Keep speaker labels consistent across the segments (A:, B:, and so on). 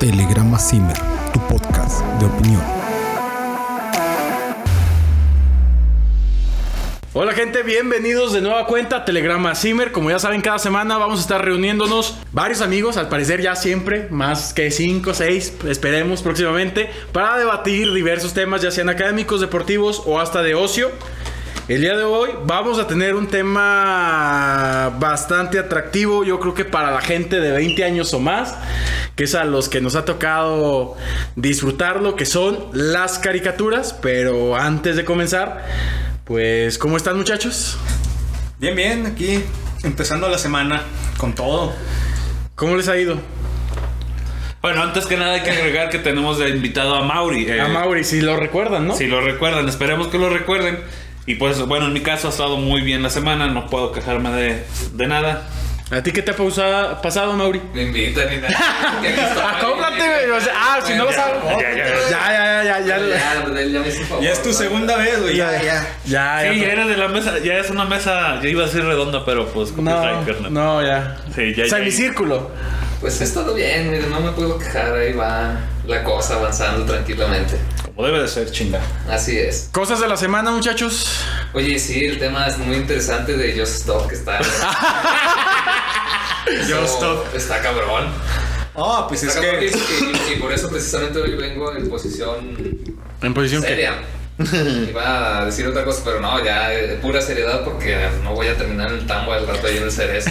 A: Telegrama Zimmer, tu podcast de opinión.
B: Hola gente, bienvenidos de nueva cuenta a Telegrama Zimmer. Como ya saben, cada semana vamos a estar reuniéndonos varios amigos, al parecer ya siempre, más que 5, 6, esperemos próximamente, para debatir diversos temas, ya sean académicos, deportivos o hasta de ocio. El día de hoy vamos a tener un tema bastante atractivo, yo creo que para la gente de 20 años o más, que es a los que nos ha tocado disfrutar lo que son las caricaturas, pero antes de comenzar... Pues, ¿cómo están muchachos?
C: Bien, bien, aquí empezando la semana con todo.
B: ¿Cómo les ha ido?
D: Bueno, antes que nada hay que agregar que tenemos de invitado a Mauri. eh,
B: a Mauri, si lo recuerdan, ¿no?
D: Si lo recuerdan, esperemos que lo recuerden. Y pues, bueno, en mi caso ha estado muy bien la semana, no puedo quejarme de, de nada.
B: ¿A ti qué te ha pausa- pasado, Mauri?
E: Me invitan y nada. Y aquí estoy.
B: Acóplate, güey. o sea, ah, si no lo sabes.
D: Ya, ya,
B: Ya, ya, ya, ya. Ya,
E: Ya, pues, ya, ya me hizo favor,
C: Ya es tu
E: ¿no?
C: segunda vez, güey.
B: ya, ya. ya,
D: Sí, ya
B: ya.
D: era de la mesa, ya es una mesa, ya iba a ser redonda, pero pues copyright,
B: No,
D: carnal.
B: no, ya.
D: Sí, ya, ya.
B: Semicírculo.
E: Pues he estado bien, mire, no me puedo quejar. Ahí va la cosa avanzando tranquilamente.
D: Como debe de ser, chinga.
E: Así es.
B: Cosas de la semana, muchachos.
E: Oye, sí, el tema es muy interesante de Just Stop que está. Eso
C: Just Stop.
E: Está cabrón.
C: Ah, pues es
E: Está cabrón
C: que.
E: y- y- y por eso precisamente hoy vengo en posición
B: En posición que.
E: seria. Iba a decir otra cosa, pero no, ya eh, pura seriedad porque no voy a terminar en el tambo al rato ahí en el cerezo.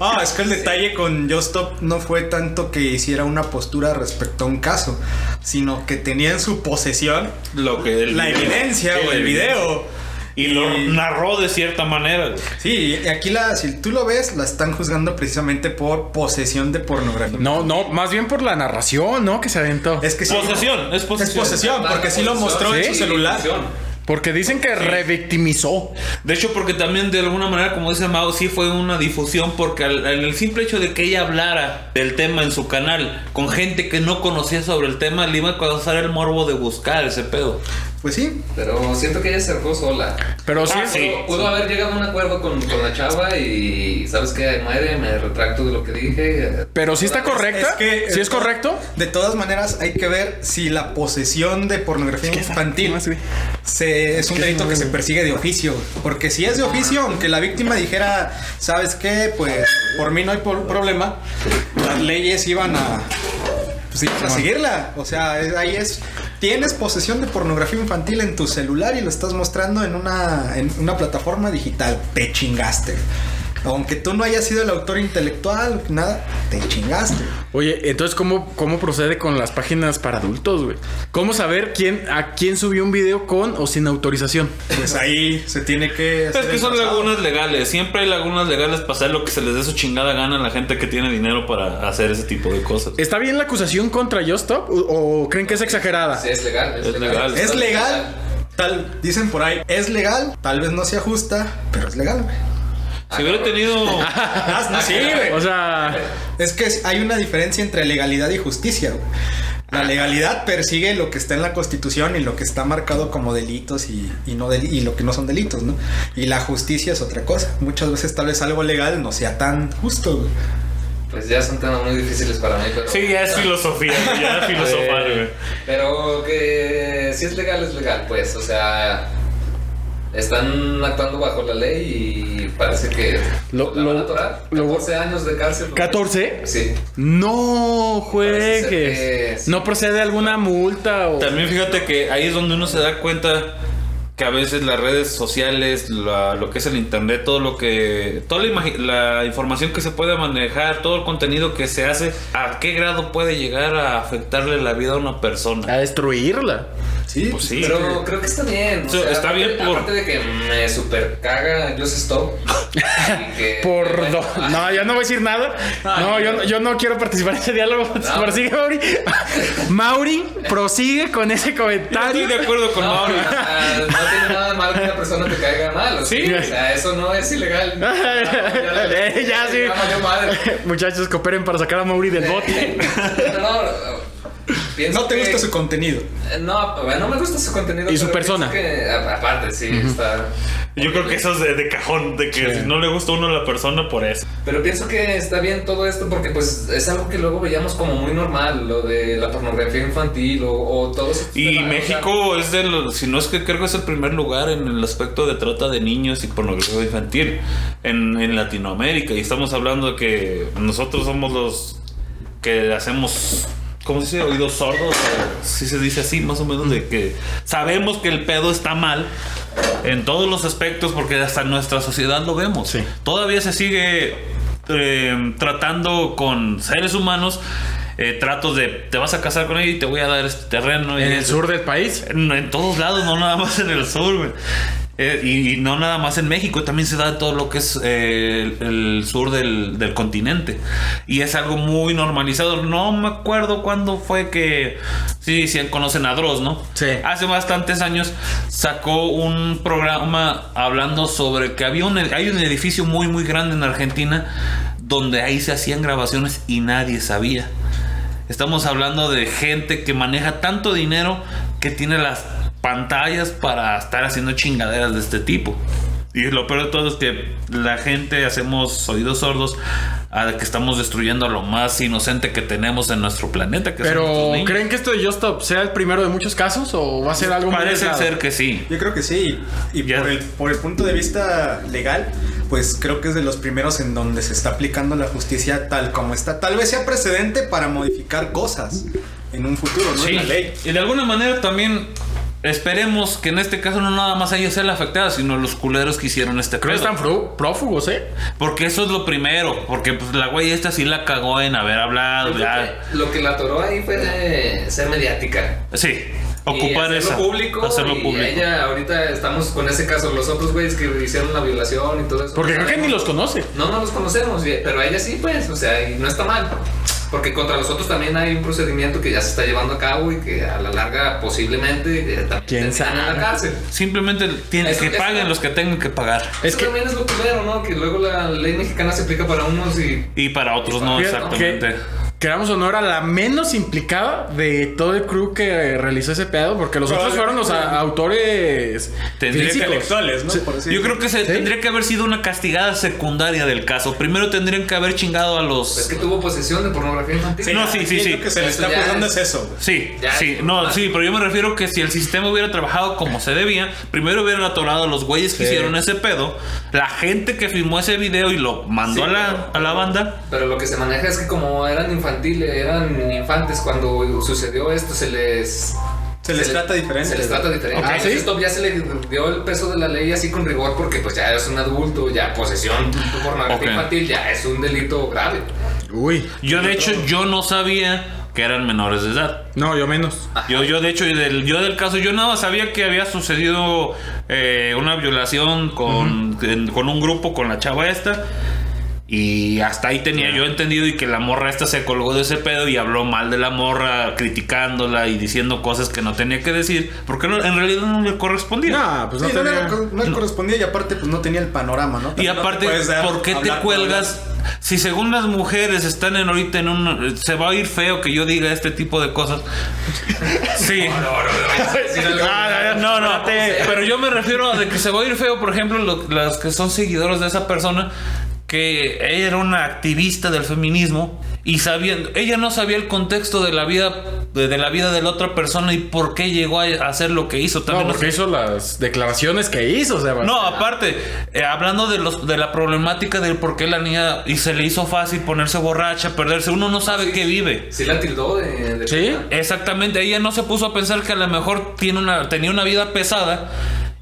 C: Ah, es que el detalle con Just Stop no fue tanto que hiciera una postura respecto a un caso, sino que tenía en su posesión
D: Lo que el
C: la
D: video.
C: evidencia
D: Sí,
C: o el
D: la
C: video.
D: Y lo
C: Y-
D: narró de cierta manera, güey.
C: Sí, y aquí la, si tú lo ves, la están juzgando precisamente por posesión de pornografía.
B: No, no, más bien por la narración, ¿no? Que se aventó.
C: Es que sí.
D: Posesión, es
C: Es
D: posesión.
C: posesión, porque sí lo mostró en
B: Sí.
C: su celular.
B: Porque dicen que revictimizó.
D: De hecho, porque también de alguna manera, como dice Mao, sí fue una difusión porque al, al- el simple hecho de que ella hablara del tema en su canal con gente que no conocía sobre el tema, le iba a causar el morbo de buscar ese pedo.
C: Pues sí,
E: Pero siento que ella se arrojó sola.
B: Pero sí,
D: Ah, sí.
E: Pudo, pudo haber llegado a un acuerdo con, con la chava y sabes que madre, me retracto de lo que dije.
B: pero sí está correcta.
C: Es que-
B: ¿Sí es correcto?
C: De todas maneras, hay que ver si la posesión de pornografía infantil
B: más, güey.
C: se- es un delito que se persigue de oficio. Porque si es de oficio, aunque la víctima dijera, ¿sabes qué? Pues por mí no hay por- problema, las leyes iban a, pues, iban a seguirla. O sea, es- ahí es. Tienes posesión de pornografía infantil en tu celular y lo estás mostrando en una, en una plataforma digital. Te chingaste. Aunque tú no hayas sido el autor intelectual, nada, te chingaste.
B: Oye, entonces, ¿cómo, cómo procede con las páginas para adultos, güey? ¿Cómo saber quién, a quién subió un video con o sin autorización?
C: Pues ahí se tiene que.
D: Es
C: hacer
D: que
C: el
D: son
C: trazado.
D: lagunas legales, siempre hay lagunas legales para hacer lo que se les dé su chingada gana a la gente que tiene dinero para hacer ese tipo de cosas.
B: ¿Está bien la acusación contra Justop? ¿O, o creen que es exagerada?
E: Sí, es legal.
D: Es legal.
C: Es legal. Tal, dicen por ahí, es legal. Tal vez no se ajusta, pero es legal, güey.
D: Si hubiera tenido...
C: Ah, no, sí, güey.
B: O sea,
C: Es que es- hay una diferencia entre legalidad y justicia, güey. La legalidad persigue lo que está en la constitución y lo que está marcado como delitos y, y no del- y lo que no son delitos, ¿no? Y la justicia es otra cosa. Muchas veces tal vez algo legal no sea tan justo, güey.
E: Pues ya son temas muy difíciles para mí. Pero,
D: Sí, ya es filosofía, güey, ya es filosofar, güey.
E: Pero que si es legal, es legal, pues. O sea, están actuando bajo la ley y parece que
B: Lo-
E: la van
B: lo-
E: a atorar.
B: lo-
E: 14 años de cárcel. por-
B: ¿14?
E: Sí.
B: No
E: Parece ser que
B: juegues.
E: sí.
B: No procede alguna multa o.
D: También fíjate que ahí es donde uno se da cuenta que a veces las redes sociales, la- lo que es el internet, todo lo que. toda la, imagi- la información que se puede manejar, todo el contenido que se hace, ¿a qué grado puede llegar a afectarle la vida a una
B: A
D: persona?
B: destruirla.
C: Sí,
D: Pues sí.
E: Pero creo que está bien. o
D: Sí, está
E: aparte-
D: bien por-
E: Aparte de que me super caga Just Stop. y que-
B: Por do-
E: Ah,
B: No, yo no voy a decir nada. No, yo, no- yo no quiero participar en ese diálogo.
E: No.
B: Prosigue, Mauri. Mauri, prosigue con ese
D: Yo Estoy
B: comentario.
D: de acuerdo con
E: No,
D: Mauri.
E: o sea, no tiene nada de malo que una persona te caiga mal. o sea,
B: Sí.
E: O sea, eso no es ilegal.
B: Eh, ya, sí.
E: Ya valió madre. Eh.
B: Muchachos, cooperen para sacar a Mauri del bote.
E: No, no, pienso
C: No te gusta
E: que-
C: su contenido.
E: Eh, No, no me gusta su contenido.
B: Y su
E: pero
B: persona.
E: pienso que, a- aparte, sí, está.
D: Yo creo que eso es de, de cajón, de que
C: Sí.
D: si no le gusta a uno la persona por eso.
E: Pero pienso que está bien todo esto porque pues es algo que luego veíamos como muy normal, lo de la pornografía infantil o, o todo eso.
D: Y México es de los, si no es que creo que es el primer lugar en el aspecto de trata de niños y pornografía infantil en, en Latinoamérica. Y estamos hablando de que nosotros somos los que hacemos, ¿cómo se dice? Oídos sordos, si se dice así, más o menos, de que sabemos que el pedo está mal en todos los aspectos porque hasta en nuestra sociedad lo vemos.
B: Sí.
D: Todavía se sigue eh, tratando con seres humanos. eh, tratos de te vas a casar con ella y te voy a dar este terreno y
B: En el
D: este-
B: sur del país.
D: en, en todos lados, no nada más en el sur, güey. Eh, y, y no nada más en México, también se da en todo lo que es eh, el, el sur del, del continente. Y es algo muy normalizado. No me acuerdo cuándo fue que. Sí, sí, conocen a Dross, ¿no?
B: Sí.
D: Hace bastantes años sacó un programa hablando sobre que había un, ed- hay un edificio muy, muy grande en Argentina donde ahí se hacían grabaciones y nadie sabía. Estamos hablando de gente que maneja tanto dinero que tiene las pantallas para estar haciendo chingaderas de este tipo. Y lo peor de todo es que la gente hacemos oídos sordos a que estamos destruyendo a lo más inocente que tenemos en nuestro planeta. Que son nuestros
B: Pero,
D: niños.
B: ¿creen que esto de Just Stop sea el primero de muchos casos o va a ser algo muy
D: Parece
B: aislado?
D: ser que sí.
C: Yo creo que sí. Y
D: Ya.
C: por el, por el punto de vista legal, pues creo que es de los primeros en donde se está aplicando la justicia tal como está. Tal vez sea precedente para modificar cosas en un futuro, ¿no? En
D: Sí.
C: la ley.
D: Y de alguna manera también esperemos que en este caso no nada más haya sido la afectada, sino los culeros que hicieron este
B: Creo que
D: pedo.
B: están fru- prófugos, ¿eh?
D: Porque eso es lo primero. Porque pues, la güey esta sí la cagó en haber
E: Pues,
D: hablado. ya.
E: Lo que la atoró ahí fue eh, ser mediática.
D: Sí,
E: Y
D: ocupar
E: hacerlo
D: esa.
E: Público,
D: hacerlo
E: y
D: público.
E: Ella, ahorita estamos con ese caso, los otros güeyes que hicieron la violación y todo eso.
B: Porque
E: No
B: creo que ni
E: sabemos.
B: los conoce.
E: No, no los conocemos, y- pero a ella sí, pues, o sea, y no está mal. Porque contra los otros también hay un procedimiento que ya se está llevando a cabo y que a la larga posiblemente eh, también
B: ¿Quién
E: terminan en
B: sabe?
E: la cárcel.
D: Simplemente tiene
E: Eso-
D: que
E: eso-
D: paguen los que tengan que pagar.
B: Es
E: Eso
B: que-
E: también es lo primero, ¿no? Que luego la ley mexicana se aplica para unos y
D: Y para otros no,
B: Fíjate
D: exactamente.
B: que, Queramos honor a la menos implicada de todo el crew que realizó ese pedo, porque los otros fueron los a- autores
D: Tendría que
B: físicos.
C: Intelectuales, ¿no?
B: Sí.
C: Por así
D: Yo creo que se,
B: Sí.
D: tendría que haber sido una castigada secundaria del caso. Primero tendrían que haber chingado a los.
E: pues, es que tuvo posesión de pornografía infantil.
D: Sí, no, sí, sí, sí.
C: Lo que se le
E: Eso
C: está
E: ya
C: acusando
E: es-
C: es eso, güey.
D: Sí,
E: Ya,
D: sí,
E: es
D: no,
E: normal.
D: sí, pero yo me refiero que si el sistema hubiera trabajado como se debía, primero hubieran atorado a los güeyes que hicieron ese pedo, la gente que filmó ese video y lo mandó
E: Sí,
D: a, la,
E: pero-
D: a la banda.
E: Pero lo que se maneja es que como eran infantiles, eran infantes cuando sucedió esto, se les...
C: Se les trata diferente.
E: Se les trata diferente.
B: Ok.
E: Ah,
B: ¿Sí?
E: Esto ya se le dio el peso de la ley así con rigor porque pues ya es un adulto, ya posesión pornografía
D: Ok.
E: infantil ya es un delito grave.
B: Uy,
D: Yo de hecho yo no sabía que eran menores de edad.
B: no, yo menos.
D: Yo, yo de hecho, del, yo del caso, yo nada más sabía que había sucedido eh, una violación con, en- con un grupo, con la chava esta. Y hasta ahí tenía yo entendido y que la morra esta se colgó de ese pedo y habló mal de la morra, criticándola y diciendo cosas que no tenía que decir, porque no- en realidad no le correspondía.
B: Nah, pues
C: Sí,
B: no
C: no,
B: tenía-
C: le co- no le correspondía y aparte pues no tenía el panorama,
D: Y
C: ¿no? También no te
D: aparte,
C: puedes dar-
D: ¿por qué te
C: hablar con
D: cuelgas? Si según las mujeres están en ahorita en un... Se va a oír feo que yo diga este tipo de cosas. Sí. Ah, no, no, pero yo me refiero a de que se va a ir feo, por ejemplo, lo- las que son seguidores de esa persona, que ella era una activista del feminismo y sabiendo, ella no sabía el contexto de la vida de, de la vida de la otra persona y por qué llegó a hacer lo que hizo.
B: No,
D: También nos-
B: porque hizo las declaraciones que hizo, Sebas.
D: no, aparte, eh, hablando de los de la problemática del por qué la niña y se le hizo fácil ponerse borracha, perderse, uno no sabe qué vive.
E: Sí la tildó de... de-
B: ¿Sí?
D: Exactamente, ella no se puso a pensar que a lo mejor tiene una, tenía una vida pesada.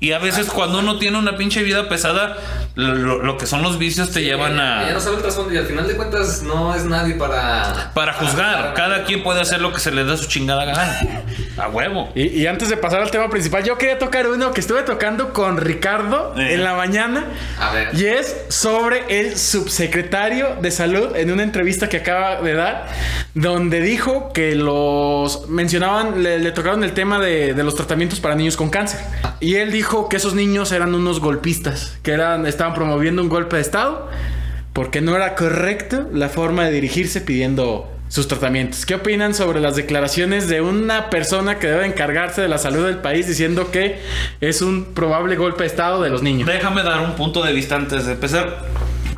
D: Y a veces cuando uno tiene una pinche vida pesada, lo, lo que son los vicios te llevan
E: Ella no
D: a...
E: sabe el trasfondo y al final de cuentas no es nadie para...
D: Para juzgar, cada quien puede hacer lo que se le da su chingada gana. A huevo.
B: Y, y antes de pasar al tema principal, yo quería tocar uno que estuve tocando con Ricardo
D: Eh.
B: en la mañana.
E: A ver.
B: Y es sobre el subsecretario de salud en una entrevista que acaba de dar, donde dijo que los mencionaban, le, le tocaron el tema de, de los tratamientos para niños con cáncer. Y él dijo que esos niños eran unos golpistas, que eran, estaban promoviendo un golpe de Estado, porque no era correcto la forma de dirigirse pidiendo sus tratamientos. ¿Qué opinan sobre las declaraciones de una persona que debe encargarse de la salud del país diciendo que es un probable golpe de Estado de los niños?
D: Déjame dar un punto de vista antes de empezar.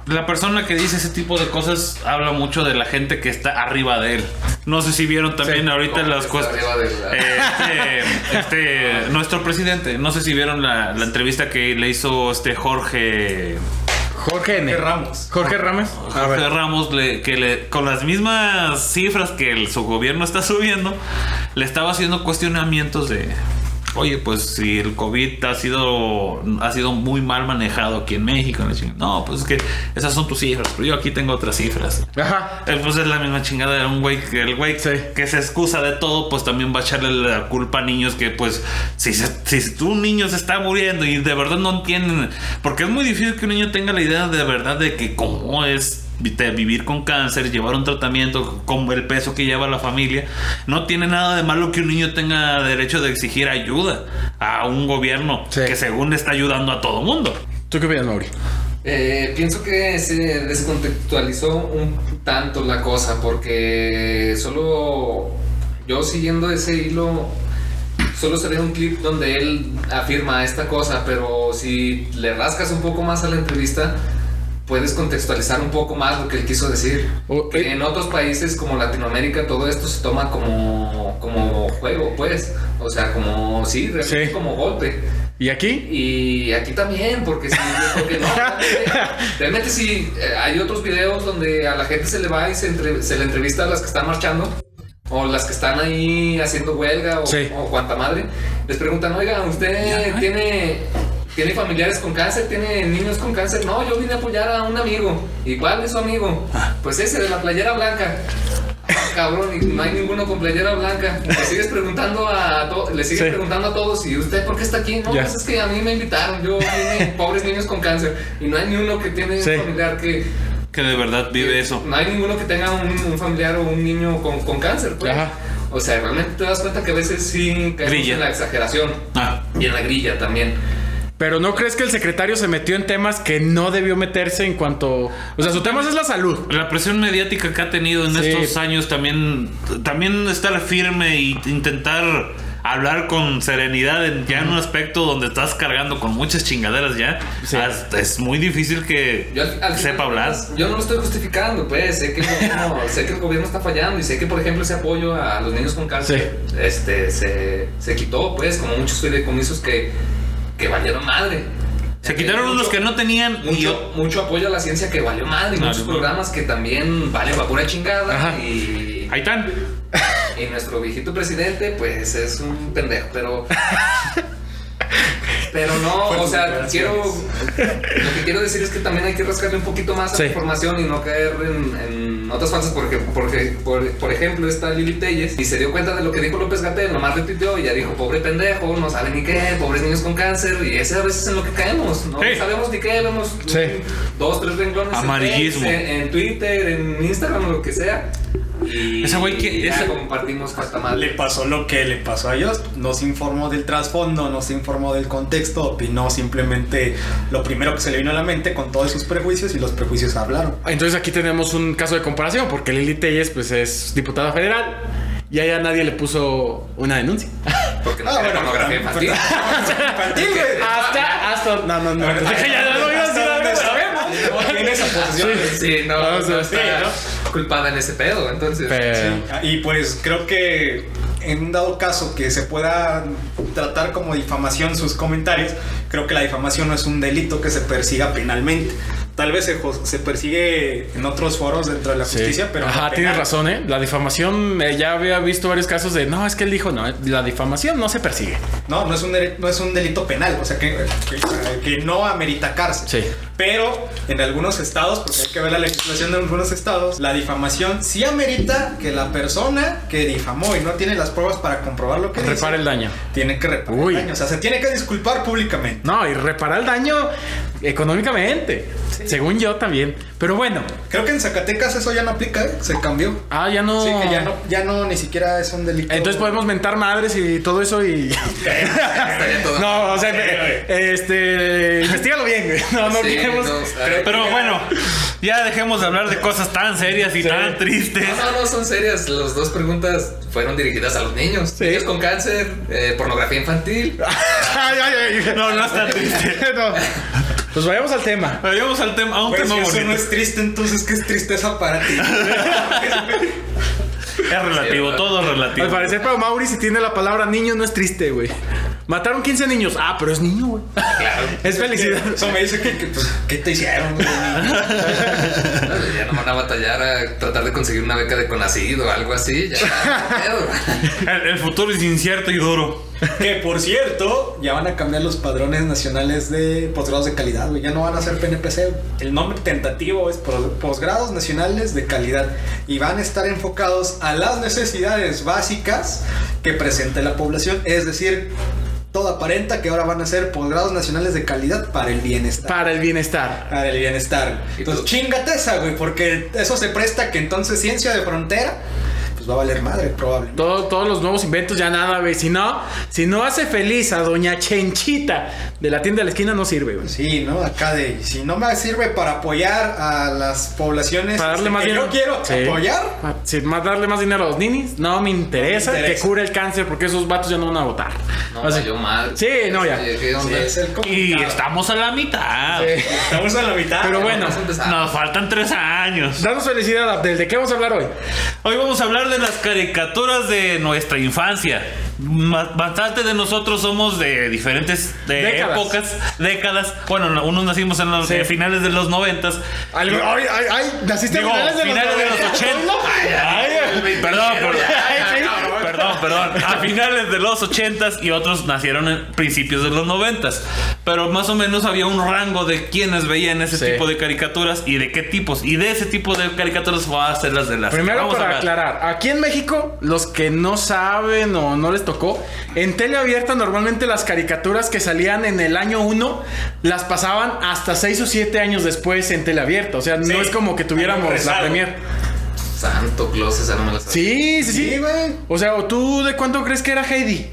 D: La persona que dice ese tipo de cosas habla mucho de la gente que está arriba de él. No sé si vieron también
B: Sí.
D: ahorita
E: ¿Cómo
D: las
E: que está
D: cosas.
E: arriba de la-
D: Este, este, nuestro presidente, no sé si vieron la, la entrevista que le hizo este Jorge
B: Jorge N.
C: Jorge Ramos.
B: Jorge Ramos. A
D: Jorge
B: ver.
D: Ramos, le- que le- con las mismas cifras que el- su gobierno está subiendo, le estaba haciendo cuestionamientos de, oye, pues si el COVID ha sido, ha sido muy mal manejado aquí en México. la chingada. No, pues es que esas son tus cifras, pero yo aquí tengo otras cifras.
B: Ajá.
D: Eh, Pues es la misma chingada de un güey que el güey
B: Sí.
D: que se excusa de todo, pues también va a echarle la culpa a niños que pues si, se- si un niño se está muriendo y de verdad no entienden, porque es muy difícil que un niño tenga la idea de verdad de que cómo es vi- de vivir con cáncer, llevar un tratamiento, con el peso que lleva la familia, no tiene nada de malo que un niño tenga derecho de exigir ayuda a un gobierno
B: Sí.
D: que según está ayudando a todo mundo.
B: ¿Tú qué opinas, Mauri?
E: Eh, pienso que se descontextualizó un tanto la cosa porque solo yo siguiendo ese hilo solo se ve un clip donde él afirma esta cosa, pero si le rascas un poco más a la entrevista puedes contextualizar un poco más lo que él quiso decir.
B: O-
E: Que
B: eh.
E: en otros países como Latinoamérica todo esto se toma como como juego, pues, o sea, como sí, realmente
B: Sí.
E: como golpe.
B: ¿Y aquí?
E: Y aquí también, porque sí, porque no, realmente, realmente sí, eh, hay otros videos donde a la gente se le va y se, entre- se le entrevista a las que están marchando o las que están ahí haciendo huelga o,
B: Sí.
E: o cuanta madre. Les preguntan, oiga, ¿usted tiene, tiene familiares con cáncer? ¿Tiene niños con cáncer? No, yo vine a apoyar a un amigo. ¿Y cuál es su amigo?
B: Ah.
E: Pues ese, de la playera blanca. Ah, Cabrón, y no hay ninguno con playera blanca. Le sigues preguntando a, to- le sigues
B: Sí.
E: preguntando a todos, ¿y usted por qué está aquí? No,
B: Ya.
E: pues es que a mí me invitaron, yo vine, pobres niños con cáncer, y no hay ni uno que tiene
B: Sí.
E: un familiar que...
D: Que de verdad vive eso.
E: No hay ninguno que tenga un, un familiar o un niño con, con cáncer, pues.
B: Ajá.
E: O sea, realmente te das cuenta que a veces sí caemos
D: Grilla.
E: en la exageración.
D: Ah.
E: Y en la grilla también.
B: Pero ¿no crees que el secretario se metió en temas que no debió meterse en cuanto... O sea, su tema es la salud.
D: La presión mediática que ha tenido en
B: Sí.
D: estos años también, también estar firme y intentar hablar con serenidad en- ya en un aspecto donde estás cargando con muchas chingaderas ya.
B: Sí.
D: Hasta es muy difícil que
E: Yo al- al-
D: sepa hablar.
E: Yo no lo estoy justificando, pues. Sé que, el gobierno, sé que el gobierno está fallando y sé que, por ejemplo, ese apoyo a los niños con cáncer este, se, se quitó, pues, como muchos fideicomisos que, que valieron madre. Eh,
D: Se quitaron
E: Mucho-
D: unos que no tenían y
E: Mucho, mucho apoyo a la ciencia que valió madre y
D: Claro.
E: muchos programas que también valen para pura chingada.
B: Ajá.
E: Y,
D: ahí están.
E: y nuestro viejito presidente, pues es un pendejo, pero. Pero no, o sea, quiero. Lo que quiero decir es que también hay que rascarle un poquito más a
B: Sí.
E: la información y no caer en, en notas falsas, porque, porque por, por ejemplo, está Lili Telles y se dio cuenta de lo que dijo López Gatel, nomás repitió y ya dijo, pobre pendejo, no sabe ni qué, pobres niños con cáncer, y ese a veces es en lo que caemos, no
D: Sí.
E: sabemos ni qué, vemos
B: Sí.
E: dos, tres renglones en
D: Amarillismo.
E: Face, En, en Twitter, en Instagram, lo que sea. Y
D: Ese güey que-
E: ya
D: ese-
E: compartimos falta
C: Le
E: madre.
C: pasó lo que le pasó a ellos, nos informó del trasfondo, nos informó del contexto, opinó simplemente lo primero que se le vino a la mente con todos sus prejuicios y los prejuicios hablaron.
B: Entonces aquí tenemos un caso de comparación porque Lili Telles pues es diputada federal y allá nadie le puso una denuncia.
E: Porque no
C: Ah,
E: tiene
C: bueno,
E: pornografía
C: pero-
E: infantil.
C: Infantil, güey.
B: Hasta, hasta... No, no, no. Deja ya, no, no, iba a decir
C: Hasta
B: algo.
C: donde sabemos, tiene esa posición.
E: Sí, no,
B: Vamos a
E: no
B: ver,
E: está culpada en ese pedo, entonces.
B: Pero-
C: Y pues creo que en un dado caso que se pueda tratar como difamación sus comentarios, creo que la difamación no es un delito que se persiga penalmente. Tal vez se, jo- se persigue en otros foros dentro de la
B: Sí.
C: justicia, pero... no
B: Ajá,
C: penal.
B: tienes razón, ¿eh? La difamación, eh, ya había visto varios casos de, no, es que él dijo, no, la difamación no se persigue.
C: No, no es un, dere- no es un delito penal, o sea que, que- que no amerita cárcel.
B: Sí.
C: Pero en algunos estados, porque hay que ver la legislación de algunos estados, la difamación sí amerita que la persona que difamó y no tiene las pruebas para comprobar lo que dice,
B: Repara el daño.
C: tiene que reparar el
B: Uy.
C: daño. O sea, se tiene que disculpar públicamente.
B: No, y reparar el daño económicamente, según yo también. Pero bueno,
C: Creo que en Zacatecas eso ya no aplica, ¿eh? se cambió.
B: ah, ya no...
C: Sí, que ya no, ya no ni siquiera es un delito.
B: Entonces podemos mentar madres y todo eso y...
E: Estaría todo-
B: No, o sea, eh, este... Investígalo bien, güey. No, no
E: Sí,
B: queremos...
E: no, o sea,
D: Pero bueno, Ya dejemos de hablar de cosas tan serias y tan tristes.
E: No, no, no, son serias. Las dos preguntas fueron dirigidas a los niños.
B: Sí.
E: Niños con cáncer, eh, pornografía infantil.
B: Ay, ay, ay.
D: No, no es tan triste.
B: No. Pues vayamos al tema.
D: Vayamos al tema, a un
C: Pues,
D: tema
C: si eso
D: bonito.
C: no es triste, entonces ¿qué es tristeza para ti?
D: Es relativo,
E: Sí,
D: todo es relativo.
B: Al parecer para Mauri si tiene la palabra niño no es triste, güey. Mataron 15 niños. Ah, pero es niño, güey. Es felicidad.
C: Eso me dice que, que, pues, ¿qué te hicieron? güey?
E: ya no van a batallar a tratar de conseguir una beca de Conacyt o algo así. Ya, no
D: El, el futuro es incierto y duro.
C: Que por cierto, ya van a cambiar los padrones nacionales de posgrados de calidad, güey. Ya no van a ser PNPC. El nombre tentativo es pos- posgrados nacionales de calidad. Y van a estar enfocados a las necesidades básicas que presenta la población. Es decir, todo aparenta que ahora van a ser posgrados nacionales de calidad para el bienestar.
B: Para el bienestar.
C: Para el bienestar.
E: Y
C: Entonces,
E: tú-
C: chingate esa, güey, porque eso se presta que entonces ciencia de frontera, pues va a valer madre, probablemente.
B: Todo- todos los nuevos inventos ya nada, güey. Si no, si no hace feliz a doña Chenchita de la tienda de la esquina no sirve, güey.
C: Sí, ¿no? Acá de, si no me sirve para apoyar a las poblaciones
B: Para darle
C: que
B: más dinero.
C: yo quiero
B: Sí.
C: apoyar,
B: Ah, Si más darle más dinero a los ninis, no me interesa,
C: No me interesa.
B: que cure el cáncer porque esos vatos ya no van a votar.
E: no,
B: Así-
E: valió madre.
B: Sí, no, ya.
E: Oye, ¿qué
C: sí,
E: onda?
C: es el
D: Y
C: complicado.
D: estamos a la mitad.
C: Estamos en la mitad.
B: Pero bueno,
E: Vamos a empezar.
D: Nos faltan tres años.
B: danos felicidad, Abdel. ¿De qué vamos a hablar hoy?
D: Hoy vamos a hablar de las caricaturas de nuestra infancia. Ma- Bastante de nosotros somos de diferentes de
B: Décadas.
D: épocas, décadas. Bueno, no, unos nacimos en los
B: Sí.
D: eh, finales de los noventas.
B: Algo- ay, ay, ay, naciste a
D: Digo, finales de los,
B: 90?
D: 80. Ay,
E: El
D: Perdón,
E: 20
D: perdón.
E: ya, ya,
D: Perdón,
E: cabrón.
D: Perdón, perdón. A finales de los 80 y otros nacieron en principios de los 90 Pero más o menos había un rango de quienes veían ese
B: Sí.
D: tipo de caricaturas y de qué tipos. Y de ese tipo de caricaturas van a ser las de las que
B: Primero
D: vamos a
B: para
D: hablar.
B: aclarar, aquí en México, los que no saben o no les tocó, en tele abierta normalmente las caricaturas que salían en el año 1 las pasaban hasta 6 o 7 años después en tele abierta, o sea,
C: Sí.
B: no es como que tuviéramos la
C: Rezado.
B: premier.
E: Santo Claus, esa no me la sabía.
B: Sí, sí, sí.
C: Sí, güey.
B: o sea, ¿o ¿tú de cuánto crees que era Heidi?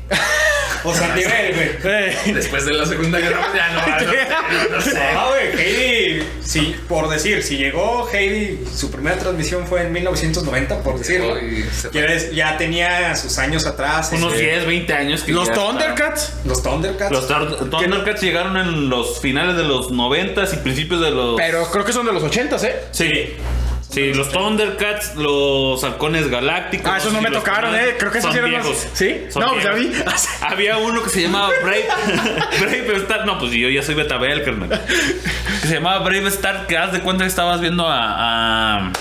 C: O sea, nivel, güey.
B: Eh,
E: Después de la Segunda Guerra Mundial, no, no, sé, no sé.
C: Ah, güey, Heidi, sí, por decir, si llegó Heidi, su primera transmisión fue en 1990, por decirlo.
E: Ay, se fue.
C: Quieres- Ya tenía sus años atrás.
D: Unos
C: este,
D: 10, 20 años que
B: Los
D: ya estaban.
B: Thundercats.
C: Los Thundercats.
D: Los Thund- Thundercats llegaron en los finales de los 90 y principios de los.
B: Pero creo que son de los 80, ¿eh?
D: Sí. Sí, los Thundercats, los halcones galácticos.
B: Ah, esos no
D: sé
B: me
D: si los
B: tocaron,
D: conocen.
B: eh. Creo que esos
D: Son
B: sí eran los-
D: viejos.
B: ¿Sí?
D: Son
B: No, pues ya
D: viejos.
B: vi.
D: Había uno que se llamaba Brave. Brave Star. No, pues yo ya soy Betabel, carnal. Que se llamaba Brave Star. Que haz de cuenta que estabas viendo a. a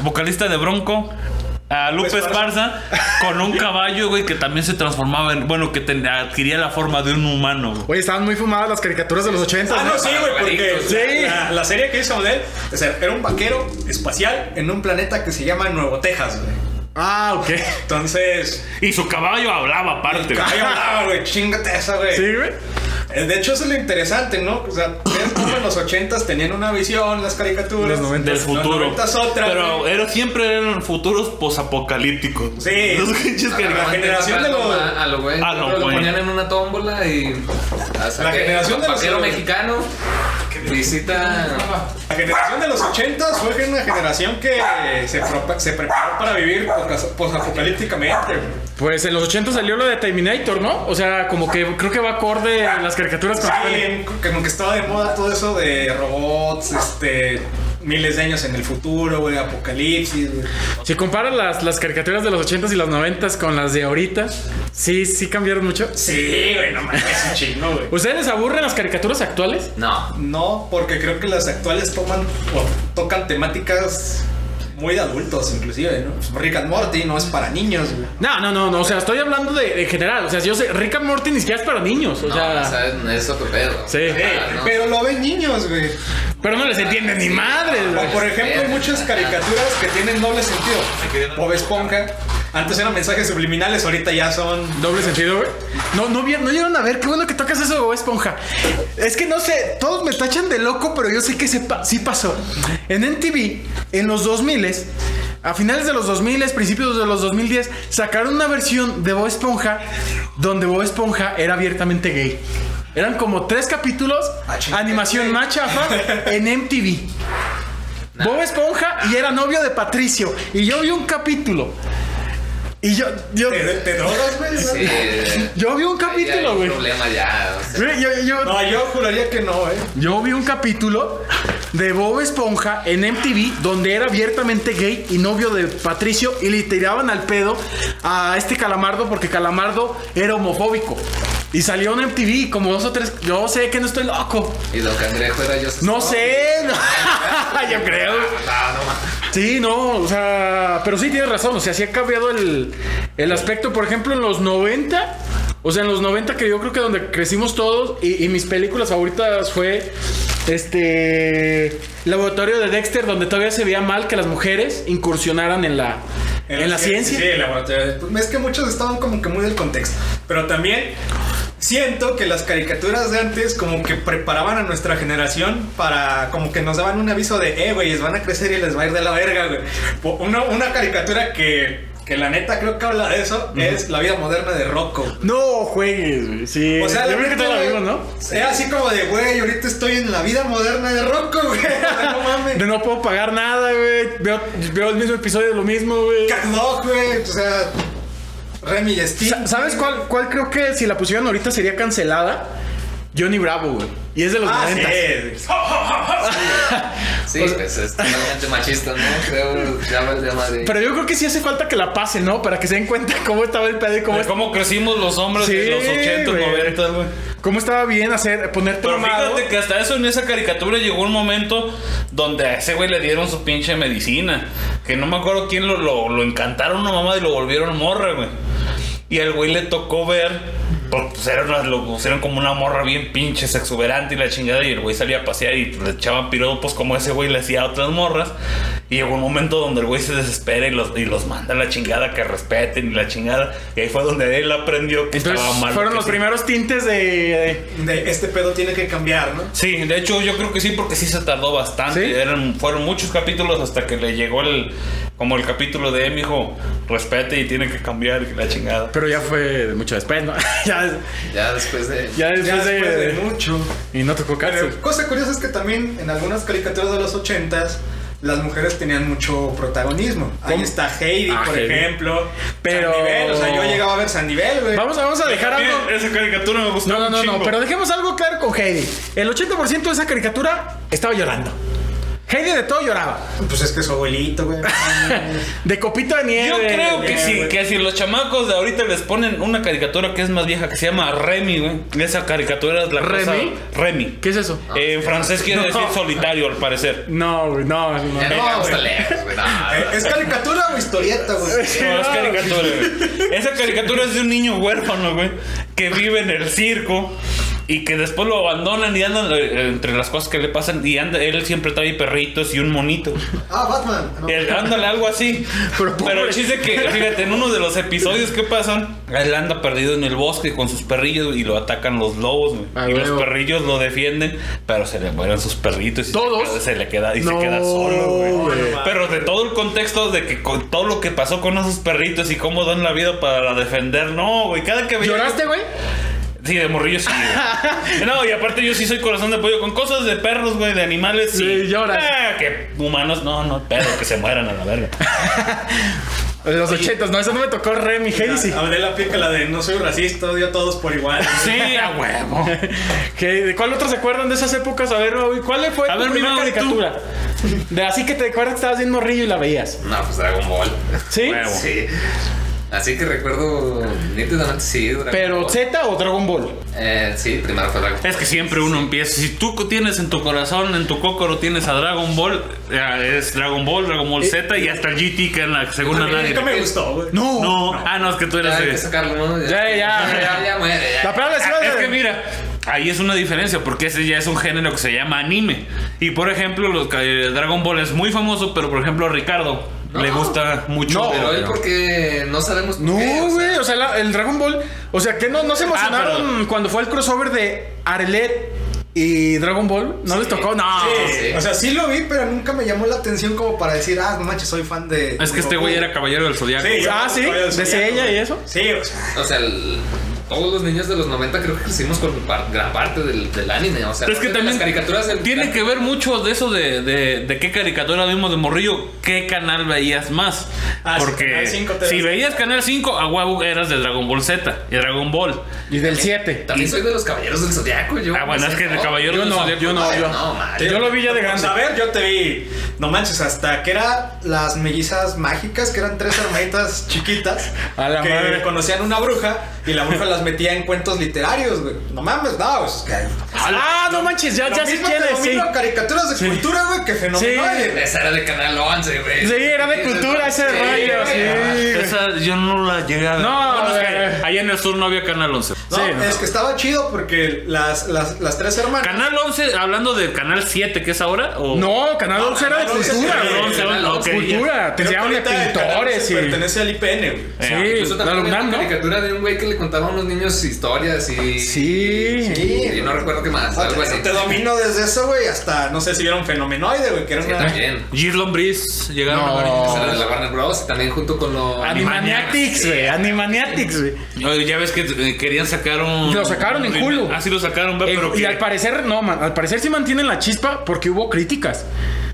D: vocalista de Bronco. A Lupe Esparza con un caballo, güey, que también se transformaba en. Bueno, que ten- adquiría la forma de un humano, güey.
B: Oye, estaban muy fumadas las caricaturas de los 80.
C: Ah, no, sí, güey, porque
E: Drogadictos,
B: sí.
C: la, la serie que hizo de él o sea, era un vaquero espacial en un planeta que se llama Nuevo Texas, güey.
B: Ah, ok.
C: Entonces,
D: Y su caballo hablaba aparte, güey.
C: ahí hablaba, güey, chingate esa, güey.
B: Sí, güey.
C: Eh, De hecho, eso es lo interesante, ¿no? O sea, ves cómo en los 80s tenían una visión, las caricaturas.
B: Los 90s.
D: del
C: Los
D: futuro.
C: 90s otra,
D: pero
C: güey.
D: era, siempre eran futuros posapocalípticos.
C: Sí.
D: eh, Los pinches que-
C: la generación de los-
E: A lo güey.
D: A lo
E: Lo
D: güey.
E: ponían en una tómbola y. hasta
C: La
E: que
C: generación de los-
E: vaquero mexicano visita.
C: La generación de los 80s fue una generación que se, propa- se preparó para vivir pocas- posapocalípticamente, güey.
B: Pues en los 80 salió lo de Terminator, ¿no? O sea, como que creo que va acorde a las caricaturas con
C: Sí, como que estaba de moda todo eso de robots, este, miles de años en el futuro, güey, apocalipsis, güey.
B: Si comparas las, las caricaturas de los 80s y los 90s con las de ahorita, sí, sí cambiaron mucho.
C: Sí, güey, no mames, es un chingo, güey.
B: ¿Ustedes les aburren las caricaturas actuales?
E: No.
C: No, porque creo que las actuales toman o tocan temáticas muy de adultos, inclusive, ¿no? Pues Rick and Morty no es para niños, güey.
B: No, no, no, no. O sea, estoy hablando de, de general. O sea, yo sé, Rick and Morty ni siquiera es para niños. O
E: No,
B: sea,
E: o sea, es otro pedo.
B: Sí.
E: Ah, no.
C: Pero lo ven niños, güey.
B: pero no les entiende ni madre.
C: O por ejemplo, hay muchas caricaturas que tienen doble sentido. Bob Esponja. Antes eran mensajes subliminales, ahorita ya son
B: Doble sentido, güey. No, no, vi- no llegaron a ver. Qué bueno que tocas eso, Bob Esponja. Es que no sé, todos me tachan de loco, pero yo sé que sepa, sí pasó. En NTV, en los 2000, a finales de los 2000, principios de los 2010, sacaron una versión de Bob Esponja donde Bob Esponja era abiertamente gay. Eran como tres capítulos,
C: Ah, chingada.
B: animación más chafa en MTV. Bob Esponja y era novio de Patricio. Y yo vi un capítulo. Y yo, yo,
C: ¿Te, te drogas, güey?
E: Sí,
B: yo vi un
E: ya
B: capítulo,
E: hay
B: güey.
E: problema ya. o sea,
B: Güey, Yo, yo-
C: No, yo juraría que no, eh.
B: yo vi un capítulo de Bob Esponja en MTV donde era abiertamente gay y novio de Patricio y le tiraban al pedo a este Calamardo porque Calamardo era homofóbico. Y salió en MTV y como dos o tres. Yo sé que no estoy loco.
E: y lo cangrejo era yo.
B: No sé. no. yo creo.
E: Ah, No, no, ma.
B: Sí, no, o sea, pero sí tienes razón, o sea, sí ha cambiado el, el aspecto, por ejemplo, en los 90, o sea, en los 90 que yo creo que donde crecimos todos y, y mis películas favoritas fue este Laboratorio de Dexter, donde todavía se veía mal que las mujeres incursionaran en la, en la ciencia.
C: Sí, en la laboratorio. Pues, Es que muchos estaban como que muy del contexto. Pero también siento que las caricaturas de antes como que preparaban a nuestra generación para como que nos daban un aviso de, eh, güeyes, van a crecer y les va a ir de la verga, güey. Po- Una, una caricatura que, que la neta creo que habla de eso es La vida moderna de Rocco.
B: No juegues, güey, sí.
C: O sea,
B: Eh, yo
C: la
B: creo que
C: neta,
B: todos la vimos, ¿no?
C: Era así como de, güey, ahorita estoy en la vida moderna de Rocco, güey. No mames.
B: De no puedo pagar nada, güey. Veo, veo el mismo episodio de lo mismo, güey.
C: Cat Dog, güey. O sea, Remy y Steve.
B: Sa- ¿Sabes cuál, cuál creo que si la pusieran ahorita sería cancelada? Johnny Bravo, güey. Y es de los
C: Ah,
B: 90.
C: sí.
E: Sí, pues es totalmente machista, ¿no? Creo que ya va el tema de.
B: Pero yo creo que sí hace falta que la pasen, ¿no? Para que se den cuenta cómo estaba el pedo y cómo,
D: De cómo crecimos los hombres
B: Sí,
D: en los 80,
B: güey.
D: 90, güey.
B: cómo estaba bien hacer, ponerte
D: Pero
B: mamado.
D: fíjate que hasta eso en esa caricatura llegó un momento donde a ese güey le dieron su pinche medicina. Que no me acuerdo quién lo, lo, lo encantaron una mamá y lo volvieron morra, güey. Y al güey le tocó ver, pues era una- lo pusieron como una morra bien pinche, exuberante y la chingada. Y el güey salía a pasear y le echaban piropos como ese güey le hacía a otras morras. Y llegó un momento donde el güey se desespera y los, y los manda a la chingada que respeten y la chingada. Y ahí fue donde él aprendió que
B: Entonces
D: estaba mal. lo
B: fueron
D: que
B: los
D: hacía.
B: primeros tintes de, de-
C: De este pedo tiene que cambiar, ¿no?
D: Sí, de hecho yo creo que sí porque sí se tardó bastante.
B: ¿Sí?
D: Eran, fueron muchos capítulos hasta que le llegó el como el capítulo de mi hijo, respete y tiene que cambiar y la chingada.
B: Pero ya fue de mucho después, ¿no? ya,
E: Ya después de.
B: ya después,
C: Ya
B: de,
C: después de mucho.
B: Y no tocó cárcel.
C: Pero cosa curiosa es que también en algunas caricaturas de los ochentas las mujeres tenían mucho protagonismo. Ahí
B: ¿Cómo?
C: está Heidi,
B: Ah,
C: por
B: Heidi.
C: ejemplo.
B: Pero-
C: Sandivel, o sea, yo llegaba a ver Sandivel, güey.
B: Vamos, a- vamos a dejar algo.
D: Bien, Esa caricatura me gustó
B: No, no,
D: un
B: no, no,
D: chingo.
B: pero dejemos algo claro con Heidi. El 80% de esa caricatura estaba llorando. Heidi de todo lloraba.
C: Pues es que su abuelito, güey. Eh,
B: De copito de nieve.
D: Yo creo que
C: bien,
D: si,
C: güey.
D: que si los chamacos de ahorita les ponen una caricatura que es más vieja que se llama Remy, güey. Esa caricatura es la cosa-
B: ¿Remy?
D: Remy.
B: ¿Qué es eso?
D: Eh, en francés quiere decir solitario al parecer.
B: No, güey, no, no.
E: Ya no
C: No,
E: vamos
C: güey.
E: tan lejos, güey. No,
C: ¿Es caricatura o historieta, güey?
D: No, es caricatura, güey. Esa caricatura es de un niño huérfano, güey, que vive en el circo y que después lo abandonan y andan eh, entre las cosas que le pasan y anda, él siempre trae perritos y un monito.
C: Ah, Batman. No.
D: Él- ándale algo así.
B: Pero
D: Pero,
B: pobre.
D: el chiste que, fíjate, en uno de los episodios que pasan, él anda perdido en el bosque con sus perrillos y lo atacan los lobos, güey.
B: Ah,
D: Y
B: huevo.
D: los perrillos lo defienden, pero se le mueren sus perritos y se
B: ¿Todos?
D: queda- se le queda, y
B: No,
D: se queda solo, güey.
B: güey.
D: Pero de todo el contexto de que con todo lo que pasó con esos perritos y cómo dan la vida para defender, no, güey. Cada que veía-
B: ¿Lloraste, güey?
D: Sí, de morrillo sí. güey. no, y aparte yo sí soy corazón de pollo con cosas de perros, güey, de animales.
B: Sí, lloras.
D: Ah, que humanos, no, no, perro, que se mueran a la verga.
B: De Los ochentas, no, eso no me tocó Remy, Heidi sí.
C: Hablé la pica la de no soy racista, odio a todos por igual.
D: Sí, a huevo.
B: ¿De cuál otro se acuerdan de esas épocas? A ver, Maui, ¿cuál fue
D: A
B: tu
D: ver, mi
B: primera
D: Maui, tú.
B: caricatura? De así que te acuerdas que estabas bien morrillo y la veías.
E: no, pues Dragon Ball.
B: ¿Sí?
D: Huevo.
E: Sí. Así que recuerdo nítidamente sí, Dragon
B: Pero
E: Ball.
B: Z o Dragon Ball.
E: Eh, sí, primero fue Dragon Ball.
D: Es que siempre uno empieza. Si tú tienes en tu corazón, en tu cócoro, tienes a Dragon Ball, eh, es Dragon Ball, Dragon Ball Z y hasta el GT, que es la segunda nadie.
C: Nunca me gustó, güey.
B: No.
D: No, ah, no, es que tú
E: Ya
D: eres.
E: hay
D: de-
E: que sacarlo, ¿no?
B: Ya, ya, ya.
E: ya, ya muere. Ya.
B: La palabra
D: Ah,
B: es
D: es que mira, ahí es una diferencia, porque ese ya es un género que se llama anime. Y por ejemplo, los, ca- eh, Dragon Ball es muy famoso, pero por ejemplo, a Ricardo le
E: No.
D: gusta mucho.
B: No,
E: Pero él porque no sabemos por qué, o
B: No,
E: sea,
B: güey, o sea, la- el Dragon Ball. O sea, que no, no
D: Ah,
B: se emocionaron
D: pero-
B: cuando fue el crossover de Arelet y Dragon Ball. ¿No les tocó? No.
D: Ah,
E: Sí.
C: O sea, sí lo vi, pero nunca me llamó la atención como para decir, ah, no manches, soy fan de.
D: Es que este
C: de Goku".
D: güey era caballero del zodiaco.
C: Sí,
B: Ah, sí,
C: Caballero
B: de
C: Zodíaco,
B: Sella y
C: güey.
B: eso.
C: Sí, o sea.
E: O sea, el- todos los niños de los 90 creo que crecimos con par- gran parte del, del anime. O sea,
D: Es que
E: las
D: también
E: caricaturas del-
D: tiene que ver mucho de eso de, de, de qué caricatura vimos de morrillo, qué canal veías más.
C: Ah, sí,
D: Porque
C: Canal 5 te
D: si
C: ves.
D: veías Canal 5, a huevo eras de Dragon Ball Z y Dragon Ball.
B: Y del 7.
E: También soy de los caballeros del zodiaco. Yo,
D: Ah, bueno,
E: me
D: es
E: sé
D: que el
E: todo.
D: caballero
B: Yo
D: del
B: no,
D: Zodiaco-
B: yo no, yo.
E: No, madre.
B: Yo lo vi ya de
C: Pues,
B: grande.
C: a ver, yo te vi, no manches, hasta que era las mellizas mágicas, que eran tres hermanitas chiquitas,
B: A la
C: que
B: madre.
C: conocían una bruja y la bruja las metía en cuentos literarios, güey. No mames, no, pues, que-
B: Ah, no manches, ya,
C: lo
B: ya sé
C: mismo
B: quién
C: que
B: es,
C: lo
B: sí.
C: mismo, caricaturas de cultura, güey, que fenomenal.
E: Esa era de Canal 11, güey.
B: Sí, era de cultura ese
E: Sí,
B: rollo,
E: güey.
B: sí.
D: Esa yo no la llegué a ver.
B: No,
D: Bueno, es que
B: eh.
D: ahí en el sur no había Canal 11.
C: No,
B: Sí, no.
C: es que estaba chido porque las, las, las tres hermanas.
D: Canal 11, hablando del Canal 7 que es ahora, o...
B: No, Canal 11 era de
C: Canal 11
B: cultura.
C: era de
B: güey.
D: Canal 11,
B: Cultura, te
C: Creo que
B: enseñaban de
C: ahorita el canal
B: pintores
C: se
B: y...
C: Pertenece al IPN, güey.
D: Eh, pues,
B: Sí,
E: Incluso
B: la
E: también había
B: UNAM,
E: una
B: ¿no?
E: caricatura de un güey que le contaba a unos niños historias y.
B: Sí.
E: Y no recuerdo qué más.
C: Ah,
E: Algo
C: te-
E: así.
C: Te domino desde eso, güey, hasta no sé si vieron Fenomenoide, güey, que era
E: Sí,
C: una.
E: también.
D: Gis Lombriz llegaron
B: No.
D: a ver.
E: Esa era de la Warner Bros. Y también junto con los.
B: Animaniacs, güey, Animaniacs, güey.
D: Oye, Ya ves que eh, querían sacar un.
B: Lo sacaron en Hulu.
D: Ah, sí, lo sacaron, ve,
B: Eh,
D: pero.
B: y
D: que-
B: al parecer, no, man, al parecer sí mantienen la chispa porque hubo críticas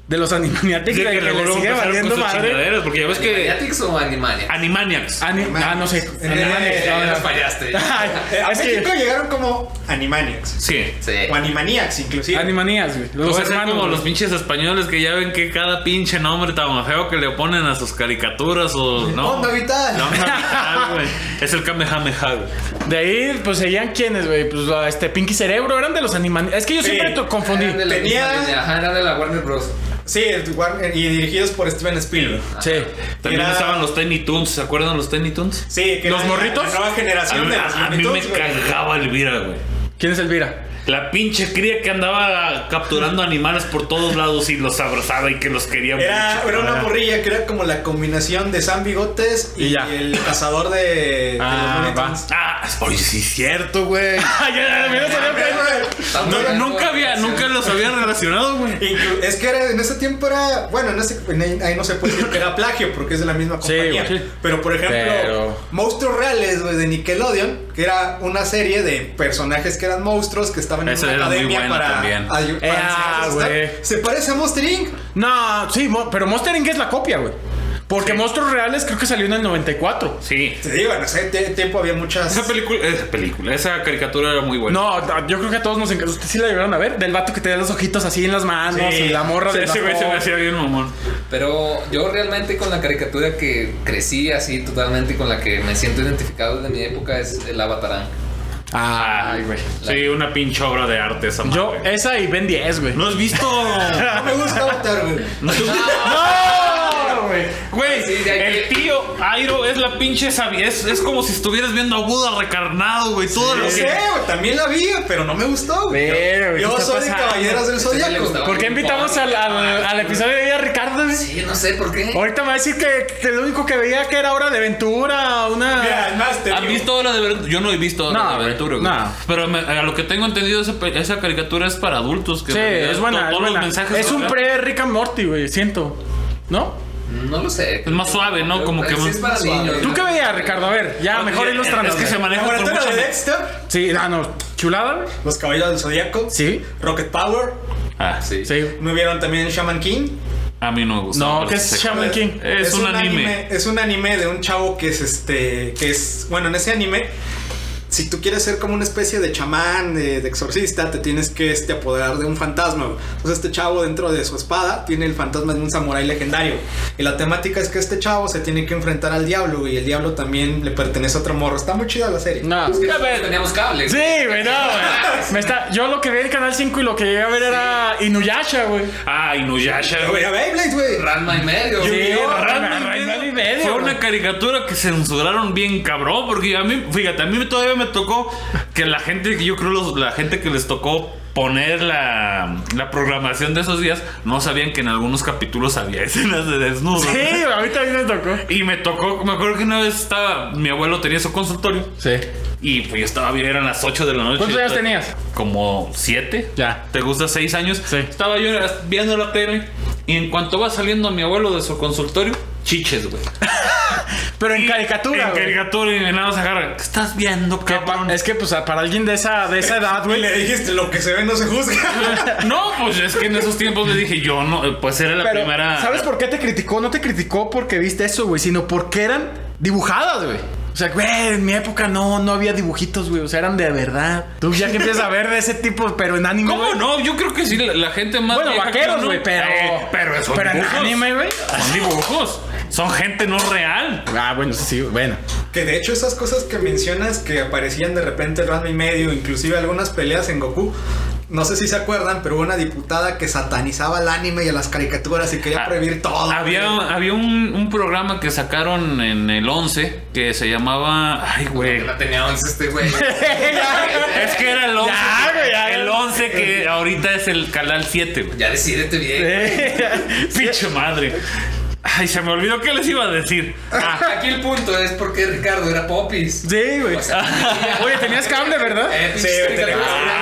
B: de los Animaniacs
D: de
B: de
D: que
B: que le
D: luego
B: sigue
D: empezaron
B: valiendo
D: con sus
B: madre.
D: chingaderas, Porque ya ves que.
E: ¿Animaniacs o Animaniacs?
D: Animaniacs.
B: Ani- ah, no sé.
C: Eh,
B: Animaniacs,
E: Ya
B: no,
E: nos
B: no.
E: fallaste.
B: Ay,
C: Eh, a
B: es
C: México
B: que
C: llegaron como Animaniacs.
D: Sí.
E: Sí.
C: O Animaniacs, inclusive.
B: Animaniacs, güey.
D: Los
B: Los hermanos.
D: como
B: güey.
D: los pinches españoles que ya ven que cada pinche nombre tan feo que le ponen a sus caricaturas o no.
C: Onda vital.
D: La onda vital, güey. Es el Kamehameha, güey.
B: De ahí, pues seguían quienes, güey. Pues a este Pinky Cerebro eran de los Animaniacs. Es que yo
C: Sí.
B: siempre te confundí.
E: Eran de la
C: Tenía-
E: misma línea, ajá, eran de la Warner Bros.
C: Sí, el Warner- y dirigidos por Steven Spielberg.
B: Sí.
D: También
C: Era-
D: estaban los Tiny Toons. ¿Se acuerdan los Tiny Toons?
C: Sí, que
B: ¿Los
C: era
B: morritos?
C: La nueva
D: A
C: generación
D: mí,
C: de los
D: a- a mí me
C: morritos, güey.
D: cagaba Elvira, güey.
B: ¿Quién es Elvira?
D: La pinche cría que andaba capturando animales por todos lados y los abrazaba y que los quería
C: Era,
D: mucho.
C: era una
D: Ah.
C: morrilla que era como la combinación de San Bigotes y,
B: Y ya.
C: el cazador de, de
B: Ah,
C: los Looney
B: va.
C: Tunes.
D: Ah, oye, sí es cierto, güey.
B: Ah, ya, ya, mira, salió que-
D: No, nunca había, nunca los había relacionado, güey.
C: Inclu- Es que era- en ese tiempo era. Bueno, en ese, en ahí- ahí no se puede decir que era plagio porque es de la misma
B: Sí,
C: compañía.
B: güey.
C: Pero por ejemplo,
B: Pero-
C: Monstruos Reales güey, de Nickelodeon, que era una serie de personajes que eran monstruos que estaban
D: Esa
C: en
D: era
C: una
D: muy
C: academia
D: buena
C: para.
D: también.
C: ayu- para
B: Eh, ah,
C: enseñarles a estar.
B: güey.
C: Se parece a Monster Inc.
B: No, sí, mo- pero Monster Inc. es la copia, güey. Porque Monstruos Reales creo que salió en el 94.
D: Sí.
C: Te digo, en ese te- tiempo había muchas.
D: Esa película, esa película, esa caricatura era muy buena.
B: No, no, yo creo que a todos nos encantó. Ustedes sí la llegaron a ver. Del vato que tenía los ojitos así en las manos
C: Sí.
B: y la morra
D: Sí,
B: de
D: ese güey se me hacía bien mamón.
E: Pero yo realmente con la caricatura que crecí así totalmente y con la que me siento identificado de mi época es el Avatarán.
B: Ay, güey.
D: Sí, una pinche obra de arte esa madre.
B: Yo, esa y Ben 10, güey.
D: Ah, ¿No has visto?
C: No me gusta Avatar, güey.
D: ¿No te-
B: ¡No, güey!
D: Güey,
E: Sí, de aquí-
D: el tío Airo es la pinche sabia. Es, es como si estuvieras viendo a Buda recarnado, güey. Todo
C: No
D: lo
C: sé,
D: que.
C: güey, también la vi, pero no me gustó, güey.
B: Pero, güey,
C: Yo
B: ¿qué está
C: soy de
B: pasando?
C: Caballeros del
E: Usted ya le
C: Zodíaco.
E: gustaba.
B: ¿Por qué invitamos al, al- al episodio de hoy a Ricardo, güey?
E: Sí, no sé por qué.
B: Ahorita me va a decir que, que lo único que veía que era hora de aventura, una.
C: Mira, es más, te
D: ¿Han
C: digo,
D: visto Hora de Aventura? Yo no he visto Hora
B: No,
D: de
B: güey,
D: Aventura, güey.
B: no.
D: Pero me- a lo que tengo entendido, esa, pe- esa caricatura es para adultos. Que
B: sí,
D: en realidad
B: es buena.
D: to-
B: es
D: Todos
B: buena.
D: los mensajes.
B: Es un pre Rick and Morty, güey, siento. ¿no?
E: No lo sé.
D: Es más suave, ¿no? Como que
E: Sí,
D: más-
E: es para niños.
B: ¿Tú qué veías, Ricardo? A ver, ya, mejor ilustranos.
D: Es que se
B: güey.
D: maneja con
C: Laboratorio
D: mucha...
C: de Dexter.
B: Sí, ah, no. ¿Chulada, güey?
C: Los Caballeros del Zodíaco.
B: Sí.
C: Rocket Power.
D: Ah, sí.
B: Sí.
C: ¿No vieron también Shaman King?
D: A mí no me gusta.
B: No,
D: pero
B: que
D: sí
B: es
D: sé-
B: Shaman King.
D: Es un anime.
C: Es un anime de un chavo que es este. que es. Bueno, en ese anime. Si tú quieres ser como una especie de chamán, de, de exorcista, te tienes que este, apoderar de un fantasma. güey. Entonces este chavo dentro de su espada tiene el fantasma de un samurái legendario. Y la temática es que este chavo se tiene que enfrentar al diablo güey, y el diablo también le pertenece a otro morro. Está muy chida la serie.
B: No.
E: Es que nosotros teníamos cable.
B: Sí, güey, no, güey. Me está... Yo lo que vi en Canal 5 y lo que llegué a ver era Inuyasha, güey.
D: Ah, Inuyasha,
C: Pero,
D: güey.
C: güey, a Beyblade, güey.
E: Ranma y medio.
B: Sí,
E: güey.
B: Ranma
D: Ranma
B: Ranma
D: y
B: y
D: medio.
B: medio,
D: Fue una
B: güey.
D: caricatura que censuraron bien cabrón. Porque a mí, fíjate, a mí todavía me tocó que la gente, que yo creo los- la gente que les tocó poner la, la programación de esos días, no sabían que en algunos capítulos había escenas de desnudos.
B: Sí, güey, a mí también me tocó.
D: Y me tocó, me acuerdo que una vez estaba, mi abuelo tenía su consultorio
B: Sí.
D: y pues yo estaba bien, eran las 8 de la noche.
B: ¿Cuántos años tenías?
D: Como 7.
B: Ya.
D: ¿Te gusta 6 años?
B: Sí.
D: Estaba yo viendo la tele y en cuanto va saliendo mi abuelo de su consultorio, chiches, güey.
B: Pero en caricatura,
D: En
B: güey.
D: caricatura y nada se agarra. ¿Qué estás viendo,
B: Que
D: cabrón?
B: pa- Es que, pues, a- para alguien de esa, de esa edad, güey.
C: Güey, le dijiste, lo que se ve no se juzga.
D: No, pues es que en esos tiempos le dije yo, no, eh, pues era la
B: Pero,
D: primera.
B: ¿sabes por qué te criticó? No te criticó porque viste eso, güey, sino porque eran dibujadas, güey. O sea, güey, en mi época no, no había dibujitos, güey. O sea, eran de verdad. Tú ya que empiezas a ver de ese tipo, pero en anime.
D: ¿Cómo
B: güey.
D: no? Yo creo que sí, la, la gente más.
B: Bueno,
D: vieja que
B: vaqueros,
D: uno-
B: güey, pero.
D: Eh, pero son
B: pero en
D: dibujos.
B: anime, güey.
D: Son dibujos. Son gente no real.
B: Ah, bueno, sí, sí, bueno.
C: que de hecho esas cosas que mencionas que aparecían de repente el año y medio, inclusive algunas peleas en Goku. No sé si se acuerdan, pero hubo una diputada que satanizaba al anime y a las caricaturas y quería
D: Ah,
C: prohibir todo.
D: Había,
C: güey.
D: había un, un programa que sacaron en el 11 que se llamaba. Ay, güey.
E: La tenía once este güey.
D: Es que era el 11.
B: Ya, güey, ya.
D: el 11 que Eh, ahorita es el canal 7, güey.
E: Ya decidete bien.
D: Pinche madre. Ay, se me olvidó qué les iba a decir. Ah,
E: Aquí el punto es porque Ricardo era popis.
B: Sí, güey.
E: O sea,
B: Oye, tenías cable, ¿verdad?
E: Eh,
C: Sí,
E: pinches
C: tenía-
E: caricaturas.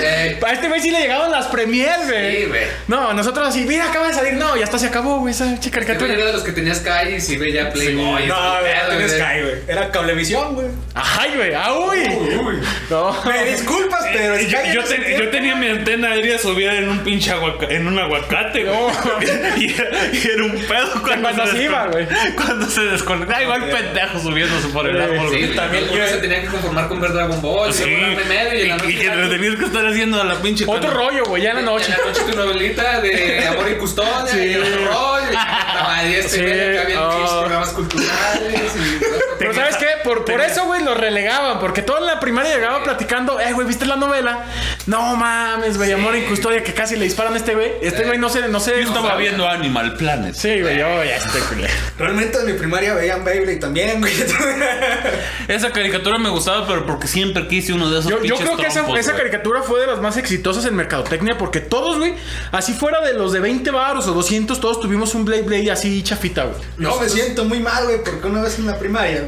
E: Eh,
B: A este güey sí le llegaban las premiers, güey.
E: Sí, güey.
B: No, nosotros así, mira, acaba de salir. No, ya hasta se acabó, güey, esa chica
E: Que tú
B: caricatura.
E: eres de los que tenías calles y ve ya Playboy.
C: No,
E: este
C: güey,
E: pedo,
C: Ah, no tienes
E: güey.
C: Sky, güey. Era cablevisión, güey.
B: Ay, güey, ah, uy.
C: Uy.
B: No.
C: Me disculpas, pero
D: eh,
C: Sky en
D: yo, yo
C: ese
D: ten-
C: tiempo-
D: yo tenía mi antena aérea subida en un pinche aguacate, en un aguacate, güey. Y, y era un pedo cuando,
B: cuando se iba,
D: descone-
B: güey.
D: Cuando se desconectaba, igual pendejo subiéndose por el
B: Sí,
D: árbol,
E: Sí,
D: güey.
E: güey,
C: También
E: uno
C: yo-
E: se tenía que conformar con ver Dragon Ball,
D: Sí.
E: y luego darle medio y en la
D: Y,
E: noche
D: y que le tenías que estar haciendo a la pinche
B: Otro
D: cana-
B: rollo, güey, ya en la noche.
E: En la noche tu novelita de amor y custodia
B: Sí.
E: y el rollo. y la madre, este
B: Sí,
E: güey, acá había
B: ah.
E: pinches programas culturales y
B: Pero ¿sabes qué? Por, por eso, güey, los relegaban. Porque todo en la primaria llegaba platicando, eh, güey, ¿viste la novela? No mames, güey, amor en custodia, que casi le disparan a este güey. Este güey no se... No se
D: Yo estaba
B: no-
D: viendo Animal Planet.
B: Sí, güey, yo ya estoy culero.
C: Realmente en mi primaria veían Beyblade también, güey.
D: Esa caricatura me gustaba, pero porque siempre quise uno de esos
B: Yo, yo
D: pinches
B: creo que esa,
D: trompos,
B: esa
D: güey.
B: caricatura fue de las más exitosas en Mercadotecnia porque todos, güey, así fuera de los de 20 baros o 200, todos tuvimos un Blade Blade así chafita, güey.
C: No, me siento muy mal, güey, porque una vez en la primaria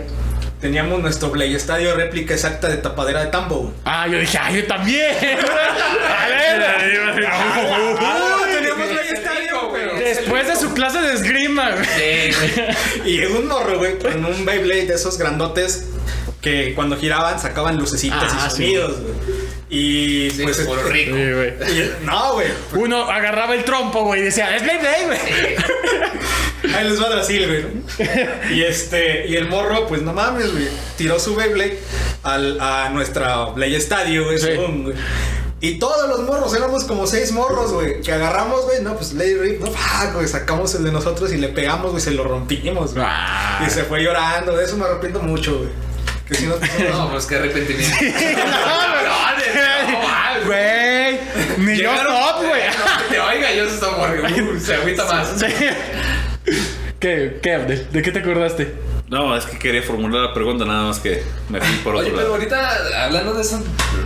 C: teníamos nuestro Play Estadio réplica exacta de tapadera de tambo. güey.
B: Ah, yo dije, ah, yo también. A ver,
C: Ah,
B: uy,
C: teníamos Play
E: es el
C: Estadio,
E: rico, güey.
C: güey.
B: después de su clase de esgrima, güey.
E: Sí, güey.
C: Y llegó un morro, güey, con un Beyblade de esos grandotes que cuando giraban sacaban lucecitas
B: Ah,
C: y
B: sí.
C: sonidos, güey. Y
E: Sí,
C: pues.
E: por rico.
B: Sí, güey.
C: y- no, güey.
B: Uno agarraba el trompo, güey, y decía, es Blade Blade, güey.
C: Ahí les va a Brasil, güey. Y este, y el morro, pues no mames, güey. Tiró su Beyblade al, a nuestra Blade Estadio, güey,
B: Sí.
C: según, güey. Y todos los morros, éramos como seis morros, güey. Que agarramos, güey, no, pues Lady Rip, no, fuck, güey. Sacamos el de nosotros y le pegamos, güey, se lo rompimos, güey.
B: Ah.
C: Y se fue llorando, de eso me arrepiento mucho, güey. Que si no,
E: No, pues qué arrepentimiento.
B: No, Güey, ni yo
E: Llegaron-
B: stop, güey.
E: No, que te oiga, yo stop, porque uh, se agüita más.
B: Sí. ¿Qué, qué, Abdel? ¿De qué te acordaste?
D: No, es que quería formular la pregunta, nada más que me fui por
E: Oye,
D: otro
E: pero
D: lado.
E: ahorita hablando de eso,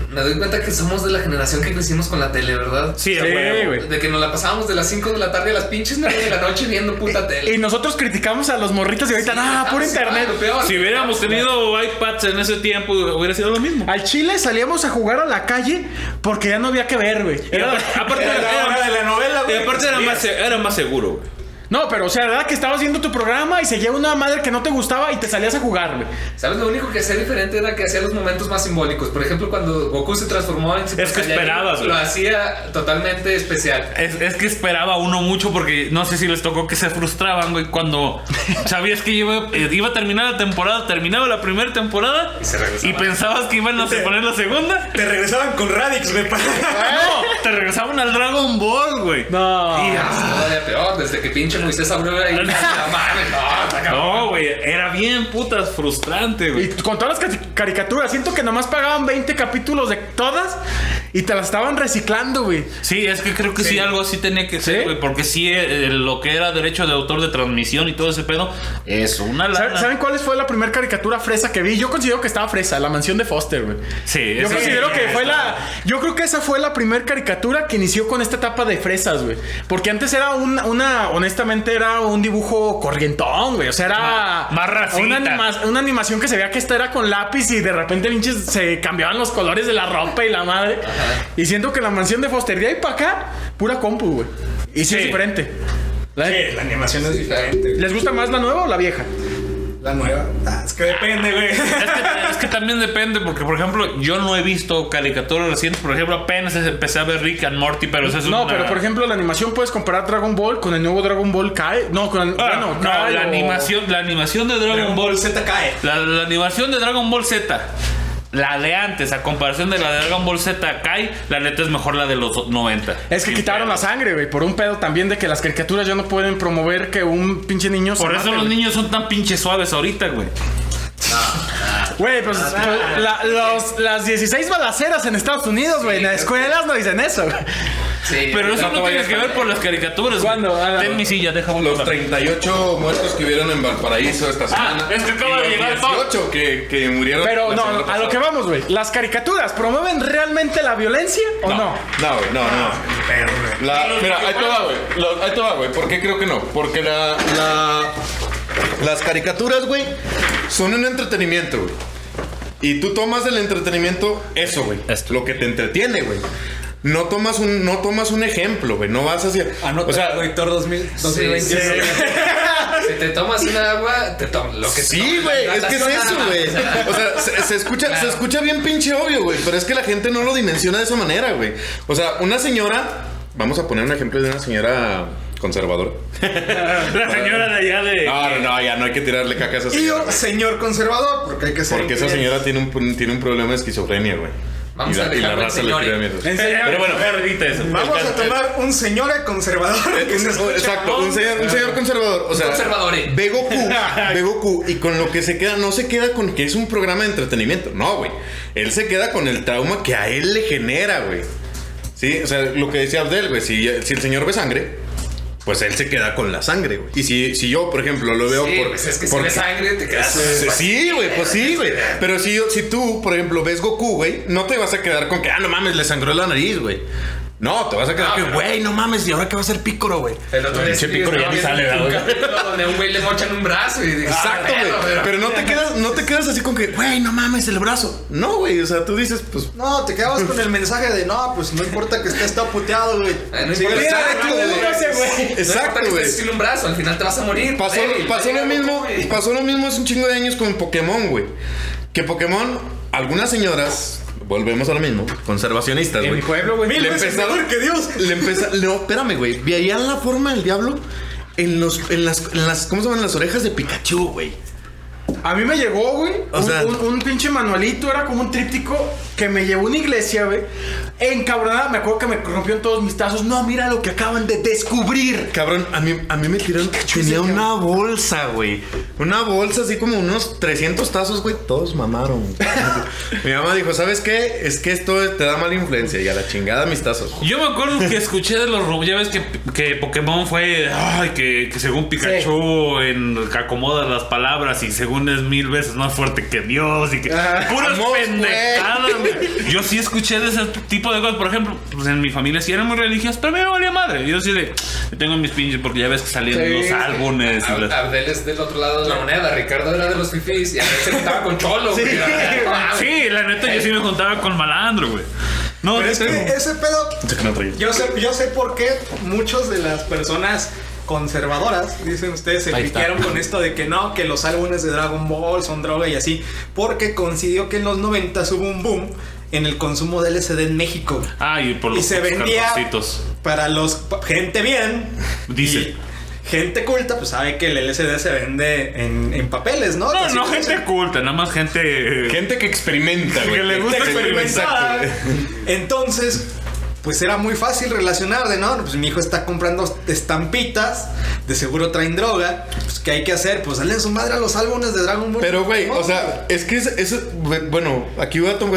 E: me doy cuenta que somos de la generación que crecimos con la tele, ¿verdad?
D: Sí,
B: Sí,
D: güey.
B: güey.
E: De que nos la pasábamos de las 5 de la tarde a las pinches 9 de la noche viendo puta tele.
B: Y nosotros criticamos eh, a los morritos y ahorita, ah, por
E: Ah, sí,
B: internet.
E: ah, lo peor.
D: Si hubiéramos tenido iPads en ese tiempo, hubiera sido lo mismo.
B: Al Chile salíamos a jugar a la calle porque ya no había que ver, güey.
D: Y aparte- aparte
C: Era la hora de la novela,
D: y
C: güey.
D: aparte era
C: Mira.
D: más, era más seguro, güey.
B: No, pero o sea, era que estabas viendo tu programa y seguía una madre que no te gustaba y te salías a jugar, güey.
E: ¿Sabes? Lo único que hacía diferente era que hacía los momentos más simbólicos. Por ejemplo, cuando Goku se transformó en Super
D: Es que
E: Saiyajin,
D: esperabas,
E: Lo
D: güey.
E: hacía totalmente especial.
D: Es, es que esperaba uno mucho porque no sé si les tocó que se frustraban, güey, cuando sabías que iba, eh, iba a terminar la temporada, terminaba la primera temporada
E: se regresaba.
D: y pensabas que iban a poner la segunda.
C: Te regresaban con Radix, güey. para-
D: No, te regresaban al Dragon Ball, güey.
B: No.
D: Y-
E: Ah, Todavía peor, desde que pinche Moisés abrió ahí. la madre, no, está cabrón.
D: No, güey, era bien putas frustrante,
B: Y
D: güey.
B: con todas las cari- caricaturas, siento que nomás pagaban 20 capítulos de todas y te las estaban reciclando, güey.
D: Sí, es que creo que sí, algo así tenía que
B: ¿Sí?
D: ser, güey, porque sí, eh, lo que era derecho de autor de transmisión y todo ese pedo es una
B: ¿Saben-
D: lana.
B: ¿Saben cuál fue la primera caricatura fresa que vi? Yo considero que estaba fresa, la mansión de Foster, güey.
D: Sí,
B: Yo
D: esa-
B: considero que
D: esa-
B: fue la. Yo creo que esa fue la primera caricatura que inició con esta etapa de fresas, güey. Porque antes era un- una. Honestamente, era un dibujo corrientón, güey. O sea, era.
D: Más- más racista.
B: Una, anima- una animación que se veía que esta era con lápiz y de repente, pinches, se cambiaban los colores de la ropa y la madre. Y siento que la mansión de Foster de ahí para acá, pura compu, güey. Y sí,
D: Sí.
B: es diferente. La-
C: Sí, la animación es diferente, güey.
B: ¿Les gusta más la nueva o la vieja?
C: La nueva. Ah, es que depende, güey.
D: Es que, es que también depende, porque por ejemplo, yo no he visto caricaturas recientes. Por ejemplo, apenas empecé a ver Rick and Morty, pero eso Pues es
B: No,
D: una-
B: pero por ejemplo, la animación puedes comparar Dragon Ball con el nuevo Dragon Ball Kai. No, con el,
D: Ah,
B: bueno,
D: no,
B: Kai
D: la
B: o-
D: animación, la animación de Dragon,
C: Dragon
D: Ball.
C: Ball Z cae.
D: La, la animación de Dragon Ball Z. La de antes, a comparación de la de Dragon Ball Z Kai, la neta es mejor la de los 90.
B: Es que
D: Sin
B: quitaron
D: pedo.
B: la sangre, güey, por un pedo también de que las caricaturas ya no pueden promover que un pinche niño se
D: Por eso
B: mate,
D: los
B: güey.
D: niños son tan pinches suaves ahorita, güey.
B: Güey, pues,
D: Ah.
B: pues, la- los- las 16 balaceras en Estados Unidos, güey, en las escuelas no dicen eso, güey.
E: Sí,
D: Pero eso no
E: vaya
D: tiene que ver con las caricaturas. güey.
B: ¿Cuándo? Ah,
D: Ten
B: no.
D: mi silla, déjame
F: Los
D: hablar.
F: 38 muertos que hubieron en Valparaíso esta semana.
D: Ah, es que acaba
F: y
D: de
F: los
D: llegar el Pau.
F: 18 que, que murieron.
B: Pero
F: la
B: no,
F: semana
B: a
F: pasada.
B: lo que vamos, güey. ¿Las caricaturas promueven realmente la violencia o no?
F: No, güey, no, no. La- mira, ahí te va, güey. Lo- Ahí te va, güey. ¿Por qué creo que no? Porque la, la- las caricaturas, güey, son un entretenimiento, güey. Y tú tomas del entretenimiento eso, güey.
D: Esto.
F: Lo que te entretiene, güey. No tomas un, no tomas un ejemplo, güey. No vas hacia.
E: Ah,
C: Anota,
F: o sea,
C: Doctor 2000,
E: Sí,
C: 2020.
E: sí, sí. Si te tomas un agua, te tomas lo que te
F: Sí,
E: tomes,
F: güey,
E: la
F: es que es
E: tazona.
F: eso, güey. O sea, se, se escucha, se escucha bien pinche obvio, güey. Pero es que la gente no lo dimensiona de esa manera, güey. O sea, una señora. Vamos a poner un ejemplo de una señora conservadora.
D: La señora de allá de.
F: No,
E: Eh,
F: no, no, ya no hay que tirarle caca a esa
C: Y
F: señora.
C: yo,
F: güey.
C: señor conservador, porque hay que ser.
F: Porque esa
C: infiel.
F: señora tiene un, tiene un problema de esquizofrenia, güey.
E: Vamos
F: y la,
E: a
F: y
E: dejarlo eh.
F: la
E: en
F: raza le
E: señores.
F: tira mierda.
D: Pero bueno, evita eso.
C: Vamos
D: El
C: a
D: caso-
C: tomar un señor conservador que se
F: Un-
C: escucha.
F: Exacto, un señor, un señor conservador. O sea,
E: Conservadores.
F: ve Goku, ve Goku y con lo que se queda, no se queda con que es un programa de entretenimiento. No, güey. Él se queda con el trauma que a él le genera, güey. Sí, o sea, lo que decía Abdel, güey. Si, si el señor ve sangre, pues él se queda con la sangre, güey. Y si, si yo, por ejemplo, lo veo
E: Sí,
F: por.
E: pues es que si
F: por-
E: ves sangre, te quedas.
F: Sí, Sí, güey, pues sí, güey. Pero si, yo- si tú, por ejemplo, ves Goku, güey, no te vas a quedar con que, ah, no mames, le sangró la nariz, güey. No, te vas a quedar
E: No,
F: que,
E: pero-
F: güey, no mames, ¿y ahora qué va a ser Pícoro, güey?
E: El otro día
F: Pinche
E: estuve
F: Piccolo ya ni
E: viendo
F: sale,
E: un
F: güey.
E: capítulo donde a un güey le mochan un brazo y dices,
F: Exacto,
E: "Ah,
F: güey.
E: bueno,
F: Pero, no te quedas, no te quedas así con que, güey, no mames, el brazo. No, güey. O sea, tú dices, pues.
C: No, te quedabas con el mensaje de no, pues no importa que estés todo puteado, güey.
E: Ay, eh, no
C: Sigue
E: importa.
C: el
F: Pues,
E: Mira,
C: sábado,
E: tú,
C: güey.
E: no sé,
F: Exacto,
E: No importa que
F: güey.
E: estés sin un brazo, al final te vas a morir.
F: Pasó,
E: débil,
F: pasó
E: débil,
F: lo mismo,
E: güey.
F: pasó lo mismo hace un chingo de años con Pokémon, güey. Que Pokémon, algunas señoras, volvemos a lo mismo, conservacionistas, güey.
B: pueblo, güey.
F: Le
C: Mil veces
F: empezaron-
C: mejor que Dios.
F: Le empeza- No, espérame, güey. Veían la forma del diablo en los, en las, en las, ¿cómo se llaman? Las orejas de Pikachu, güey.
B: A mí me llegó, güey,
F: O
B: un,
F: sea-
B: un- un pinche manualito, era como un tríptico que me llevó a una iglesia, güey. Encabronada, me acuerdo que me rompió en todos mis tazos. No, mira lo que acaban de descubrir.
F: Cabrón, a mí, a mí me tiraron. Tenía una bolsa, güey. Una bolsa así como unos 300 tazos, güey. Todos mamaron. güey. Mi mamá dijo, ¿sabes qué? Es que esto te da mala influencia y a la chingada mis tazos.
D: Yo me acuerdo que escuché de los Rubio, ya ves que, que Pokémon fue, ay, que, que según Pikachu en, que acomoda las palabras y según es mil veces más fuerte que Dios y que...
B: Ah,
D: puras
F: vamos,
D: pendejadas, güey. Yo sí escuché de ese tipo de cosas, por ejemplo, pues en mi familia sí eran muy religiosos, pero a mí me valía madre. Yo sí de, yo tengo mis pinches porque ya ves que salían
B: Sí.
D: los álbumes y
E: Ab-
C: Ah,
D: las...
E: Abdel es del otro lado de la moneda, Ricardo era de los fifís y Abdel se juntaba con Cholo, güey. Ah,
B: Sí,
E: Ay,
B: güey.
C: ah,
E: mames.
D: Sí, la neta yo sí me contaba con malandro, güey. No,
C: Pero es
D: neta,
C: que ese pedo. Yo sé, yo sé por qué muchas de las personas conservadoras, dicen ustedes, se piquearon con esto de que no, que los álbumes de Dragon Ball son droga y así, porque coincidió que en los 90 hubo un boom en el consumo de LSD en México.
D: Ay, por los
C: y se vendía
D: cartoncitos.
C: para los pa- gente bien.
D: Dice.
C: y Gente culta, pues sabe que el LSD se vende en, en papeles, ¿no?
D: No,
C: Así
D: no
C: como
D: gente
C: se-
D: culta, nada más gente... eh,
F: Gente que experimenta, güey.
D: Que le gusta
F: Gente
C: experimentada.
F: experimenta, güey.
C: Entonces, pues era muy fácil relacionar de no, pues mi hijo está comprando estampitas, de seguro traen droga, pues ¿qué hay que hacer? Pues dale su madre a los álbumes de Dragon Ball.
F: Pero, güey,
C: No,
F: o sea, es que es, es- bueno, aquí voy a to-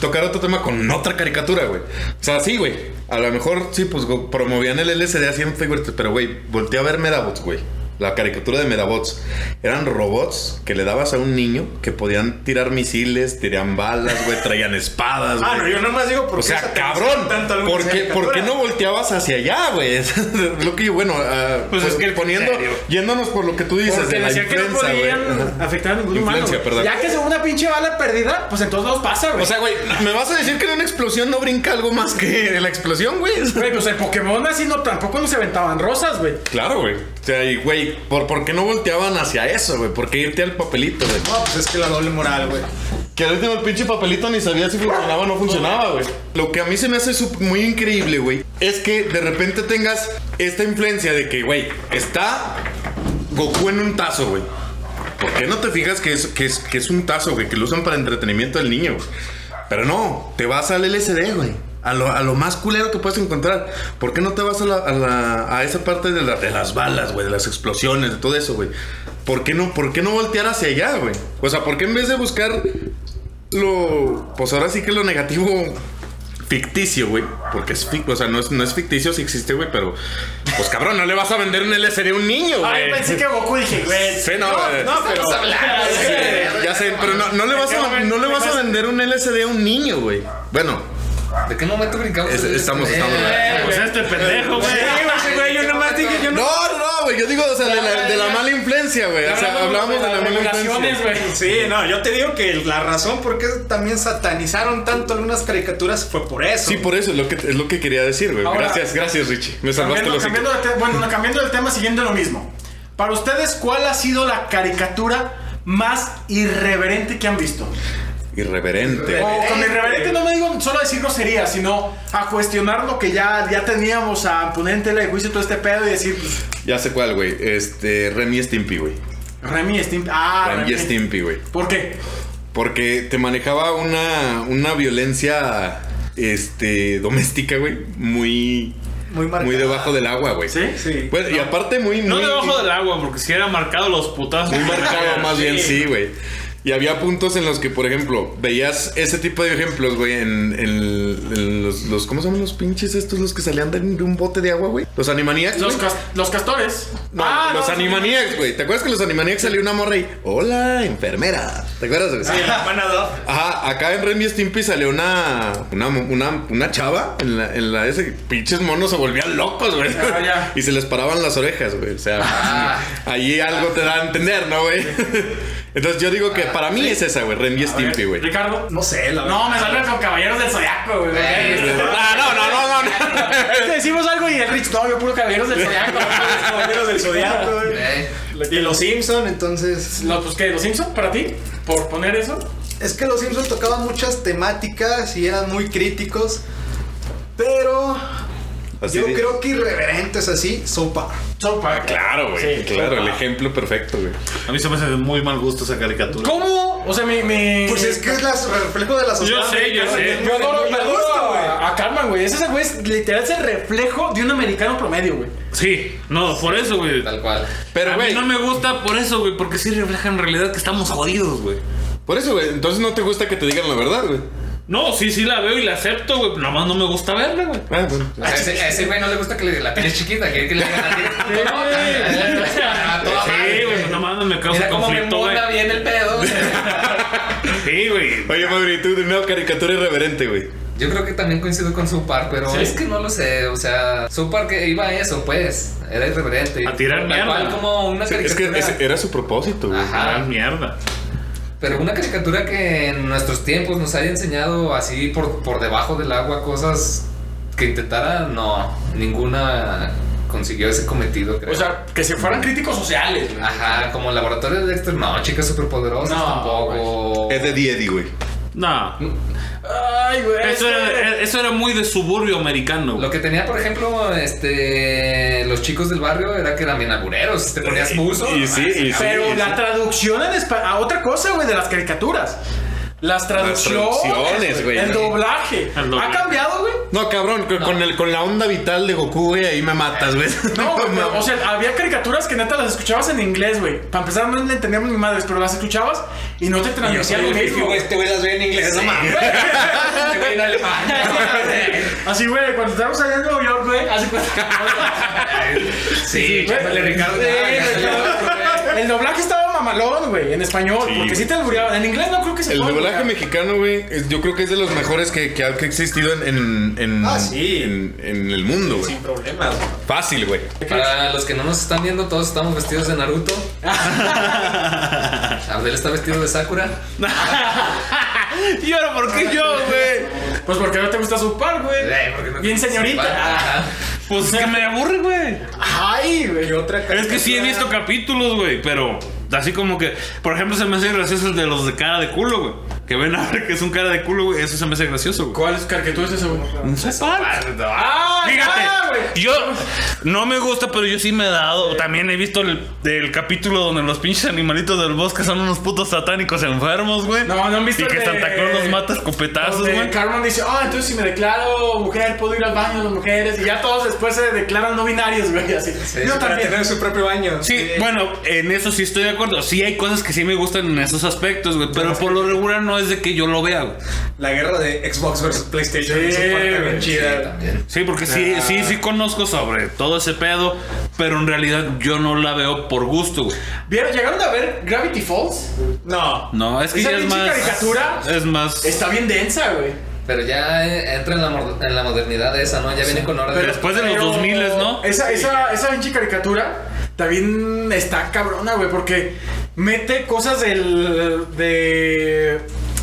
F: tocar otro tema con otra caricatura, güey. O sea, sí, güey. A lo mejor sí, pues go- promovían el LSD haciendo figuritas, pero, güey, volteé a ver Medabots, güey. La caricatura de Medabots. Eran robots que le dabas a un niño que podían tirar misiles, tirían balas, güey, traían espadas, güey.
C: Ah, no, yo nomás digo porque
F: O sea, cabrón, ¿por qué, por qué no volteabas hacia allá, güey? Es lo que yo, bueno, ah,
D: Pues es que el
F: poniendo,
D: criterio.
F: yéndonos por lo que tú dices
B: Porque
F: de la
B: decía que no
F: influenza, güey. Ajá.
B: podían afectar a ningún humano.
F: Influencia,
B: güey.
F: perdón.
B: Ya que según una pinche bala perdida, pues en todos lados pasa, güey.
F: O sea, güey, ¿me vas a decir que en una explosión no brinca algo más que la explosión, güey?
B: Güey, pues en Pokémon así no, tampoco nos aventaban rosas, güey.
F: Claro, güey. O sea, y güey, ¿por, ¿por qué no volteaban hacia eso, güey? ¿Por qué irte al papelito, güey?
C: No, pues es que la doble moral, güey.
F: Que al último el pinche papelito ni sabía si funcionaba o no funcionaba, güey. Lo que a mí se me hace sup- muy increíble, güey, es que de repente tengas esta influencia de que, güey, está Goku en un tazo, güey. ¿Por qué no te fijas que es, que es, que es un tazo, güey? Que lo usan para entretenimiento del niño, güey. Pero no, te vas al LSD, güey. A lo, a lo más culero que puedes encontrar. ¿Por qué no te vas a, la, a, la- a esa parte de, la- de las balas, güey? De las explosiones, de todo eso, güey. ¿Por qué no, por qué no voltear hacia allá, güey? O sea, ¿por qué en vez de buscar lo. Pues ahora sí que lo negativo ficticio, güey. Porque es ficticio, o sea, no es, no es ficticio si existe, güey, pero. Pues cabrón, no le vas a vender un LSD a un niño, güey.
B: Ay, pensé que Goku dije, güey.
F: Sí, no, güey.
B: No, pero.
F: Ya sé, pero no, no le vas a, no le vas a vender un LSD a un niño, güey. Bueno,
E: ¿De qué momento brincamos?
F: es- estamos, estamos.
E: Eh,
B: Pues este pendejo, güey.
E: güey, yo nomás dije, yo
F: No, no, no, güey. Yo digo, o sea, de la, de la mala influencia, güey. O sea, hablábamos de la mala influencia.
B: Regulaciones, güey.
C: Sí, no, yo te digo que la razón por qué también satanizaron tanto algunas caricaturas fue por eso.
F: Sí, por eso es lo que, es lo que quería decir, güey.
B: Ahora-
F: Gracias, gracias, Richie. Me salvaste
B: Cambiando,
F: los
B: cambiando de te- bueno, no, cambiando del tema, siguiendo lo mismo. Para ustedes, ¿cuál ha sido la caricatura más irreverente que han visto?
F: Irreverente. güey.
B: O con irreverente no me digo solo a decir grosería, sino a cuestionar lo que ya, ya teníamos, a poner en tela de juicio todo este pedo y decir, pues,
F: Ya sé cuál, güey. Este, Remy y Stimpy, güey.
B: Remy Stimpy. Ah,
F: Remy este y Stimpy, güey.
B: ¿Por qué?
F: Porque te manejaba una, una violencia este, doméstica, güey. Muy.
C: Muy marcada.
F: Muy debajo del agua, güey.
B: Sí,
C: sí.
F: Bueno, y aparte muy.
D: No
F: muy,
D: debajo del agua, porque si era marcado los putazos.
F: Muy marcado, más bien, sí, güey. Y había puntos en los que, por ejemplo, veías ese tipo de ejemplos, güey, en, en- en los, los- ¿Cómo se llaman los pinches estos? Los que salían de un, de un bote de agua, güey. Los Animaniacs.
B: Los,
F: güey.
B: cas- los castores.
F: No,
B: Ah,
F: los
B: no,
F: Animaniacs, güey. ¿Te acuerdas que en los Animaniacs salió una morra y. Hola, enfermera. ¿Te acuerdas, güey?
C: Sí, la panador.
F: Ajá, acá en Remy Stimpy salió una, una, una, una chava en la, en la ese pinches monos se volvían locos, güey.
B: Ah, ya.
F: Y se les paraban las orejas, güey. O sea,
E: Ah.
F: ahí algo te da a entender, ¿no, güey? Entonces yo digo que para mí es esa, güey, Remy Stimpy, güey.
B: Ricardo.
C: No sé, la
B: No, me salen con caballeros del zodiaco, güey.
E: Eh,
F: Ah, no, no, no, no, no.
B: Te decimos algo y el Rich, no, yo puro caballeros del zodiaco.
C: Los Caballeros del Zodiaco, güey.
E: Eh,
C: Y los Simpson, entonces.
B: No, pues que los Simpson para ti, por poner eso.
C: Es que los Simpson tocaban muchas temáticas y eran muy críticos. Pero
F: Así
C: yo
F: de-
C: creo que irreverentes así, sopa.
B: Sopa.
F: Claro, güey.
B: Sí,
F: claro, el ejemplo perfecto, güey.
D: A mí se me hace de muy mal gusto esa caricatura.
B: ¿Cómo? O sea, mi. mi-
C: Pues es que es la- el reflejo de la sociedad.
D: Yo sé, yo sé.
B: Yo adoro,
C: Me
B: yo adoro
C: gusta, güey.
F: Ah,
B: a, a Carmen, güey. Ese güey es literal es el reflejo de un americano promedio, güey.
D: Sí, no, por eso, güey.
E: tal cual.
F: Pero,
D: a mí
F: güey,
D: no me gusta por eso, güey, porque sí refleja en realidad que estamos jodidos, güey.
F: por eso, güey, entonces no te gusta que te digan la verdad, güey.
D: No, sí, sí la veo y la acepto, güey. Nada más no me gusta verla, güey.
F: Ah, bueno.
E: A ese, a ese güey no le gusta que le la piel chiquita, quiere que le digan así. A toda
D: Sí,
E: madre,
D: güey, nada más no me causa
E: Mira cómo me
D: conflicto, güey.
E: mola bien el pedo. güey.
D: Sí, güey.
F: Oye, Mauri, tú de una caricatura irreverente, güey.
E: Yo creo que también coincido con Supar, pero
B: ¿Sí?
E: es que no lo sé. O sea, Supar que iba a eso, pues. Era irreverente.
D: A tirar
E: Tal
D: mierda.
E: cual como una
F: Sí, Es
E: caricatura.
F: que ese era su propósito, güey.
D: Ah,
E: Ajá.
D: mierda.
E: Pero una caricatura que en nuestros tiempos nos haya enseñado así por, por debajo del agua cosas que intentara, no. Ninguna consiguió ese cometido, creo.
B: O sea, que si fueran críticos sociales, güey.
E: Ajá, como el laboratorio de Dexter, no, chicas superpoderosas
B: No,
E: tampoco.
F: Es de Diedi, güey.
D: No.
B: Ay, güey.
D: Eso era, eh, eso era muy de suburbio americano, güey.
E: Lo que tenía, por ejemplo, este los chicos del barrio era que eran bien agureros. Te ponías buzo.
F: Y sí, y sí.
B: Pero
F: y
B: la
F: sí.
B: traducción en espa- a otra cosa, güey, de las caricaturas. Las traducciones.
F: traducciones, güey.
B: El doblaje.
D: El doblaje.
B: ¿Ha cambiado, güey?
F: No, cabrón, con, con el, con la onda vital de Goku, güey, ahí me matas, güey.
B: No, güey,
F: mames.
B: pero, o sea, había caricaturas que neta las escuchabas en inglés, güey. Para empezar, no le entendíamos ni madres, pero las escuchabas y no te
E: Ah,
B: transmitía lo mismo. güey.
E: Este güey las ve en inglés, no mames. Este güey en alemán.
B: Así, güey, cuando estábamos allá en Nueva York, güey, hace cuenta.
E: Sí, chápale, Ricardo.
B: Sí, güey. El doblaje estaba mamalón, güey, en español,
F: Sí,
B: porque sí te albureaban. En inglés no creo que se
F: El
B: pueda
F: doblaje
B: alburear.
F: mexicano, güey, es- yo creo que es de los mejores que, que ha que ha existido en, en, en-
C: Ah, sí.
F: en, en el mundo, güey. Sin problemas. Fácil, güey.
E: Para los que no nos están viendo, todos estamos vestidos de Naruto. Abdel está vestido de Sakura.
D: ¿Y ahora por qué yo, güey?
B: Pues porque no te gusta su par, güey.
E: Eh, porque no-
B: Bien señorita.
E: Ajá.
D: Pues es que me aburre, güey.
B: Ah,
G: Ay, güey.
C: Y otra
D: Es que sí he visto capítulos, güey, pero así como que, por ejemplo, se me hace gracioso el de los de cara de culo, güey. Que ven a ver que es un cara de culo, güey. Eso se me hace gracioso, güey.
B: ¿Cuál es caricatura es esa, güey?
D: Un South Park. Fíjate, yo no me gusta, pero yo sí me he dado. También he visto el, el capítulo donde los pinches animalitos del bosque son unos putos satánicos enfermos, güey.
B: No, no han visto
D: Y
B: el
D: que
B: de-
D: Santa Claus los mata a escopetazos,
B: Donde
D: güey.
B: Carmen dice, ah, entonces si me declaro mujer, puedo ir al baño de las mujeres. Y ya todos después se declaran no binarios, güey. Así.
C: Yo también. Tener su propio baño.
D: Sí,
B: Eh,
D: bueno, en eso sí estoy de acuerdo. Sí hay cosas que sí me gustan en esos aspectos, güey. Pero por lo regular no es de que yo lo vea, güey.
C: La guerra de Xbox versus PlayStation.
B: Sí,
C: es su parte bien
B: güey,
E: Sí,
C: chida.
E: también.
D: Sí, porque
B: Ah.
D: sí, sí, sí conozco sobre todo ese pedo, pero en realidad yo no la veo por gusto, güey.
B: ¿Vieron? ¿Llegaron a ver Gravity Falls?
G: No.
D: No, es que
B: Esa
D: ya es
B: pinche
D: más. Eh.
B: caricatura
D: Es más.
B: Está bien densa, güey.
E: Pero ya eh, entra en la, mod- en la modernidad esa, ¿no? Ya viene con orden.
D: Pero después de los
B: Pero
D: 2000, ¿no?
B: Esa, esa, esa pinche caricatura también está cabrona, güey, porque mete cosas del. de.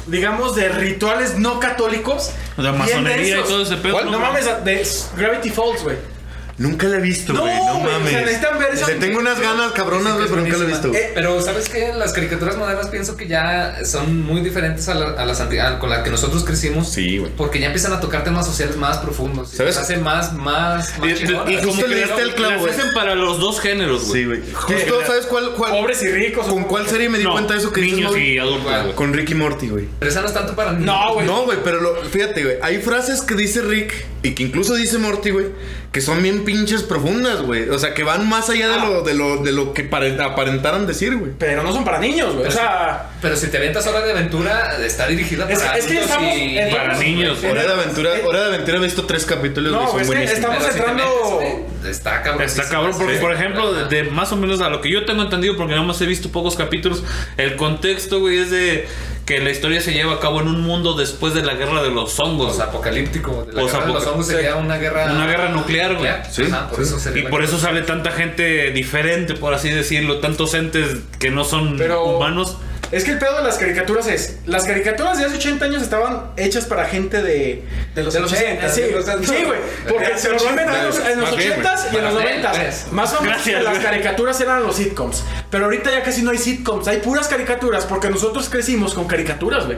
B: digamos, de rituales no católicos.
D: De masonería y todo ese pedo,
B: ¿Cuál?
D: ¿no?
B: No mames, de Gravity Falls, güey.
F: Nunca la he visto,
B: No,
F: güey. No,
B: güey, o sea,
F: mames.
B: necesitan ver esa-
F: Le tengo unas ganas cabronas, güey, pero nunca la he visto.
E: Eh, pero ¿sabes qué? Las caricaturas modernas pienso que ya son muy diferentes a, la- a las anti- a- con las que nosotros crecimos.
F: Sí, güey.
E: Porque ya empiezan a tocar temas sociales más profundos.
F: ¿Sabes?
E: ¿Sabes? Hace más, más, más
F: Y- y-
E: chingonas.
F: y como
D: Como
F: Justo
D: que
F: le diste
D: las-
F: el clavo,
D: las
F: güey.
D: hacen para los dos géneros, güey.
F: Sí, güey. Justo, ¿sabes cuál? cuál
B: Pobres y ricos.
F: ¿Con cuál serie me di
D: No,
F: cuenta de eso que dices,
D: niños
F: Mau?
D: y adultos, güey.
F: Con Ricky Morty, güey.
E: Pero esa no es tanto para niños.
B: No, güey.
F: No, güey, pero lo- fíjate, güey. Hay frases que dice Rick y que incluso dice Morty, güey, que son bien pinches profundas, güey. O sea, que van más allá de lo, de lo, de lo que pare- aparentaron decir, güey.
B: Pero no son para niños, güey. O sea.
E: Pero si te aventas Hora de Aventura, está dirigida
B: Es-
E: para
B: es que
E: adultos
B: estamos
E: y-
B: en-
D: Para niños, güey.
F: Hora de aventura, Hora de aventura he visto tres capítulos,
B: No,
F: güey, son
B: es que
F: buenísimos.
B: estamos
E: Pero si te
B: entrando-
E: metes, eh, Está cabrón.
D: Está cabrón, porque por ejemplo, de, de más o menos a lo que yo tengo entendido, porque nada más he visto pocos capítulos, el contexto, güey, es de que la historia se lleva a cabo en un mundo después de la guerra de los hongos.
E: Los apocalíptico. De la guerra de los
D: Posapocal-
E: hongos sería una guerra.
D: Una guerra nuclear, güey.
F: Sí,
E: Ajá, por
F: sí.
E: eso sería
D: y
E: la
D: por
E: guerra.
D: eso sale tanta gente diferente, por así decirlo, tantos entes que no son
B: Pero-
D: humanos.
B: Es que el pedo de las caricaturas es. Las caricaturas de hace 80 años estaban hechas para gente de.
C: De los 80,
B: Sí,
C: de los-
B: sí, güey. Porque se lo ponen en los, en los
F: Más bien,
B: 80s y en los
E: Más bien,
B: 90s.
E: pues.
B: Más o menos
D: Gracias,
B: que las
D: güey.
B: caricaturas eran los sitcoms. Pero ahorita ya casi no hay sitcoms. Hay puras caricaturas porque nosotros crecimos con caricaturas, güey.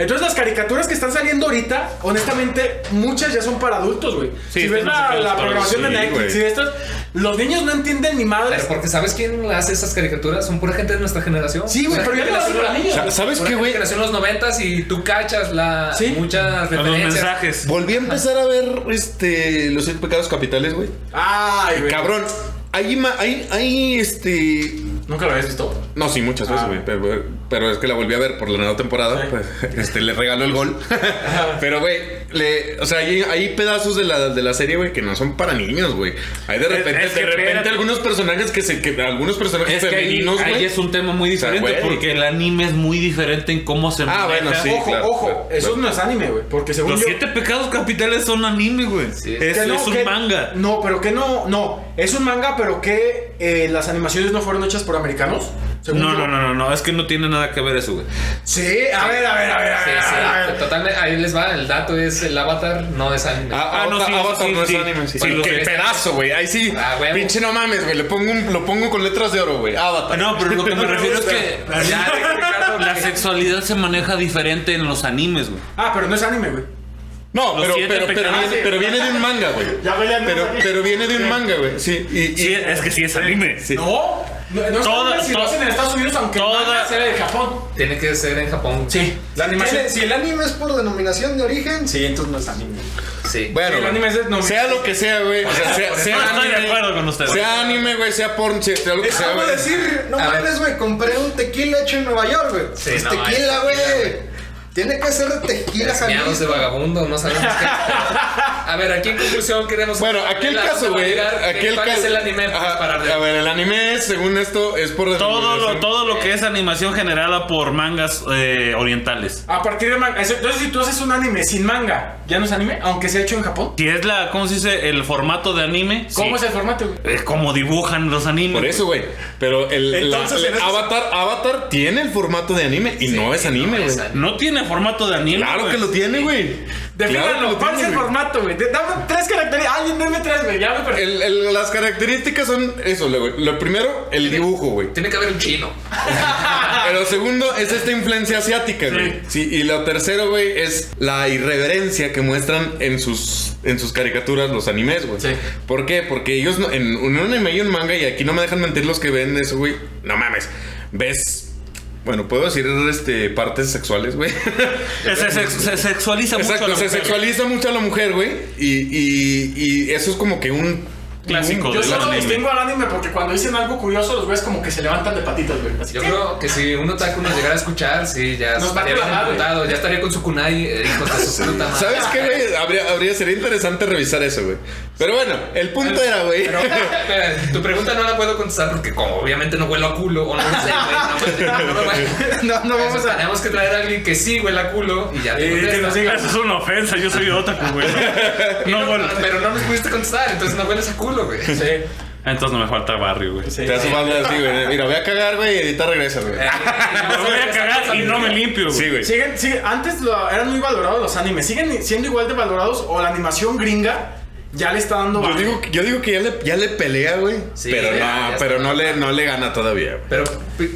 B: Entonces las caricaturas que están saliendo ahorita, honestamente, muchas ya son para adultos, güey.
D: Sí,
B: si ves
D: están
B: la,
D: enfocadas
B: la
D: para
B: programación de
D: los- sí,
B: Netflix
F: güey.
B: y de estas, los niños no entienden ni madres.
E: Pero porque sabes quién hace esas caricaturas, son pura gente de nuestra generación.
B: Sí, güey,
E: O sea,
B: pero ya
E: gente
B: no
E: que
B: las
E: nació
B: para
E: en la-
B: niños.
F: Sa- ¿Sabes
E: pura
F: qué,
E: gente
F: güey?
E: que nació en los noventas y tú cachas la
B: Sí.
E: muchas
D: Con los
E: referencias.
D: mensajes.
F: Volví a empezar a ver este los siete pecados capitales, güey.
B: Ay, güey.
F: Cabrón, hay, ima- hay, hay este.
B: Nunca lo habías visto.
F: No, sí, muchas
D: Ah.
F: veces, güey. pero, pero es que la volví a ver por la nueva temporada. pues, este, le regaló el gol. pero, güey, le- o sea, hay, hay pedazos de la, de la serie, güey, que no son para niños, güey. Hay de repente,
D: es que
F: de repente
D: espérate.
F: algunos personajes que se. Que, algunos personajes
D: Es que ahí,
F: femeninos,
D: ahí
F: güey.
D: es un tema muy
F: O sea,
D: diferente,
F: güey.
D: porque el anime es muy diferente en cómo se
F: Ah, bueno, sí.
B: ojo,
F: claro,
B: ojo,
F: claro,
B: eso
F: claro.
B: no es anime, güey. Porque según
D: Los
B: yo.
D: siete pecados capitales son anime, güey.
E: es
D: es
B: que no,
D: es un
B: que-
D: manga.
B: No, pero que no. No, es un manga, pero que eh, las animaciones no fueron hechas por americanos. según
D: No,
B: yo.
D: no, no, no, no, es que no tiene nada que ver eso, güey.
B: Sí, a ver, a ver, a ver. a
E: Sí,
B: ver,
E: sí,
B: a ver.
E: totalmente, ahí les va, el dato es el avatar no es anime.
F: Ah,
D: Ah, no,
F: no,
D: sí,
F: Avatar
D: sí,
F: no
D: sí.
F: es anime, sí.
D: Sí, lo
F: Qué
D: sé.
F: pedazo, güey. Ahí sí.
E: Ah, güey.
F: pinche no mames, güey. Le pongo un- lo pongo con letras de oro, güey. Avatar.
D: No, pero lo que me refiero es que
E: Ya, Ricardo,
D: la sexualidad se maneja diferente en los animes, güey.
B: Ah, pero no es anime, güey.
F: No,
D: Los
F: pero,
D: siete
F: pero, pero,
D: pecados.
F: viene, pero viene de un manga, güey.
G: Ya voy a-
F: Pero, pero viene de un manga, güey. Sí, y, y-
D: Sí, es que sí es anime.
F: Sí.
B: No, no, no es
D: Toda-
B: anime si lo
D: to-
B: hacen en Estados Unidos, aunque
D: toda-
B: el manga sea de Japón.
E: Tiene que ser en Japón.
B: Sí, la animación.
C: Tiene- Si el anime es por denominación de origen, sí, entonces no es anime.
E: Sí.
F: Bueno,
B: el anime es de- no-
F: sea lo que sea, güey. O sea, sea, sea
D: No estoy de
F: anime,
D: acuerdo con ustedes.
F: sea anime, güey, sea porn, sea, sea lo que
C: Es
F: sea,
C: como
F: güey.
C: decir, no
E: A ver.
C: mames, güey, compré un tequila hecho en Nueva York, güey.
E: Sí,
C: Pues
E: no,
C: tequila,
E: es
C: güey.
E: tequila, güey.
C: Tiene que ser de tequila,
E: Miados de
C: Jalisco.
E: vagabundo, no sabemos qué. A ver, aquí en conclusión queremos.
F: Bueno, aquí el
E: La-
F: caso, güey.
E: validar
F: Aquí el
E: ¿Cuál
F: caso.
E: es el anime pues,
F: Ajá,
E: para
F: A ver, el anime, según esto, es por
D: Todo lo,
F: denominación.
D: todo lo que es animación generada por mangas eh, orientales.
B: A partir de manga. Entonces, si tú haces un anime sin manga, ¿ya no es anime? Aunque sea hecho en Japón.
D: Si es la, ¿cómo se dice? El formato de anime.
B: ¿Cómo es
D: sí.
B: el formato, güey?
D: Es como dibujan los animes.
F: Por eso, güey. Pero el, la-
C: Entonces, en
F: el
C: eso-
F: Avatar, Avatar tiene el formato de anime y no es anime,
E: no
F: güey.
E: es
D: No tiene formato de anime.
F: Claro
D: güey.
F: que lo tiene, güey. Claro que
B: Defínalo,
F: lo
B: ¿cuál
F: tiene,
B: es el
F: güey.
B: formato, güey? de- Dame tres características. Alguien, dame tres, güey. Ya me perdí.
F: El- el- las características son eso, güey. Lo primero, el dibujo, güey.
E: Tiene que haber un chino.
F: Pero segundo es esta influencia asiática, güey. Sí, y lo tercero, güey, es la irreverencia que muestran en sus en sus caricaturas los animes, güey.
B: Sí.
F: ¿Por qué? Porque ellos no- en un anime y un manga y aquí no me dejan mentir los que ven eso, güey. No mames. Ves bueno, puedo decir este partes sexuales, güey.
D: Se, sex- se sexualiza
F: Exacto,
D: mucho.
F: se sexualiza mucho a la mujer, güey. Y, y, y eso es como que un
D: Clásico
B: Yo
D: del
B: solo
D: anime.
B: distingo al anime porque cuando dicen algo curioso, los güeyes como que se levantan de patitas, güey. Así
E: Yo
B: que.
E: creo que si un otaku nos llegara a escuchar, sí, ya
B: Nos va a
E: estaría bien
B: clavar,
E: apuntado, ya estaría con su kunai, eh, hijos de su puta madre.
F: ¿Sabes qué, güey? Habría, habría, sería interesante revisar eso, güey. Pero bueno, el punto era, güey.
E: Pero, espera, tu pregunta no la puedo contestar porque como obviamente no huelo a culo, o no lo sé, güey, no, no,
B: No, no vamos a. Eh,
E: Tenemos que traer a alguien que sí huela a culo y ya te contesta.
D: Eso es una ofensa, yo soy otaku, güey. No, bueno.
E: Pero no nos pudiste contestar, entonces no hueles a culo, güey.
D: Entonces no me falta barrio, güey.
F: Te hace falta así, güey. Mira, voy a cagar, güey, y ahorita regresas, güey.
D: Me voy a cagar y no me limpio, güey.
F: Sí, güey.
B: Siguen, siguen- antes lo- eran muy valorados los animes. ¿Siguen siendo igual de valorados o la animación gringa ya le está dando
F: Yo
B: valor?
F: digo, que- yo digo que ya le, ya le pelea, güey.
E: Sí,
F: pero
E: ya,
F: no,
E: ya
F: pero
E: está.
F: no le, no le gana todavía, güey.
E: Pero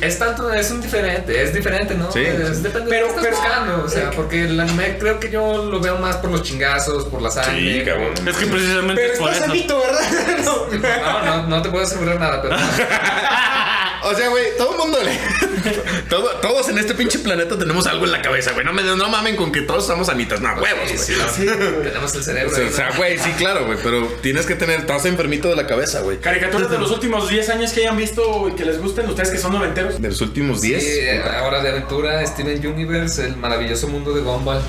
E: es tanto, es un diferente, es diferente, ¿no?
F: Sí.
E: Es- depende
B: Pero-
E: de lo que
B: pero- eh,
E: estás buscando, o sea, porque el anime creo que yo lo veo más por los chingazos, por la sangre.
F: Sí, cabrón.
D: Es que precisamente
B: Pero
D: es por
B: está
D: eso.
B: sanito, ¿verdad? No.
E: No, no, no te puedo asegurar nada, pero Ah.
F: O sea, güey, todo el mundo le. todo- todos en este pinche planeta tenemos algo en la cabeza, güey. No, me, no mamen con que todos somos anitas. No, huevos, güey.
E: Sí, sí, tenemos el cerebro. ahí,
F: O sea,
E: ¿no?
F: güey, sí, claro, güey. Pero tienes que tener. Estás enfermito de la cabeza, güey.
B: Caricaturas de los últimos 10 años que hayan visto y que les gusten, ustedes que son noventeros.
F: De los últimos
E: Sí,
F: 10.
E: ahora de aventura, Steven Universe, el maravilloso mundo de Gumball.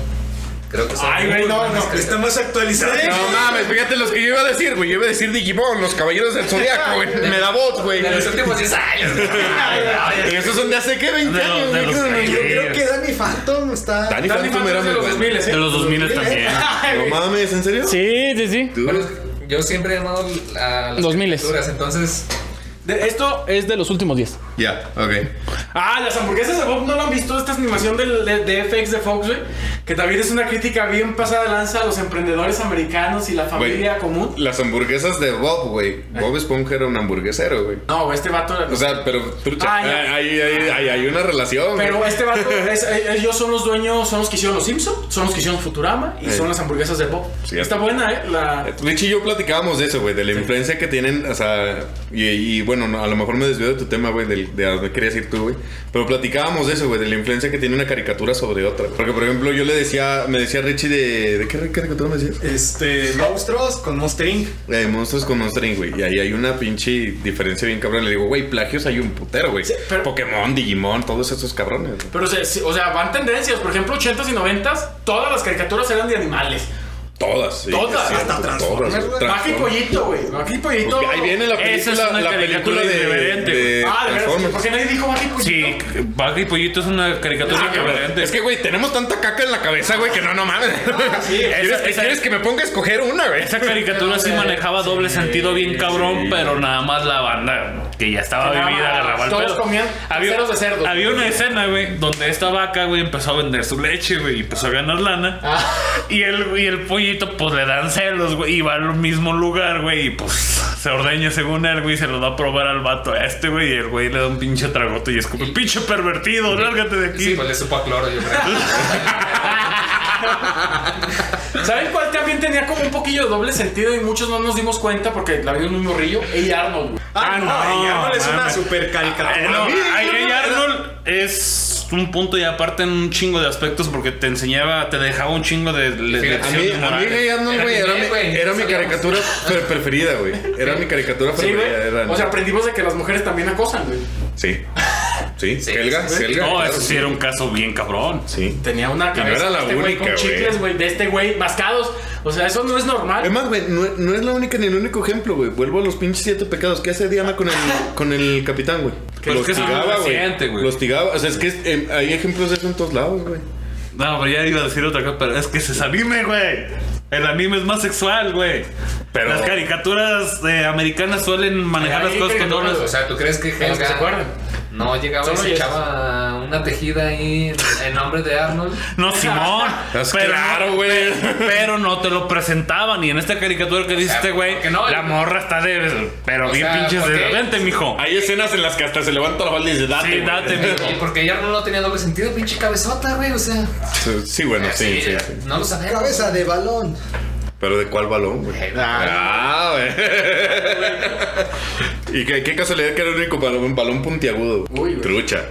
E: Creo que son
B: Ay,
E: muy
B: güey, no,
E: buenas
B: no,
E: caricaturas.
B: está más actualizado.
F: No mames, fíjate los que yo iba a decir, güey. Yo iba a decir Digimon, los caballeros del zodiaco, güey. Me da bot, güey.
E: De los últimos 10 años.
F: Y esos son de hace qué, 20
D: Ah, De los-
F: años,
D: de los-
F: güey. No, no, no.
D: Yo creo que
B: Danny Phantom está.
F: Danny Phantom era
B: de
F: muy
B: los
F: bueno.
B: 2000, ¿eh?
D: De los 2000 también.
F: No mames, ¿en serio?
H: Sí, sí, sí.
F: Dude.
E: Bueno, yo siempre he amado a las
H: 2000.
E: caricaturas, entonces
B: De- esto.
H: Es de los últimos 10.
F: Ya, ok.
B: Ah, las hamburguesas de Bob no lo han visto. Esta animación del- de, de FX de Fox, güey. Que también es una crítica bien pasada de lanza a los emprendedores americanos y la familia
F: Güey.
B: común.
F: Las hamburguesas de Bob, güey. Bob Esponja era un hamburguesero, güey.
B: No, este vato.
F: O sea, pero trucha, eh,
B: Ah, ya.
F: hay, hay- hay- hay una relación. güey.
B: Pero este vato, es- eh, ellos son los dueños, son los que hicieron los Simpsons, son los que hicieron Futurama y
F: Eh.
B: son las hamburguesas de Bob.
F: Cierto.
B: Está buena, ¿eh? La...
F: Rich y yo platicábamos de eso, güey, de la influencia que tienen, o sea, y, y, bueno, no, a lo mejor me desvío de tu tema, güey, del- de, a dónde querías ir tú, güey, pero platicábamos de eso, güey, de la influencia que tiene una caricatura sobre otra. Porque, por ejemplo, yo le decía, me decía Richie de, ¿de qué caricatura me decías?
C: Este, monstruos con Monster Inc.
F: La de Monstruos con Monster Inc, güey, y ahí hay una pinche diferencia bien cabrón, le digo, güey, plagios hay un putero, güey,
B: pero-
F: Pokémon, Digimon, todos esos cabrones, güey.
B: Pero, se- se- o sea, van tendencias. Por ejemplo, 80s y 90s, todas las caricaturas eran de animales.
F: todas, sí,
B: Todas,
F: es cierto,
B: hasta
F: todas, güey.
B: Baja y
F: Transformers.
B: pollito, güey. Baja y pollito.
F: Porque ahí viene la
D: Esa es
F: película,
D: una
F: la
D: caricatura
F: película de,
D: irreverente, güey.
F: de
B: Ah, de veras.
F: Transformers.
B: ¿Por qué nadie dijo baja y pollito?
D: Sí, Vaca y Pollito es una caricatura irreverente.
F: Ah, Es que, güey, tenemos tanta caca en la cabeza, güey, que no, no mames. ¿Quieres,
D: esa-
F: quieres que me ponga a escoger una, güey?
D: Esa caricatura sí manejaba doble sentido bien cabrón, pero nada más la banda que ya estaba
B: Que nada
D: vivida
B: más
D: agarraba el
B: todos
D: pedo.
B: comían ceros de cerdo.
D: Había una escena, güey, donde esta vaca, güey, empezó a vender su leche, güey, y empezó a ganar lana.
B: Ah.
D: Y, el, y el pollito, pues le dan celos, güey, y va al mismo lugar, güey, y pues se ordeña según él, güey, y se lo da a probar al vato a este, güey, y el güey le da un pinche tragote y es como, pinche pervertido, lárgate de aquí.
E: sí, pues le supo a cloro, yo creo.
B: ¿Saben cuál también tenía como un poquillo de doble sentido y muchos no nos dimos cuenta porque la vimos muy morrillo? Ey Arnold, güey.
D: Ah, no,
C: y Arnold es una
D: mames.
C: super
D: Eh,
C: caricatura.
D: No, ahí Arnold es un punto y aparte en un chingo de aspectos porque te enseñaba, te dejaba un chingo de, de- de
F: A
D: acciones
F: mí, a mí
D: morales.
F: Grey Arnold, güey, era,
E: Era
F: mi,
E: güey,
F: era mi
E: sabíamos.
F: caricatura pre- preferida, güey. Era mi caricatura
B: Sí,
F: preferida.
B: güey.
F: era-
B: O sea, aprendimos de que las mujeres también acosan, güey.
F: sí. Sí,
E: Sí,
F: Helga,
E: sí, sí.
F: Helga.
D: No,
F: claro,
D: eso sí era un caso bien cabrón.
F: Sí.
B: Tenía una
F: no
B: cabeza
F: era la
B: de este güey
F: única,
B: con
F: güey.
B: chicles, güey, de este güey mascados. O sea, eso no es normal.
F: Es más, güey, no, no es la única ni el único ejemplo, güey. Vuelvo a los pinches siete pecados. ¿Qué hace Diana con el, con el capitán, güey?
D: Pues que eso es muy reciente, güey.
F: Lo hostigaba. O sea, es que es- em, hay ejemplos de eso en todos lados, güey.
D: No, pero ya iba a decir otra cosa, pero es que ese es anime, güey. El anime es más sexual, güey.
F: Pero-
D: Las caricaturas eh, americanas suelen manejar
B: Ahí
D: las cosas con
B: caricaturas,
D: dobles.
E: O sea, ¿tú crees que
B: De los que se
E: Helga
B: acuerdan.
E: No, llegaba
B: Solo
E: y se
B: yeso.
E: echaba una tejida ahí en- en nombre de Arnold.
D: No, Simón.
F: Es
D: pero,
F: Pues claro, güey.
D: pero no te lo presentaban. Y en esta caricatura que dice
E: sea,
D: este güey,
E: porque no,
D: la
E: yo-
D: morra está de. Pero
E: O
D: bien
E: sea,
D: pinches de
E: porque-
D: repente, mijo.
F: Hay escenas en las que hasta se levanta la falda y dice, date.
D: Sí,
F: güey".
D: date, mijo.
E: Y porque Arnold no tenía doble sentido, pinche cabezota, güey. O sea,
F: Sí, sí, bueno, sí, sí, sí.
E: no lo sabemos.
I: Cabeza de balón.
F: Pero ¿de cuál balón, güey? Ah, güey. y qué, qué casualidad que era el único balón, balón puntiagudo. Uy, Trucha.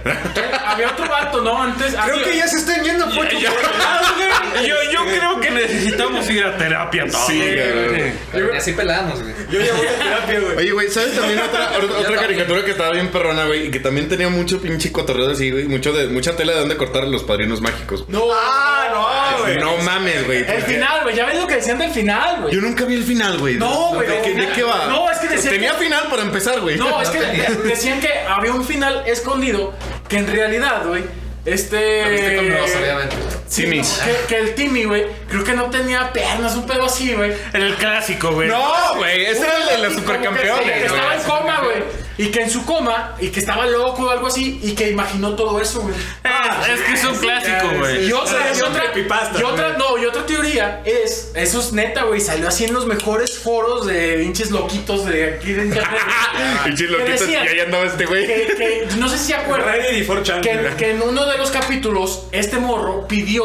B: Había otro vato, ¿no? Antes.
C: Creo
B: había-
C: que Ah, ya se están yendo por
D: Yo, yo, yo creo que necesitamos ir a terapia todos.
F: Sí, güey.
E: Y así pelábamos, güey.
C: Yo ya voy a terapia, güey.
F: Oye, güey, ¿sabes también otra, or- otra caricatura que estaba bien perrona, güey? Y que también tenía mucho pinche cotorreo así, güey. Mucho de, mucha tela de dónde cortar a los padrinos mágicos.
B: No, ah, no, güey.
F: No mames, güey.
B: El
F: porque-
B: final, güey. Ya ves lo que decían del final, güey.
F: Yo nunca vi el final, güey.
B: No, güey,
F: ¿De,
B: no,
F: qué- de qué va?
B: no, es que decía
F: Tenía
B: que-
F: final para empezar, güey.
B: No, es que de- decían que había un final escondido que en realidad, güey,
E: Lo viste
B: este...
E: con los, obviamente.
B: Sí,
F: Timmy.
B: no, que, que el Timmy, güey, creo que no tenía piernas, un pedo así, güey.
D: El clásico, güey.
F: No, güey. Ese era el de los
B: Y que
F: supercampeones, güey.
B: estaba en coma, güey. Y que en su coma, y que estaba loco o algo así, y que imaginó todo eso, güey.
D: Ah, Es, es que es un clásico, güey.
B: Y otra,
C: es
B: y
C: un
B: otra,
C: creepypasta,
B: y otra, no, y otra teoría es, eso es neta, güey, salió así en los mejores foros de hinches loquitos de aquí de internet.
F: Pinche loquito, y
B: decían?
F: ahí andaba este güey.
B: que, que- no sé si se acuerdan
C: Ready for chance.
B: que, que en uno de los capítulos este morro pidió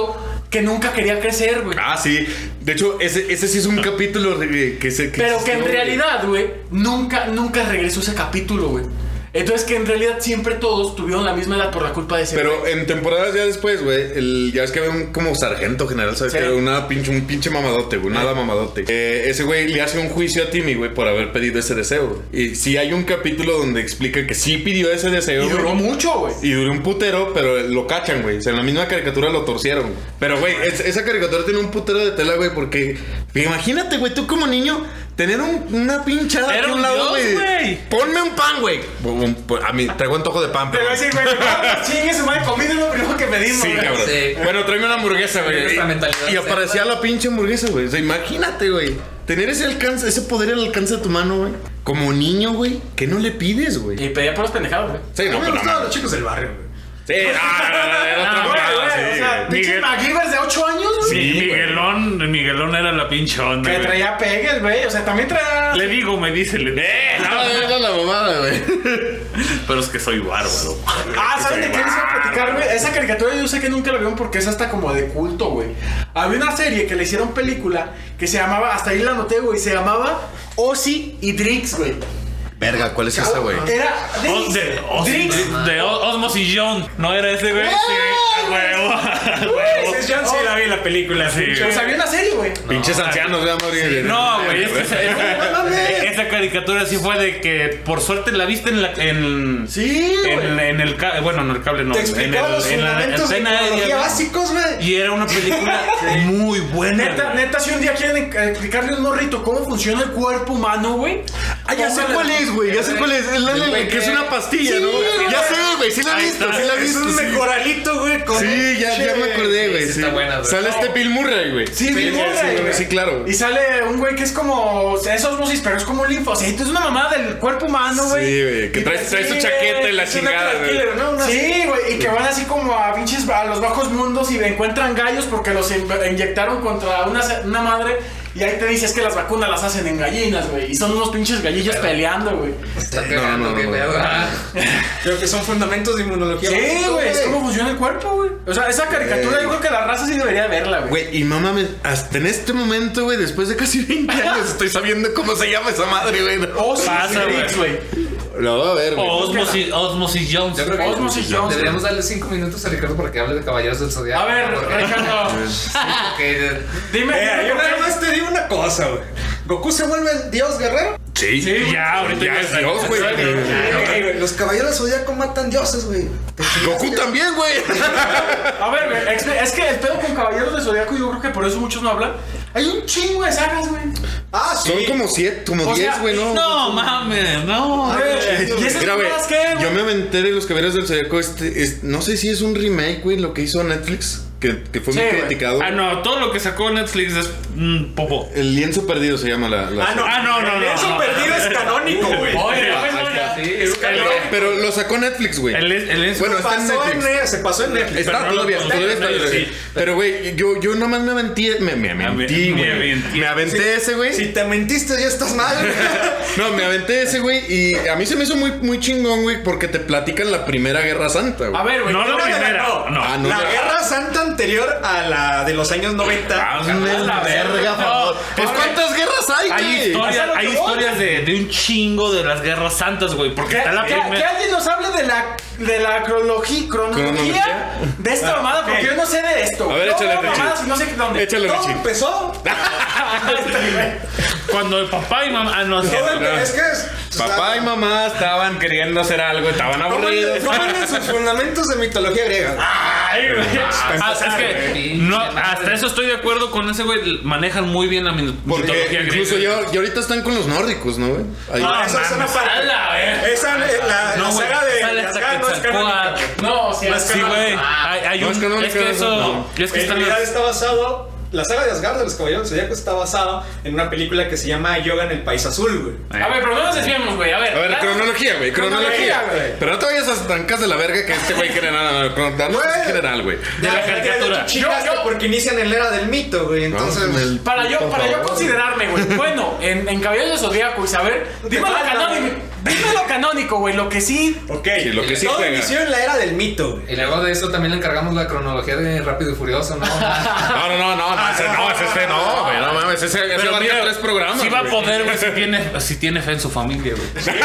B: que nunca quería crecer, güey.
F: Ah, sí. De hecho, ese, ese sí es un capítulo de- que se. que
B: Pero que en
F: existió,
B: realidad, güey, nunca, nunca regresó ese capítulo, güey. Entonces que en realidad siempre todos tuvieron la misma edad por la culpa de ese.
F: Pero en temporadas ya después, güey, el- ya ves que había un como sargento general, ¿sabes?
B: Sí.
F: Que era una pinche, un pinche mamadote, güey, nada mamadote. Eh, ese güey le hace un juicio a Timmy, güey, por haber pedido ese deseo. güey. Y sí hay un capítulo donde explica que sí pidió ese deseo.
B: güey. y
F: güey.
B: duró mucho, güey.
F: Y duró un putero, pero lo cachan, güey. O sea, en la misma caricatura lo torcieron. güey. Pero, güey, es- esa caricatura tiene un putero de tela, güey, porque imagínate, güey, tú como niño, tener un- una pinchada
D: Era
F: aquí a
D: un dios, güey.
F: Ponme un pan, güey. Un- un- A mí, traigo antojo de pan, pero.
B: Chingue su madre, comida es lo primero que pedimos.
F: Sí,
B: güey.
F: cabrón.
E: Sí.
F: Bueno, tráeme una hamburguesa, güey.
E: Nuestra mentalidad
F: Y, y aparecía
E: cerda.
F: la pinche hamburguesa, güey. O sea, imagínate, güey. Tener ese alcance, ese poder al alcance de tu mano, güey. Como niño, güey. ¿Qué no le pides, güey?
B: Y pedía por los pendejados, güey.
F: Sí,
I: A mí
F: no,
I: me
F: pero no.
I: gustaban los chicos del barrio, güey.
F: Sí, ah, no, no, era otra
D: Ah,
F: mamada,
D: güey,
F: sí,
D: güey, o sea,
F: güey.
B: Pinche
D: Miguel-
B: MacGyver de 8 años, güey.
D: Sí, Miguelón, Miguelón era la pinche onda.
B: Que
D: güey.
B: traía pegues, güey. O sea, también traía.
D: Le digo, me dice, le ¡Eh,
F: Ah,
D: no!
F: era la mamada, güey.
D: Pero es que soy bárbaro.
B: Ah,
D: Pues
B: ¿saben de qué les iba a platicar, güey? Esa caricatura yo sé que nunca la vieron porque es hasta como de culto, güey. Había una serie que le hicieron película que se llamaba, hasta ahí la noté, güey, se llamaba Ozzy y Drix, güey.
F: Verga, ¿cuál es esa, güey?
B: Era
D: Os-
B: Drix.
D: Oh, de, Os-
B: Drix.
D: de Os- Osmos y John. ¿No era ese, güey? Sí, a huevo. a huevo.
C: Ese es John, sí la vi en la película, sí.
B: O sea, había una serie, güey.
F: Pinches ancianos, güey, a morir.
D: No, güey, es que esa, esa- esa caricatura sí fue de que por suerte la viste en la en
B: Sí,
D: en, en el cable, bueno, no el cable no,
C: Te
D: en,
C: explicó
D: el-
C: los
D: en la
C: fundamentos de
D: antena
C: tecnología
D: aérea.
C: básicos, güey.
D: Y era una película muy buena.
B: Neta,
D: güey.
B: neta, si un día quieren explicarle a un morrito cómo funciona el cuerpo humano, güey.
F: Ah, ya sé
B: pónganle-
F: cuál es, güey. Ya sé cuál es. Es la de-
E: güey
F: que es
E: que-
F: una pastilla,
B: Sí,
F: ¿no?
B: güey.
F: Ya sé, güey. Sí la he
D: Ahí
F: visto,
D: está.
F: sí la he
C: Es
F: visto.
C: un
F: sí.
C: mejoralito, güey. con-
F: Sí, ya, ya me acordé, güey.
E: sí,
F: Sí,
E: está buena, güey.
F: Sale este Bill Murray, güey.
B: Sí, Bill Murray, güey.
F: Sí, claro.
B: Y sale un güey que es como. Es osmosis, pero es como un linfocito. Es una mamada del cuerpo humano, güey.
F: Sí, güey, que
B: Y
F: trae-
B: pues,
F: trae
B: sí,
F: su
B: güey,
F: chaqueta y la
B: es una
F: chingada,
B: crack
F: güey.
B: killer, ¿no? Una- Sí, güey. Y que van así como a pinches. A los bajos mundos y encuentran gallos porque los in- inyectaron contra una, una madre. Y ahí te dices que las vacunas las hacen en gallinas, güey. Y son unos pinches gallillos peleando, güey.
E: Está
F: no,
E: cagando,
F: no,
E: qué
F: no.
E: pedo. Ah,
C: Creo que son fundamentos de inmunología.
B: Sí,
C: básica,
B: güey. Es como funciona el cuerpo, güey. O sea, esa caricatura
F: Güey.
B: yo creo que la raza sí debería verla, güey.
F: Güey, y no mames, hasta en este momento, güey, después de casi 20 años, estoy sabiendo cómo se llama esa madre, güey.
B: O sí,
D: Pasa, güey.
B: Rix, güey.
F: Lo voy a ver, güey.
D: Osmos y, Osmos y Jones.
E: Yo creo que
B: Osmos y Jones,
E: deberíamos darle cinco minutos a Ricardo para que hable de Caballeros del Zodiaco.
B: A ver,
E: porque-
B: Ricardo.
E: porque-
B: Dime.
C: Eh, yo
B: dime por qué-
C: nada más te digo una cosa, güey. Goku se vuelve el dios guerrero.
F: Sí,
D: Sí, ya, ahorita
F: ya
D: ya
F: es
D: está.
F: Dios, güey.
C: Eh, güey,
I: Los caballeros zodiaco matan dioses, güey. Te chingaste.
F: Goku también, güey.
B: A ver, güey, expl- es que el pedo con Caballeros de Zodiaco, yo creo que por eso muchos no hablan. Hay un chingo de sagas, güey.
I: Ah, sí.
F: Son como siete, como
B: O sea,
F: 10, güey, ¿no?
D: No mames, no.
B: ¿Y esas
F: Mira, güey,
B: mamadas qué, güey?
F: yo me aventé de los caballeros del Zodiaco. Este, es- no sé si es un remake, güey, lo que hizo Netflix, que, que fue
B: Sí,
F: muy
B: güey.
F: criticado.
D: Ah, no, todo lo que sacó Netflix es mm, popo.
F: El lienzo perdido se llama la. la
D: Ah, no, no, no.
C: Eso
D: no.
C: perdido es canónico, güey.
B: Oye,
E: Ah,
B: güey, no, ya.
E: sí,
F: Pero, pero lo sacó Netflix, güey.
D: El- el- el-
F: bueno, está en
C: Pasó en
F: Netflix.
C: ne- se pasó en Netflix.
F: Está
D: Pero no lo
F: todavía,
D: consigo,
F: todavía está.
D: nadie,
F: todavía.
D: sí.
F: Pero, güey, yo, yo nomás me mentí. Me, me, me mentí,
D: me
F: güey.
D: mentí.
F: Me aventé ese, güey.
C: Si te mentiste, ya estás mal.
F: No, me aventé ese, güey. Y a mí se me hizo muy, muy chingón, güey, porque te platican la Primera Guerra Santa, güey.
G: A ver, güey.
D: No
G: ¿qué
D: la
G: onda?
D: primera. No,
F: Ah, no.
C: La guerra santa anterior a la de los años 90.
F: Hazme la verga, por favor. Pues, ¿cuántas guerras hay,
D: Hay
F: güey?
D: historias, hay historias de, de un chingo de las guerras santas, güey. Porque
G: Que,
D: está la
G: que- que
D: primera.
G: alguien nos hable de la, de la cronologi- cronología
F: ¿Cronología? Ah,
G: de esta mamada, porque yo no sé de esto.
F: A ver,
G: Yo
F: échale,
G: veo
F: Richie.
G: mamadas y no sé dónde.
F: Échale,
C: Todo
F: Richie.
C: empezó.
D: Cuando el papá y mamá. ah, no, es
C: este Todo
D: cierto.
C: empe- es que es-
F: Papá y mamá estaban queriendo hacer algo, estaban aburridos.
C: Toman en sus fundamentos de mitología griega.
D: Ay, güey. Ah, es que
E: güey.
D: no, hasta eso estoy de acuerdo con ese güey. Manejan muy bien la min- mitología
F: Porque incluso
D: griega.
F: ya, ya ahorita están con los nórdicos, ¿no, güey? Ahí.
C: Ah, esa es una
D: mames,
C: parte.
D: a la verga.
C: Ah, Esa la, Eh, la
D: No, güey,
C: saga de
D: sale hasta
C: Yazgar no es canónica.
D: Quetzalcóatl.
G: No, o sea,
C: No es
D: Sí, güey. Hay, hay
F: Ah, No,
D: un,
F: es que no,
D: es que eso.
F: no.
D: Es que
C: en
D: están
C: realidad
D: las-
C: está basado. La saga de Asgard de los Caballeros del Zodiaco está basada en una película que se llama Yoga en el País Azul, güey.
G: A ver, pero no nos desviemos, güey. A ver.
F: eh, A ver, cronología, güey, cronología.
C: Cronología, güey.
F: Pero no te vayas a trancas de la verga que este güey quiere nada, no, no, no,
C: Güey.
F: es general, güey.
D: de la
C: Ya, ya,
D: caricatura.
C: ya chingaste
G: Yo- yo-
C: porque inician en la era del mito, güey. Entonces.
F: No, el-
G: Para yo,
F: por
G: para yo
F: favor.
G: considerarme, güey. Bueno, en, en Caballeros de Zodíaco, y saber. Dime lo
C: falta,
G: canónico. Dime lo canónico, güey. Lo que sí.
C: Ok.
F: Sí, lo que sí
C: Todo
F: juega.
C: inició en la era del mito, güey.
E: Y luego de eso también le encargamos la cronología de Rápido y Furioso, ¿no? Ah,
F: No, no, no, no, no, ese no, ese, ese no, güey, no mames, ese, ese
D: Pero
F: abarca
D: mira,
F: tres programas.
D: Sí va a
F: güey.
D: poder, güey, si tiene, si tiene fe en su familia, güey.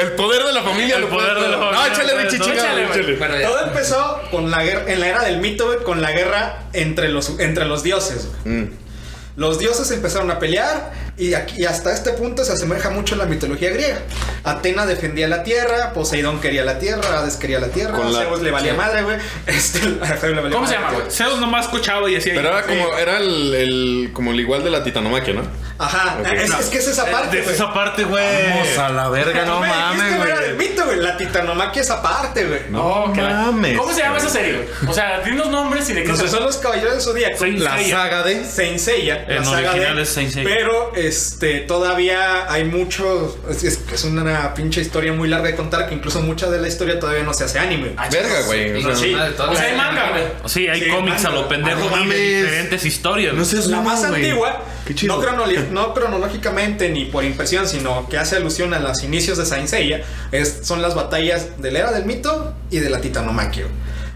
F: El poder de la familia,
D: El
F: lo puede
D: poder de la
F: todo.
D: familia,
F: No, échale,
D: lo puede
F: Richie,
D: todo.
F: chingada,
D: Échale, güey.
F: échale.
E: Bueno, ya.
C: Todo empezó con la guerra, en la era del mito, güey, con la guerra entre los, entre los dioses. güey.
F: Mm.
C: Los dioses empezaron a pelear y, aquí- y hasta este punto se asemeja mucho a la mitología griega. Atena defendía la tierra, Poseidón quería la tierra, Hades quería la tierra,
F: Con la-
C: Zeus le valía madre, güey. Este, a Zeus le valía
G: ¿Cómo se
C: madre,
G: llama, güey?
D: Zeus nomás escuchaba y decía.
F: Pero era como, era el, el, como el igual de la titanomaquia, ¿no?
C: Ajá,
F: Ok.
C: es, es que es Eh, esa parte,
D: de
C: güey.
D: esa parte, güey.
F: la verga,
C: me dijiste, era del mito, güey. La titanomaquia es aparte, güey.
F: No
G: que la-
F: mames.
G: Oh, ¿Cómo se llama esa serie, güey? O sea, dinos nombres y de qué se
C: Entonces son los caballeros del zodíaco.
D: Saint
F: La
D: Seiya.
F: saga de...
C: Saint Seiya,
D: En
C: la saga
D: original
C: de-
D: es Saint Seiya.
C: Pero este todavía hay mucho es, es- es una pinche historia muy larga de contar que incluso mucha de la historia todavía no se hace anime.
F: Verga, güey. o sea,
C: sí.
D: Pues
E: Madre, todas
G: O sea,
E: las-
G: hay manga, güey.
D: Sí, hay
C: Sí,
D: cómics a
C: manga.
D: lo pendejo
F: Ah, no
D: y de
F: mames.
D: diferentes historias.
F: No
D: güey.
F: seas
C: La
F: mamón,
C: más
F: Pues güey.
C: antigua,
F: Qué chido.
C: no, cronoli- no cronológicamente ni por impresión, sino que hace alusión a los inicios de Saint Seiya, es- son las batallas de la era del mito y de la titanomaquia.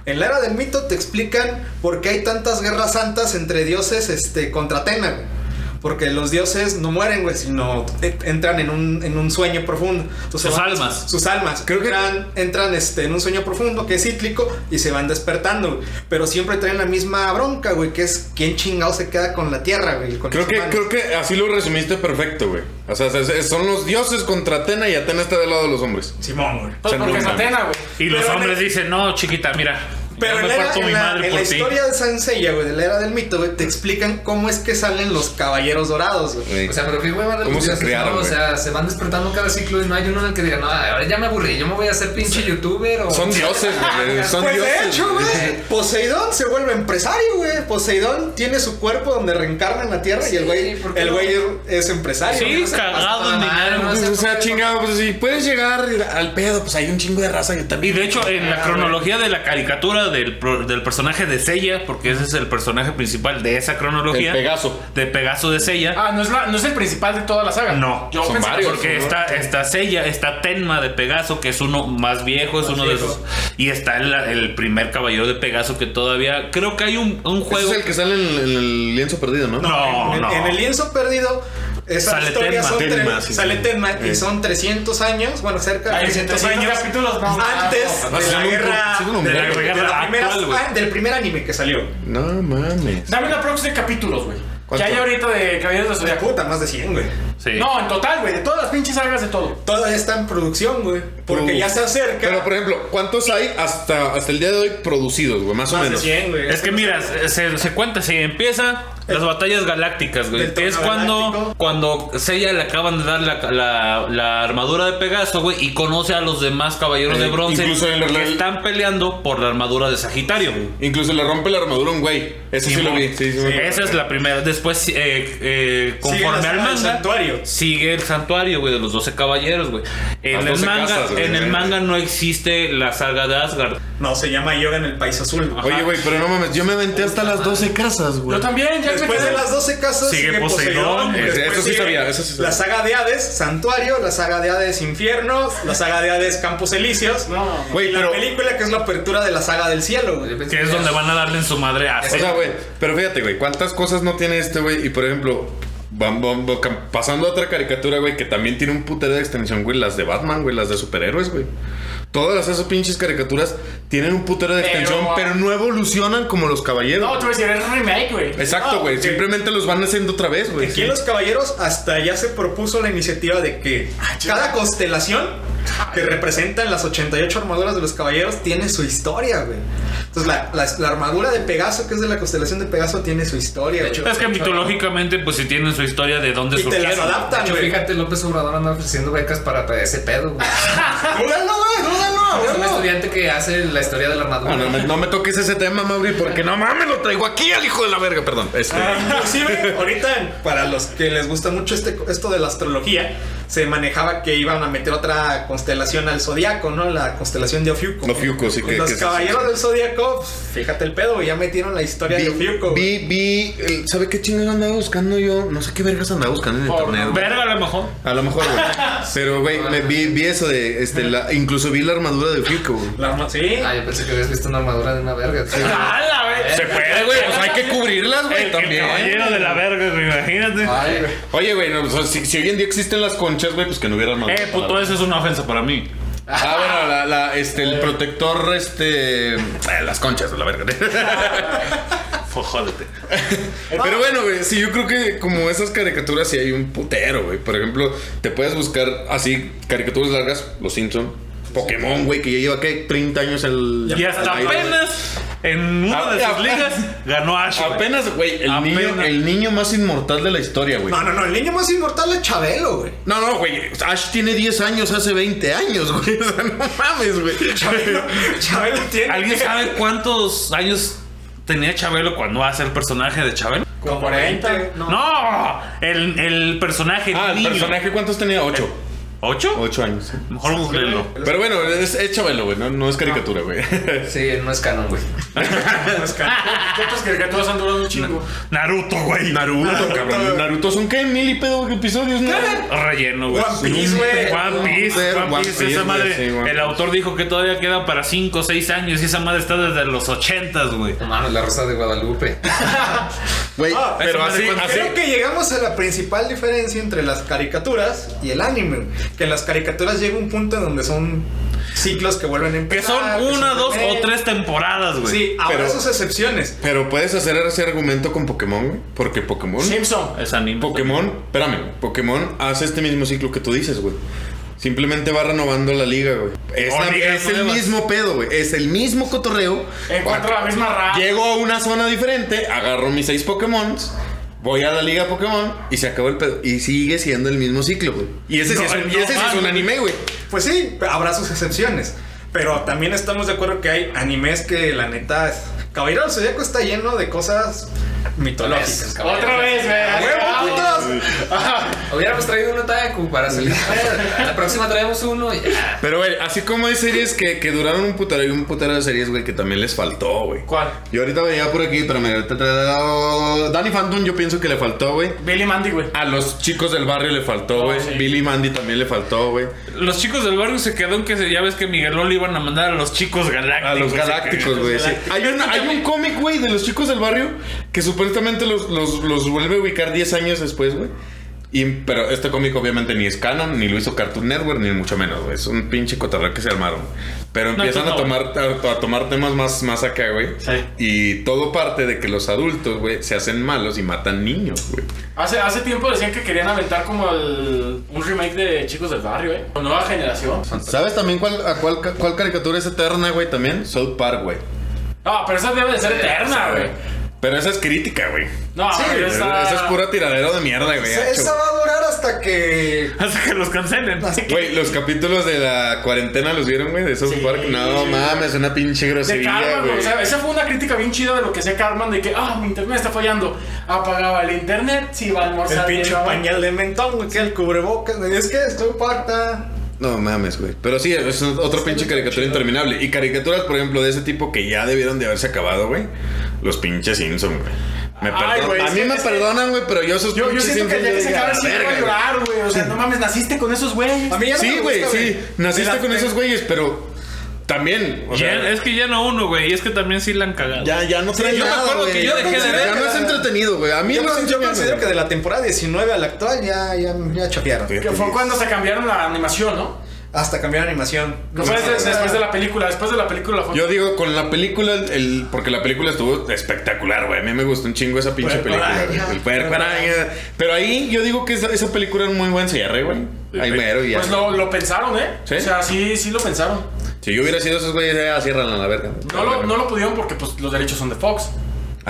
C: En la era del mito te explican por qué hay tantas guerras santas entre dioses este, contra Atena. güey. Porque los dioses no mueren, güey, sino e- entran en un, en un sueño profundo. Entonces,
D: Sus
C: van-
D: almas.
C: Sus almas. Creo que entran, entran, este, en un sueño profundo que es cíclico y se van despertando. güey. Pero siempre traen la misma bronca, güey, que es quién chingado se queda con la tierra, güey. con
F: Creo
C: los
F: que,
C: humanos.
F: creo que así lo resumiste perfecto, güey. O sea, se- se- son los dioses contra Atena y Atena está del lado de los hombres.
C: Simón, güey.
G: Pues porque es Atena, güey.
D: Y los
C: Pero en
D: hombres
C: el-
D: dicen, no, chiquita, mira.
C: Pero
D: yo me
C: en la, era-
D: parto mi
C: en la-
D: madre
C: en la
D: por ti.
C: historia de Saint Seiya, güey, de la era del mito, güey, te explican cómo es que salen los caballeros dorados, güey.
D: Eh,
F: Güey.
E: O sea, pero qué hueva de los
F: ¿Cómo se
E: dioses,
F: crearon,
E: ¿no? O
F: güey?
E: sea, se van despertando cada ciclo y no hay uno en el que diga, no, ahora ya me aburrí, yo me voy a hacer pinche youtuber o.
F: Son dioses, güey. Son
C: Pues
F: dioses.
C: de hecho, güey, Poseidón se vuelve empresario, güey. Poseidón tiene su cuerpo donde reencarna en la tierra y el güey,
E: Sí, ¿por qué
C: el
E: no?
C: güey es empresario.
D: Sí,
C: güey.
D: cagado en
E: Pasa nada,
D: dinero.
E: no
F: Pues,
E: sé
F: o
E: por
F: sea,
E: qué,
F: chingado, pues si puedes llegar al pedo, pues hay un chingo de raza que
D: Y
F: también.
D: de hecho, en
C: Ah,
D: la cronología de la caricatura del, pro- del personaje de Sella, porque ese es el personaje principal de esa cronología.
F: El Pegaso.
D: De Pegaso de Sella.
G: Ah, no es, la- no es el principal de toda la saga.
D: No,
G: Yo
F: son
G: pensaba-
F: varios.
D: Porque
F: ¿no?
D: está, está Sella, está Tenma de Pegaso, que es uno más viejo, es uno de esos. Y está el, el primer caballero de Pegaso, que todavía. Creo que hay un, un
F: Ese
D: juego.
F: es el que sale en, en el lienzo perdido, ¿no?
D: No,
C: en,
D: no.
C: en el lienzo perdido, esas
D: Sale
C: historias
D: Tenma.
C: son tres-
F: Tenma, sí,
C: sale
F: sí.
C: Tenma y
F: Eh.
C: son 300 años, bueno, cerca de
G: Ay,
C: 300
G: 300
C: años
G: capítulos, no,
C: antes
G: no,
F: no,
C: de
F: no,
C: la
F: no,
C: guerra
F: sí,
D: no,
C: de la-
F: no,
C: de la
D: no,
C: primera-
D: actual, güey.
C: ah, del primer anime que salió.
F: No mames.
G: Dame una próxima de capítulos, güey. Que
F: ¿Cuánto?
G: hay ahorita de Caballeros de Zodíaco.
C: Puta, más de 100, güey.
D: Sí.
G: No, en total, güey. De todas las pinches sagas de todo.
C: Todavía está en producción, güey, porque
F: Uf.
C: ya se acerca.
F: Pero, por ejemplo, ¿cuántos hay hasta, hasta el día de hoy producidos, güey? Más o
C: más de
F: menos.
C: 100, güey.
D: Es que mira, se, se cuenta, si empieza Las batallas galácticas, güey.
C: Del
D: Que es
C: trono
D: cuando,
C: galáctico.
D: cuando Seiya le acaban de dar la, la- la armadura de Pegaso, güey, y conoce a los demás caballeros
F: Eh,
D: de bronce
F: incluso el-
D: que están peleando por la armadura de Sagitario.
F: Incluso le rompe la armadura a un güey. Eso sí, lo vi. Sí, sí, me acuerdo.
D: Esa es la primera. Después, eh, eh, conforme
C: la
D: al
C: saga del
D: manga,
C: santuario.
D: sigue el santuario, güey, de los 12 caballeros, güey. En,
F: Las
D: el
F: 12
D: manga,
F: casas, güey.
D: en el manga no existe la saga de Asgard.
C: No, se llama Yoga en el País Azul. güey.
F: Oye, güey, pero no mames, yo me aventé hasta las 12 casas, güey.
G: Yo también, ya
C: Después de las 12 casas
D: Sigue Poseidón,
C: güey.
F: ese-
C: Después
F: eso sí
C: sigue
F: sabía, eso sí sabía.
C: La saga de Hades, Santuario, la saga de Hades, Infierno, la saga de Hades, Campos Elíseos.
G: No.
F: Güey,
C: y la
F: pero-
C: película que es la apertura de la saga del cielo. güey.
D: Que es donde van a darle en su madre a
F: O sea, güey, pero fíjate, güey, cuántas cosas no tiene este, güey. Y por ejemplo, vam- vam- vam- cam- pasando a otra caricatura, güey, que también tiene un putero de extensión, güey, las de Batman, güey, las de superhéroes, güey. Todas esas pinches caricaturas tienen un putero de
G: Pero-
F: extensión, pero no evolucionan como los caballeros.
G: No, tú ves, eres remake, güey.
F: Exacto,
C: Ah,
F: güey.
C: ok.
F: Simplemente los van haciendo otra vez, güey.
C: Aquí en Los Caballeros hasta ya se propuso la iniciativa de que cada constelación que representan las 88 armaduras de los caballeros tiene su historia, güey. Entonces la, la- la armadura de Pegaso, que es de la constelación de Pegaso, tiene su historia, güey.
D: Es que mitológicamente, pues si tienen su historia de dónde
C: Y te las
D: surgieron.
C: adaptan,
E: Yo,
C: güey.
E: fíjate, López Obrador anda ofreciendo becas para ese pedo, güey.
F: Ah,
C: Dúdalo, güey,
E: Es
C: dúdalo,
E: un
C: dúdalo.
E: estudiante que hace la historia de la armadura.
F: Ah, no, me, no me toques ese tema, Mauri, porque no mames, lo traigo aquí al hijo de la verga, perdón. Este.
C: Inclusive, ahorita, para los que les gusta mucho este, esto de la astrología, se manejaba que iban a meter otra constelación al zodiaco, ¿no? La constelación de Ofiuco.
F: Ofiuco, sí, que-
C: Los
F: que se-
C: caballeros del zodiaco, pues, fíjate el pedo, güey, ya metieron la historia de Ofiuco. güey.
F: vi, vi, el- ¿sabe qué chingados andaba buscando yo? No sé qué vergas andaba buscando en
D: Oh,
F: internet. güey.
D: Verga, a lo mejor.
F: A lo mejor, güey. Pero, güey,
D: Ah.
F: me vi, vi eso de. Este, la- incluso vi la armadura de Fico, güey.
C: La arma- sí.
E: Ah, yo pensé que habías visto una armadura de una verga. tío.
D: ¡Hala, güey! Se puede, Eh, güey. O sea, hay que
F: cubrirlas,
D: El, el caballero de la verga, güey, imagínate.
E: Ay, güey.
F: Oye, güey, no, o sea, si, si hoy en día existen las conchas, güey, pues que no hubiera armadura.
D: Eh, puto, Eh. esa es una ofensa para mí.
F: Ah, bueno, la, la, este, el protector, este. eh, Las conchas, la verga.
D: Fojódete.
F: Eh, Pero bueno, güey, sí, yo creo que como esas caricaturas sí hay un putero, güey. Por ejemplo, te puedes buscar así caricaturas largas, Los Simpson, Pokémon, güey, que ya lleva, ¿qué? 30 años el...
D: Y hasta
F: al aire, güey.
D: apenas en una de sus
F: Ah, Apenas.
D: ligas ganó Ash. güey.
F: Apenas, güey, el niño,
D: Apenas.
F: el niño más inmortal de la historia, güey.
C: No, no, no, el niño más inmortal es Chabelo, güey.
F: No, no, güey. Ash tiene 10 años hace 20 años, güey. O sea, no mames, güey.
C: Chabelo tiene.
D: ¿Alguien sabe cuántos años tenía Chabelo cuando hace el personaje de Chabelo?
C: Como 40.
D: No, el, el personaje.
F: Ah, el
D: niño.
F: personaje, ¿cuántos tenía? 8.
D: ¿Ocho?
F: 8 años.
D: Mejor googleenlo.
F: Pero bueno, es, es Chabelo, güey. No,
D: Ah.
F: no es caricatura, güey.
E: Sí, no es canon, güey.
G: ¿Qué otras caricaturas han durado un chingo?
D: Naruto, güey.
F: Naruto, cabrón. Naruto son qué mil y pedo episodios, ¿no?
D: Relleno, güey.
C: One Piece, güey.
D: One Piece,
F: One
D: One
F: Piece,
D: Piece, esa
F: güey,
D: madre.
F: sí, One
D: el
F: Piece.
D: autor dijo que todavía queda para 5 o 6 años y esa madre está desde los 80, güey.
E: Hermano, la rosa de Guadalupe.
F: Güey,
C: Ah,
F: pero
D: esa madre
F: así,
D: cuando-
F: así.
C: Creo que llegamos a la principal diferencia entre las caricaturas y el anime. Que en las caricaturas llega un punto en donde son ciclos que vuelven a
D: Que
C: empezar.
D: son una, dos o
C: repeat.
D: tres temporadas, güey.
C: Sí, habrá
F: Pero-
C: sus excepciones.
F: Pero puedes hacer ese argumento con Pokémon, güey. Porque Pokémon.
G: Simpson.
D: Es anime.
F: Pokémon, espérame, Pokémon hace este mismo ciclo que tú dices, güey. Simplemente va renovando la liga, güey. Es,
D: O
F: la-
D: ligas
F: es el
D: nuevas.
F: mismo pedo, güey. Es el mismo cotorreo.
G: Encuentro la misma raza.
F: Llego a una zona diferente, agarro mis seis Pokémon, voy a la liga Pokémon y se acabó el pedo. Y sigue siendo el mismo ciclo, güey. Y ese, sí,
D: No,
F: es un, y
D: no
F: ese sí es un
D: mames.
F: anime, güey.
C: Pues sí, habrá sus excepciones. Pero también estamos de acuerdo que hay animes que la neta es. Caballero del Zodíaco está lleno de cosas mitológicas.
G: Otra vez, güey.
C: ¡A huevo, putos!
E: Hubiéramos traído un otaku para salir. A la próxima traemos uno y ah, ya.
F: Pero, güey, así como hay series que, que duraron un putero y un putero de series, güey, que también les faltó, güey.
G: ¿Cuál?
F: Yo ahorita venía por aquí, pero me... Danny Phantom yo pienso que le faltó, güey.
G: Billy Mandy, güey.
F: A los chicos del barrio le faltó, güey.
G: sí.
F: Billy y Mandy también le faltó, güey.
D: Los chicos del barrio se quedó en que se- ya ves que Miguelón le iban a mandar a los chicos galácticos.
F: A los galácticos, güey. sí. Hay, una- hay un cómic, güey, de los chicos del barrio que supuestamente los, los, los vuelve a ubicar 10 años después, güey. Y, pero este cómic obviamente ni es canon, ni lo hizo Cartoon Network, ni mucho menos, güey. Es un pinche cotarreo que se armaron. Pero
D: No,
F: empiezan
D: tú
F: a,
D: no,
F: tomar, a, a tomar temas más, más acá, güey.
G: Sí.
F: Y todo parte de que los adultos, güey, se hacen malos y matan niños, güey.
G: Hace, hace tiempo decían que querían aventar como el, un remake de Chicos del Barrio, ¿eh? Con nueva generación.
F: ¿Sabes también cuál, a cuál, ca- cuál caricatura es eterna, güey, también? South Park, güey.
G: No, pero esa debe de ser eterna, güey.
F: Pero esa es crítica, güey.
B: No,
F: Sí,
B: Ah, pero esa-
F: Esa es pura tiradero de mierda, güey.
J: Esa
F: gacho.
J: esa va a durar hasta que.
D: Hasta que los cancelen.
F: Güey, los capítulos de la cuarentena los vieron, güey, de esos parques. No mames, una pinche
B: De
F: grosería,
B: Carmen,
F: güey.
B: o sea, esa fue una crítica bien chida de lo que hacía Carmen, de que, ah, mi internet está fallando. Apagaba el internet, si iba a
C: El
B: almorzar.
C: pinche
B: llegaba-
C: pañal de mentón, güey, que el cubrebocas. güey. Es que esto impacta.
F: No mames, güey. Pero sí, es otro pinche caricatura interminable. Y caricaturas, por ejemplo, de ese tipo que ya debieron de haberse acabado, güey. Los pinches Simpson, güey. Me
B: Ay,
F: perdonan.
B: güey,
F: a
B: es
F: mí
B: que-
F: me
B: es que-
F: perdonan, güey, pero yo esos
B: Yo, yo
F: pinches
B: siento que
F: Simpson
B: ya que
F: yo
B: se
F: digo,
B: acaba
F: "Ah,
B: sí iba
F: verga,
B: a
F: güey".
B: llorar, güey. O sea, no mames, naciste con esos güeyes.
C: mí ya no
F: Sí,
C: me
F: güey,
C: gusta,
F: sí.
C: Me
F: Naciste
C: la
F: con
C: pe-
F: esos güeyes, pero también. o sea,
D: Ya- es que ya no uno, güey. Y es que también sí la han cagado.
F: Ya, ya no trae
D: yo me
F: nada,
D: acuerdo que
F: güey.
D: yo dejé de
F: Ya
D: ver.
F: no es entretenido, güey. A mí
C: Yo,
F: no
C: con-
F: es
C: yo considero
F: entretenido.
C: que de la temporada 19 a la actual ya, ya, ya chotearon.
B: Que fue cuando se cambiaron la animación, ¿no?
C: Hasta cambiar animación.
B: No fue desde- después de la película, después de la película fue.
F: Yo digo, con la película, el, porque la película estuvo espectacular, güey. A mí me gustó un chingo esa pinche
C: Puerco
F: película.
C: araña.
F: güey. El puerco araña. Pero ahí yo digo que esa, esa película era un muy buen cierre, güey. Ahí mero y ya.
B: pues lo, lo pensaron, ¿eh?
F: ¿Sí?
B: O sea, sí, sí lo pensaron.
F: Si yo hubiera sido esos güeyes, ya cierran a la verga.
B: No lo, no lo pudieron porque pues, los derechos son de Fox.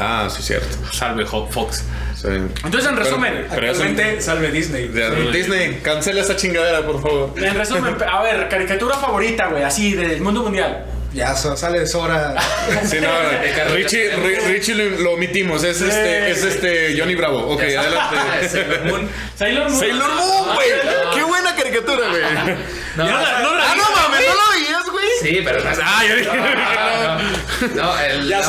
F: Ah, sí, cierto.
D: Salve Hot Fox.
F: Sí.
B: Entonces, en resumen,
F: Pero ya son-
C: Actualmente, salve Disney.
F: de- Disney, cancela esa chingadera, por favor.
B: en resumen, a ver, caricatura favorita, güey, así del mundo mundial.
C: Ya so- sale de Sora.
F: Sí, no, güey. Richie, Ri- Richie lo, lo omitimos. Es este, es este Johnny Bravo. Ok, adelante.
B: Sailor Moon.
F: Sailor Moon, güey. Qué buena caricatura, güey.
E: No, no,
F: Ah, no Ah, mames, no lo veías, güey.
E: Sí, pero no.
F: Ah, yo dije-
E: no, no, no, el- no,
C: la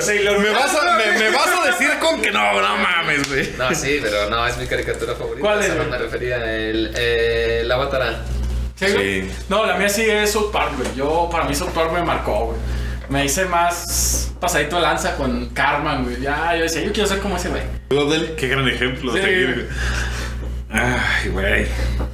C: Sailor
F: Me vas, a, me, me vas a decir con que no, no mames, güey.
E: No, sí, pero no, es mi caricatura favorita.
B: ¿Cuál
E: a esa
B: es,
E: no
B: güey?
E: me refería. El, eh, el Avatar.
B: ¿Sailor?
F: Sí.
B: No, la mía sí es South Park, güey. Yo, para mí, South Park me marcó, güey. Me hice más pasadito de lanza con Carmen, güey. Ya, yo decía, yo quiero ser como ese, güey.
D: Qué gran ejemplo.
B: Sí.
D: Seguir. Ay, güey.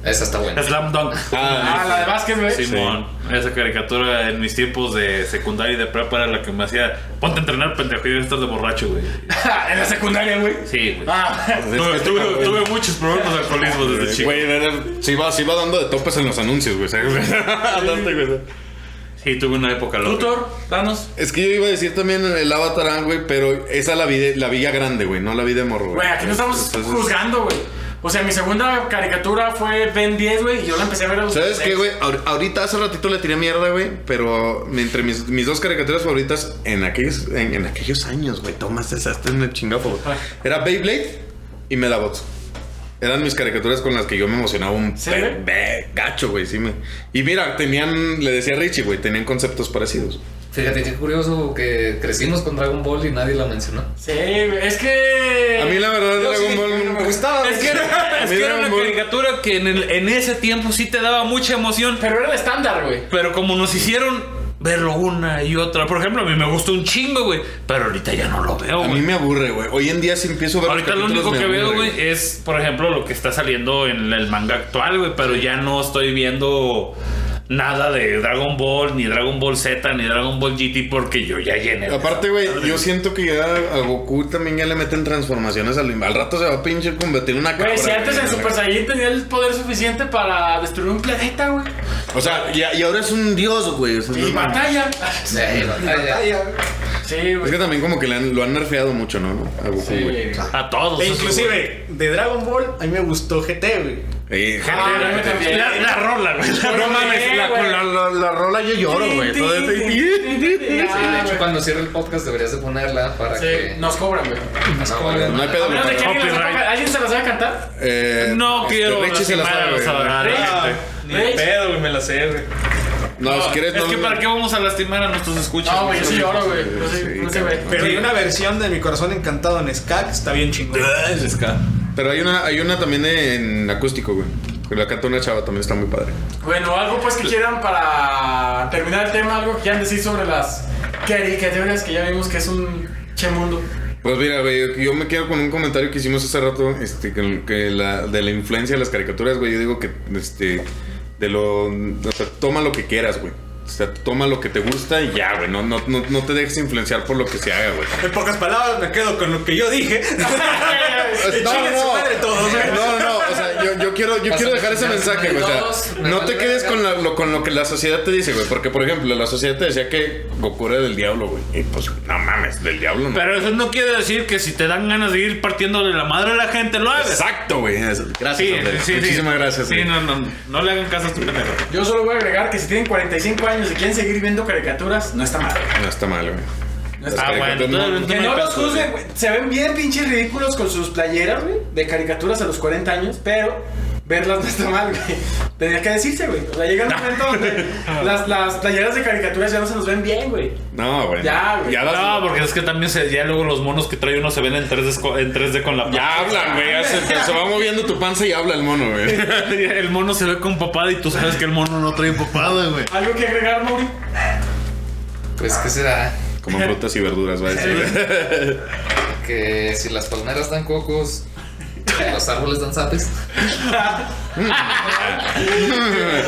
E: Esa está buena.
D: Slam Dunk.
B: Ah, la de Vázquez, güey.
D: Simón, esa caricatura en mis tiempos de secundaria y de prepa era la que me hacía ponte a entrenar pendejo y estás de borracho, güey.
B: en la secundaria, güey.
D: Sí, güey.
B: Ah,
D: tuve, tuve- tuve muchos problemas de alcoholismo desde chico.
F: Güey, era- se iba, se iba dando de topes en los anuncios, güey. ¿sabes? Bastante, ah, güey.
D: Sí, tuve una época loca.
B: tutor, danos.
F: Es que yo iba a decir también el Avatarán, güey, pero esa la vi, de- la vi ya grande, güey, no la vi de morro, güey.
B: Güey, aquí no estamos
F: Entonces,
B: juzgando, güey. O sea, mi segunda caricatura fue Ben 10, güey, y yo la empecé a ver a los
F: ¿Sabes
B: 16.
F: qué, güey? Ahor- Ahorita hace ratito le tiré mierda, güey, pero entre mis, mis dos caricaturas favoritas en aquellos, en, en aquellos años, güey, tomas esa, este es una chingada, güey. Era Beyblade y Medabots. Eran mis caricaturas con las que yo me emocionaba un
B: ¿Sí,
F: pe-
B: güey?
F: be- gacho, güey. Sí, me... Y mira, tenían, le decía Richie, güey, tenían conceptos parecidos.
E: Fíjate qué curioso que crecimos con Dragon Ball y nadie la mencionó.
B: Sí, güey, es que.
F: A mí, la verdad, Dragon Ball.
C: me gustaba.
D: Es que era, es
F: A
D: que
F: mí
D: era
F: Dragon
D: una
F: Ball-
D: caricatura que en, el- en ese tiempo sí te daba mucha emoción,
B: Pero era el estándar, güey.
D: pero como nos hicieron verlo una y otra. Por ejemplo, a mí me gustó un chingo, güey, pero ahorita ya no lo veo,
F: A mí
D: güey.
F: me aburre, güey. Hoy en día si empiezo a ver.
D: Ahorita lo
F: capítulos,
D: único
F: me
D: que veo,
F: aburre,
D: güey, es, por ejemplo, lo que está saliendo en el manga actual, güey, pero ya no estoy viendo nada de Dragon Ball, ni Dragon Ball Z, ni Dragon Ball GT, porque yo ya llené.
F: Aparte, güey, yo siento que ya a Goku también ya le meten transformaciones al, al rato se va a pinche convertir en una cabra.
B: Güey, si antes
F: güey.
B: en Super Saiyan tenía el poder suficiente para destruir un planeta, güey.
F: O sea, y, y ahora es un dios, güey. o sea,
B: Y
F: no-
B: batalla.
E: Sí, batalla.
B: Sí,
F: es que
B: güey.
F: también como que le han- lo han nerfeado mucho, ¿no? A Goku,
B: Sí,
F: güey.
B: güey.
D: A todos.
C: E
D: esos, güey.
C: inclusive, de Dragon Ball, a mí me gustó GT, güey.
F: Eh,
B: Ah,
F: gente,
B: yo también.
D: La, la rola, güey. La
B: Pero
D: rola,
B: bien,
D: la-
B: güey.
D: la-
F: la, la- la rola yo lloro, güey. Todo
B: Tin, tin, tin,
F: este-
B: tin, tin.
E: Sí, de
B: Ya,
E: hecho,
B: Ah, güey.
E: cuando cierre el podcast deberías de ponerla para
B: Sí, pues,
E: que...
B: nos cobran, güey.
E: No,
F: No hay
E: bueno.
F: pedo,
B: A
F: güey.
B: menos de que
F: pero-
B: alguien, la sepa-
D: Copyright.
B: ¿alguien se las sabe cantar.
F: eh,
D: No
F: este,
D: quiero
F: Richie se
D: lastimar
F: la
D: a
F: sabe,
D: los
F: güey.
D: adolescentes.
C: Ni
B: Rich.
C: de pedo, güey, me la sé, güey.
F: No, si Ah, quieres,
D: es
F: no.
D: que para qué vamos a lastimar a nuestros escuchas.
B: No, güey, yo sí lloro, güey. No sé,
F: Sí,
B: no sé, güey.
C: Pero hay una versión de Mi Corazón Encantado en Ska que está bien chingona.
F: Pero hay una, hay una también en acústico, güey. Que la canta una chava, también está muy padre.
B: Bueno, algo pues que quieran para terminar el tema, algo que quieran decir sobre las caricaturas que ya vimos que es un che mundo.
F: Pues mira, güey, yo- yo me quedo con un comentario que hicimos hace rato, este, que, que la, de la influencia de las caricaturas, güey. Yo digo que, este, de lo, o sea, toma lo que quieras, güey. O sea, toma lo que te gusta y ya, güey. No, no, no, no te dejes influenciar por lo que se haga, güey.
C: En pocas palabras, me quedo con lo que yo dije. Y
F: No,
C: chinguen su
F: Pues, no.
C: madre todos, güey.
F: No, no, no, o sea, yo, yo quiero, yo quiero dejar ese mensaje, güey. O sea, no te quedes con, la- lo, con lo que la sociedad te dice, güey. Porque, por ejemplo, la sociedad te decía que Goku era del diablo, güey. Y pues, no mames, del diablo no.
D: Pero eso no quiere decir que si te dan ganas de ir partiéndole la madre a la gente, lo hagas.
F: Exacto, güey. Es- Gracias,
D: Sí,
F: hombre.
D: sí, sí.
F: Muchísimas gracias,
D: Sí,
F: güey.
D: no, no, no le hagan caso a este pendejo.
B: Yo solo voy a agregar que si tienen 45 años y quieren seguir viendo caricaturas, no está mal.
F: No está mal, güey. Las
D: Ah, bueno,
F: caricaturas no-
D: entonces-
B: Que no los juzguen, güey. Se ven bien pinches ridículos con sus playeras, güey, de caricaturas a los 40 años, pero verlas no está mal, güey. Tenía que decirse, güey. O sea, llega un momento donde las, las playeras de caricaturas ya no se nos ven bien, güey.
F: No, güey.
B: Ya, güey.
F: Ya, las-
D: No, porque es que también se, ya luego los monos que trae uno se ven en 3D, co- en 3D con la
F: ya hablan, güey. Ya Se, se va moviendo tu panza y habla el mono, güey.
D: El mono se ve con papada y tú sabes que el mono no trae papada, güey.
B: ¿Algo que agregar, Mauri?
E: Pues, ¿qué será?
F: Como frutas y verduras, va a decir.
E: Que si las palmeras dan cocos, los árboles dan sapes.
D: El,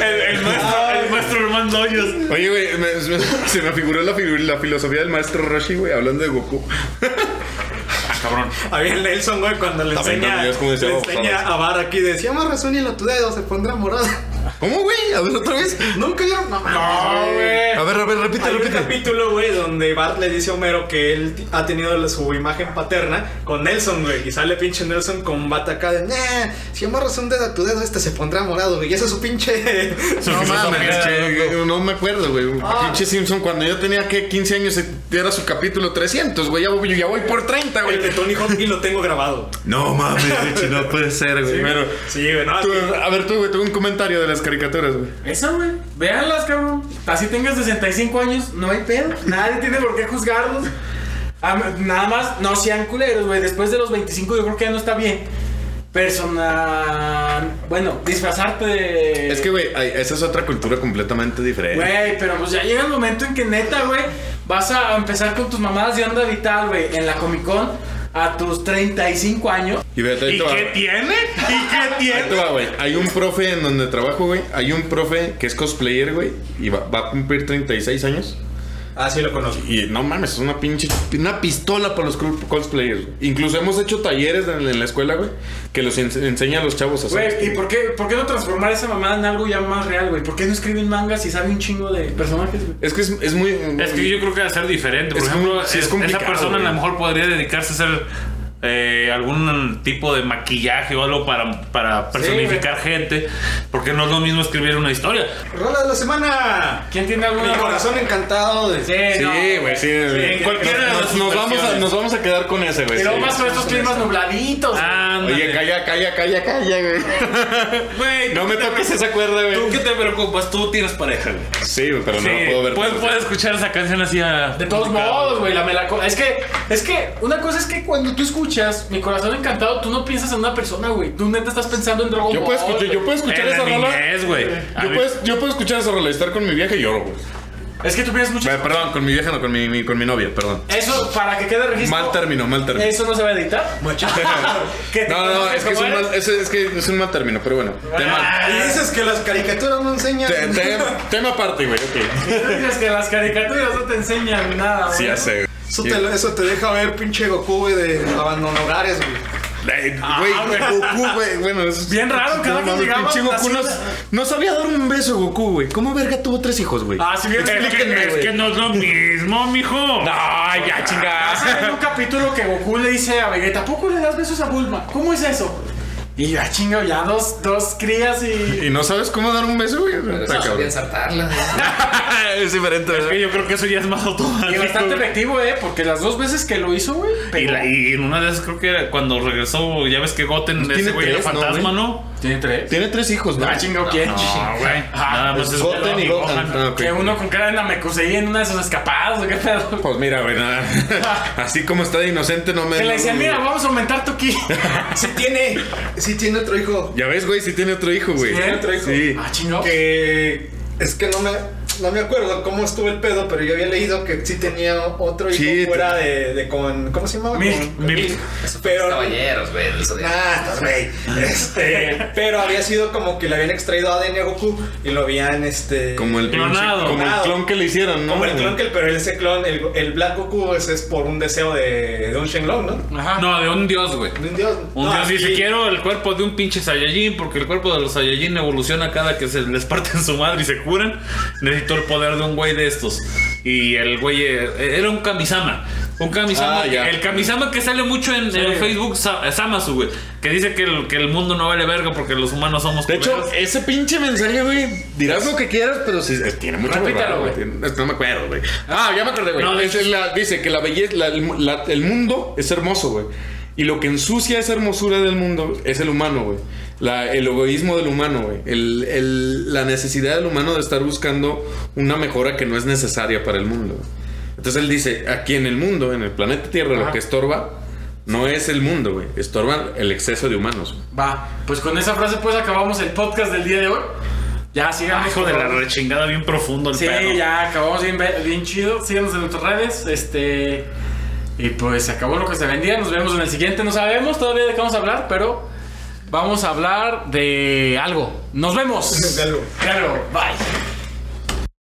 D: el maestro, el maestro Román Doyos.
F: Oye, güey, me- me- se me figuró la, figu- la filosofía del maestro Roshi, güey, hablando de Goku.
D: Ah, cabrón.
C: Había el Nelson, güey, cuando le
F: También,
C: enseña,
F: no, es como decía
C: le
F: Bob
C: enseña
F: Salas.
C: a Bar aquí, decía, más razón y tu dedo se pondrá morada.
F: ¿Cómo, güey? A ver, otra vez.
C: ¿Nunca vieron? No, no, güey.
F: A ver, a ver, repite,
C: Hay un
F: repite.
C: capítulo, güey, donde Bart le dice a Homero que él t- ha tenido la- su imagen paterna con Nelson, güey. Y sale pinche Nelson con bata acá de, "Nah, si amarras un dedo a tu dedo, este se pondrá morado, güey. Y ese es su pinche.
F: No mames,
D: Sofía,
F: che, Ah. no me acuerdo, güey. Pinche Simpson, cuando yo tenía que 15 años, eh, era su capítulo 300, güey. Ya voy, ya voy por 30,
C: El de
F: güey.
C: Tony Hopkins lo tengo grabado.
F: No mames, che, no puede ser, güey. Pero, ah,
C: Sí, güey, no.
F: tú,
C: sí.
F: a ver, tú, güey, tuve un comentario de las caricaturas, güey.
B: Esa, güey. Véanlas, cabrón. Así tengas 65 años, no hay pedo. Nadie tiene por qué juzgarlos. Ah, Nada más, no sean culeros, güey. Después de los 25 yo creo que ya no está bien. Personal... Bueno, disfrazarte de...
F: Es que, güey, ay, esa es otra cultura completamente diferente.
B: Güey, pero pues ya llega el momento en que neta, güey, vas a empezar con tus mamadas de onda vital, güey, en la Comic Con a tus 35 años.
F: Y vete, ahí
D: ¿Y
F: te va.
D: qué tiene? ¿Y qué
F: Ahí
D: tiene?
F: te va, güey. Hay un profe en donde trabajo, güey. Hay un profe que es cosplayer, güey. Y va, va a cumplir 36 años.
C: Ah, sí, lo conozco.
F: Y no mames, es una pinche. Una pistola para los cos- cosplayers. güey. Incluso hemos hecho talleres en, en la escuela, güey. Que los ense- enseña a los chavos a hacer. este
B: Güey, ¿y por qué, por qué no transformar esa mamada en algo ya más real, güey? ¿Por qué no escriben mangas si sabe un chingo de personajes, güey?
F: Es que es, es muy.
D: Es que yo creo que va a ser diferente. Por
F: Es
D: ejemplo,
F: como- sí, es
D: es- esa
F: complicado,
D: persona
F: güey.
D: a lo mejor podría dedicarse a hacer eh, algún tipo de maquillaje o algo para, para personificar gente. Porque no es lo mismo escribir una historia.
C: Rola de la semana.
B: ¿Quién tiene algo
C: Mi corazón encantado de.
B: Sí,
F: Sí,
B: no.
F: güey, sí.
D: en cualquiera de
F: Nos-
D: las
F: nos, nos vamos a,
D: versiones.
F: nos vamos a quedar con ese, güey.
B: Y luego
F: sí. Ah,
B: más con estos climas nubladitos.
D: Ándale.
F: Oye, calla, calla, calla, calla, güey.
D: Güey,
F: No
D: tú
F: me
D: te
F: toques esa cuerda,
D: pre- Tú
F: güey.
D: que te preocupas, tú tienes pareja, güey.
F: Sí, güey, pero no
D: Sí,
F: la
D: Pues,
F: puedo ver.
D: puedes, puedes escuchar esa canción así a.
B: De todos modos, güey, la melancolía. Es que, es que, una cosa es que cuando tú escuchas Mi Corazón Encantado, tú no piensas en una persona, güey. Tú neta estás pensando en Dragon
F: Yo puedo
B: Ball,
F: escuchar, yo
B: güey.
F: puedo escuchar
D: En
F: esa
D: la
F: rola.
D: niñez, güey. A
F: Yo
D: mí-
F: puedo, yo puedo escuchar esa rola y estar con mi vieja y lloro, güey.
B: Es que tú piensas mucho.
F: Bueno, Perdón, con mi vieja, no, con mi, mi- con mi novia, perdón.
B: Eso, para que quede registro.
F: Mal término, mal término.
B: Eso no se va a editar. que te
F: No, no,
B: conozcas
F: es que es, un
B: como
F: mal,
B: eres.
F: es, es que es un mal término, pero bueno. Tema,
C: Y dices que las caricaturas no enseñan.
F: te- te- tema aparte, güey, ok.
B: Tú dices que las caricaturas no te enseñan nada,
F: Sí,
B: güey.
F: ya sé.
C: Eso
F: Sí.
C: te, lo- eso te deja ver pinche Goku, güey, de abandono hogares, güey.
F: Ay, Ah, Güey,
D: Ah,
F: Goku, güey, bueno. es-
B: Bien raro, cada que
F: mames,
B: llegaba
F: pinche Goku
B: así-
F: no, no sabía dar un beso, Goku, güey. ¿Cómo verga tuvo tres hijos, güey?
B: Ah, si bien
D: Es que, es que no es lo mismo, mijo.
F: Ay, ya chingada.
B: En un capítulo que Goku le dice a Vegeta, ¿a poco le das besos a Bulma? ¿Cómo es eso? Y ya chingo, ya dos, dos crías y...
F: ¿Y no sabes cómo dar un beso, güey?
E: Pero
F: Está
E: eso
F: cabrón.
E: sabía ensartarla. ¿no?
F: es diferente,
D: Es
F: ¿verdad?
D: que yo creo que eso ya es más automático.
B: Y bastante
D: güey.
B: efectivo, eh, porque las dos veces que lo hizo, güey,
D: Y,
B: pegó.
D: la- y en una de esas creo que era cuando regresó, ya ves que Goten,
F: Tiene
D: ese güey era
F: tres, ¿no,
D: fantasma,
F: güey?
D: Pues ¿no?
B: Tiene tres.
F: Tiene tres hijos, ¿no?
B: Ah, chingo, ¿quién?
D: No, güey. Nada más es
F: Ah, pues Goten y Gohan. Ah, ok.
B: Que uno con cara de Namekusei en una de sus escapadas, ¿o qué pedo?
F: Pues mira, güey, nada. Así como está de inocente, no me.
B: Que le decían,
F: no-
B: mira, vamos a aumentar tu ki.
C: Sí tiene, sí tiene otro hijo.
F: Ya ves, güey, si tiene otro hijo, güey.
B: ¿Tiene
C: otro hijo?
F: Sí.
B: Ah, chingo.
C: Que es que no me. no me acuerdo cómo estuvo el pedo, pero yo había leído que sí tenía otro hijo
F: Sí,
C: fuera de, de con. ¿Cómo se llamaba?
B: Milk,
C: Con- con
B: Milk.
C: Pero.
E: Caballeros, güey. del Zodiaco.
C: Ah, estás güey. Este, pero había sido como que le habían extraído ADN a Goku y lo habían, este.
F: Como el, pinche-
D: Clonado.
F: como el
C: Clonado.
F: clon que le hicieron, ¿no?
C: Como el clon, que, pero ese clon, el, el Black Goku, ese es por un deseo de, de un Shenlong, ¿no?
B: Ajá.
D: No, de un dios, güey.
C: De un dios.
D: Un
C: No,
D: dios dice,
C: aquí-
D: quiero el cuerpo de un pinche Saiyajin, porque el cuerpo de los Saiyajin evoluciona cada que se les parten su madre y se curan. Necesito el poder de un güey de estos. Y el güey eh, era un Kamisama. Un Kamisama.
F: Ah, ya.
D: el Kamisama que sale mucho en, en Facebook, Sa- eh, Samasu, güey. Que dice que el, que el mundo no vale verga porque los humanos somos
F: De hecho, eh,
D: culeros.
F: ese pinche mensaje, güey, dirás lo que quieras, pero sí, eh, tiene mucho
B: Repítalo, güey.
F: verdad, Tiene- No me acuerdo, güey. Ah, ya me acordé, güey.
D: No, de
F: Esa es la- dice que la belleza, la- el, la- el mundo es hermoso, güey. Y lo que ensucia esa hermosura del mundo es el humano, güey. La- el egoísmo del humano, güey. El- el- la necesidad del humano de estar buscando una mejora que no es necesaria para el mundo. güey. Entonces él dice, aquí en el mundo, en el planeta Tierra, lo que estorba no es el mundo, güey. Estorba el exceso de humanos. güey.
B: Va, pues con esa frase pues acabamos el podcast del día de hoy. Ya sigamos.
D: Ah, hijo de
B: por
D: la
B: favor.
D: rechingada, bien profundo el
B: Sí,
D: pedo.
B: ya acabamos bien, be- bien chido. Síganos en nuestras redes. Este. Y pues se acabó lo que se vendía. Nos vemos en el siguiente. No sabemos todavía de qué vamos a hablar, pero vamos a hablar de algo. Nos vemos.
C: De algo.
B: De algo. Bye.